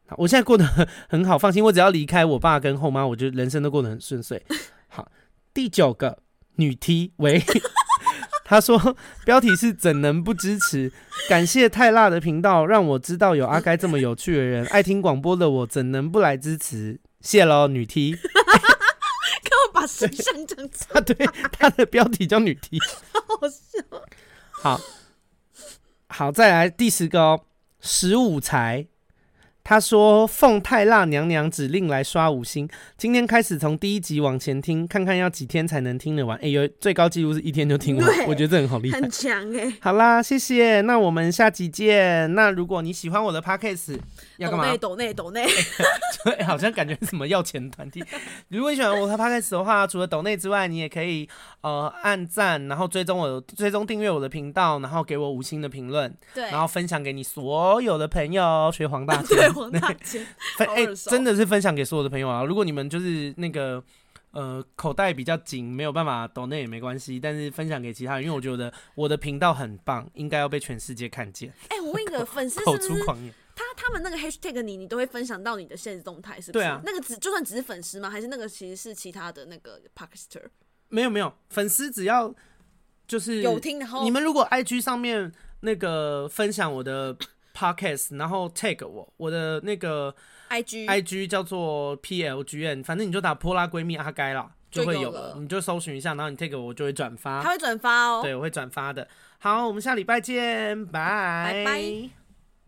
[SPEAKER 1] 好我现在过得很 好，放心，我只要离开我爸跟后妈，我就人生都过得很顺遂。好，第九个女 T 喂， 她说标题是怎能不支持？感谢泰辣的频道，让我知道有阿该这么有趣的人，爱听广播的我怎能不来支持？谢喽，女 T
[SPEAKER 4] 看我把形象讲出
[SPEAKER 1] 啊，对，她的标题叫女 T。
[SPEAKER 4] 好笑，
[SPEAKER 1] 好，好，再来第十个哦，十五才。他说：“奉太辣娘娘指令来刷五星，今天开始从第一集往前听，看看要几天才能听得完。哎、呦，最高纪录是一天就听完，
[SPEAKER 4] 对
[SPEAKER 1] 我觉得这很好厉害
[SPEAKER 4] 很。强哎，
[SPEAKER 1] 好啦，谢谢，那我们下集见。那如果你喜欢我的 podcast，要干
[SPEAKER 4] 抖
[SPEAKER 1] 嘛？哎
[SPEAKER 4] 内抖内抖内，
[SPEAKER 1] 对， 好像感觉什么要钱团体。 如果你喜欢我的 podcast 的话，除了抖内之外，你也可以呃按赞，然后追踪我，追踪订阅我的频道，然后给我五星的评论，
[SPEAKER 4] 对
[SPEAKER 1] 然后分享给你所有的 朋友，学黄大
[SPEAKER 4] 对
[SPEAKER 1] 千，
[SPEAKER 4] 黄大千，
[SPEAKER 1] 分
[SPEAKER 4] 好
[SPEAKER 1] 哎、
[SPEAKER 4] 耳熟
[SPEAKER 1] 真的是分享给所有的朋友啊！如果你们就是那个。呃，口袋比较紧，没有办法抖内也没关系，但是分享给其他人，因为我觉得我的频道很棒，应该要被全世界看见。
[SPEAKER 4] 哎，我问一个 粉丝是
[SPEAKER 1] 口
[SPEAKER 4] 不
[SPEAKER 1] 出
[SPEAKER 4] 是
[SPEAKER 1] 狂言，
[SPEAKER 4] 他他们那个 hashtag 你你都会分享到你的现实动态是不是？
[SPEAKER 1] 对啊
[SPEAKER 4] 那个只就算只是粉丝吗？还是那个其实是其他的那个 parker
[SPEAKER 1] 没有没有，粉丝只要就是
[SPEAKER 4] 有听，然后
[SPEAKER 1] 你们如果 IG 上面那个分享我的 podcast，然后 tag 我，我的那个
[SPEAKER 4] IG
[SPEAKER 1] IG 叫做 PLGN，反正你就打泼拉闺蜜阿该啦，
[SPEAKER 4] 就
[SPEAKER 1] 就会
[SPEAKER 4] 有
[SPEAKER 1] 有
[SPEAKER 4] 了
[SPEAKER 1] 了。你就搜寻一下，然后你 tag 我，我就会转
[SPEAKER 4] 他
[SPEAKER 1] 发。
[SPEAKER 4] 会转发哦。
[SPEAKER 1] 对，我会转发的。好，我们下礼拜见，拜
[SPEAKER 4] 拜拜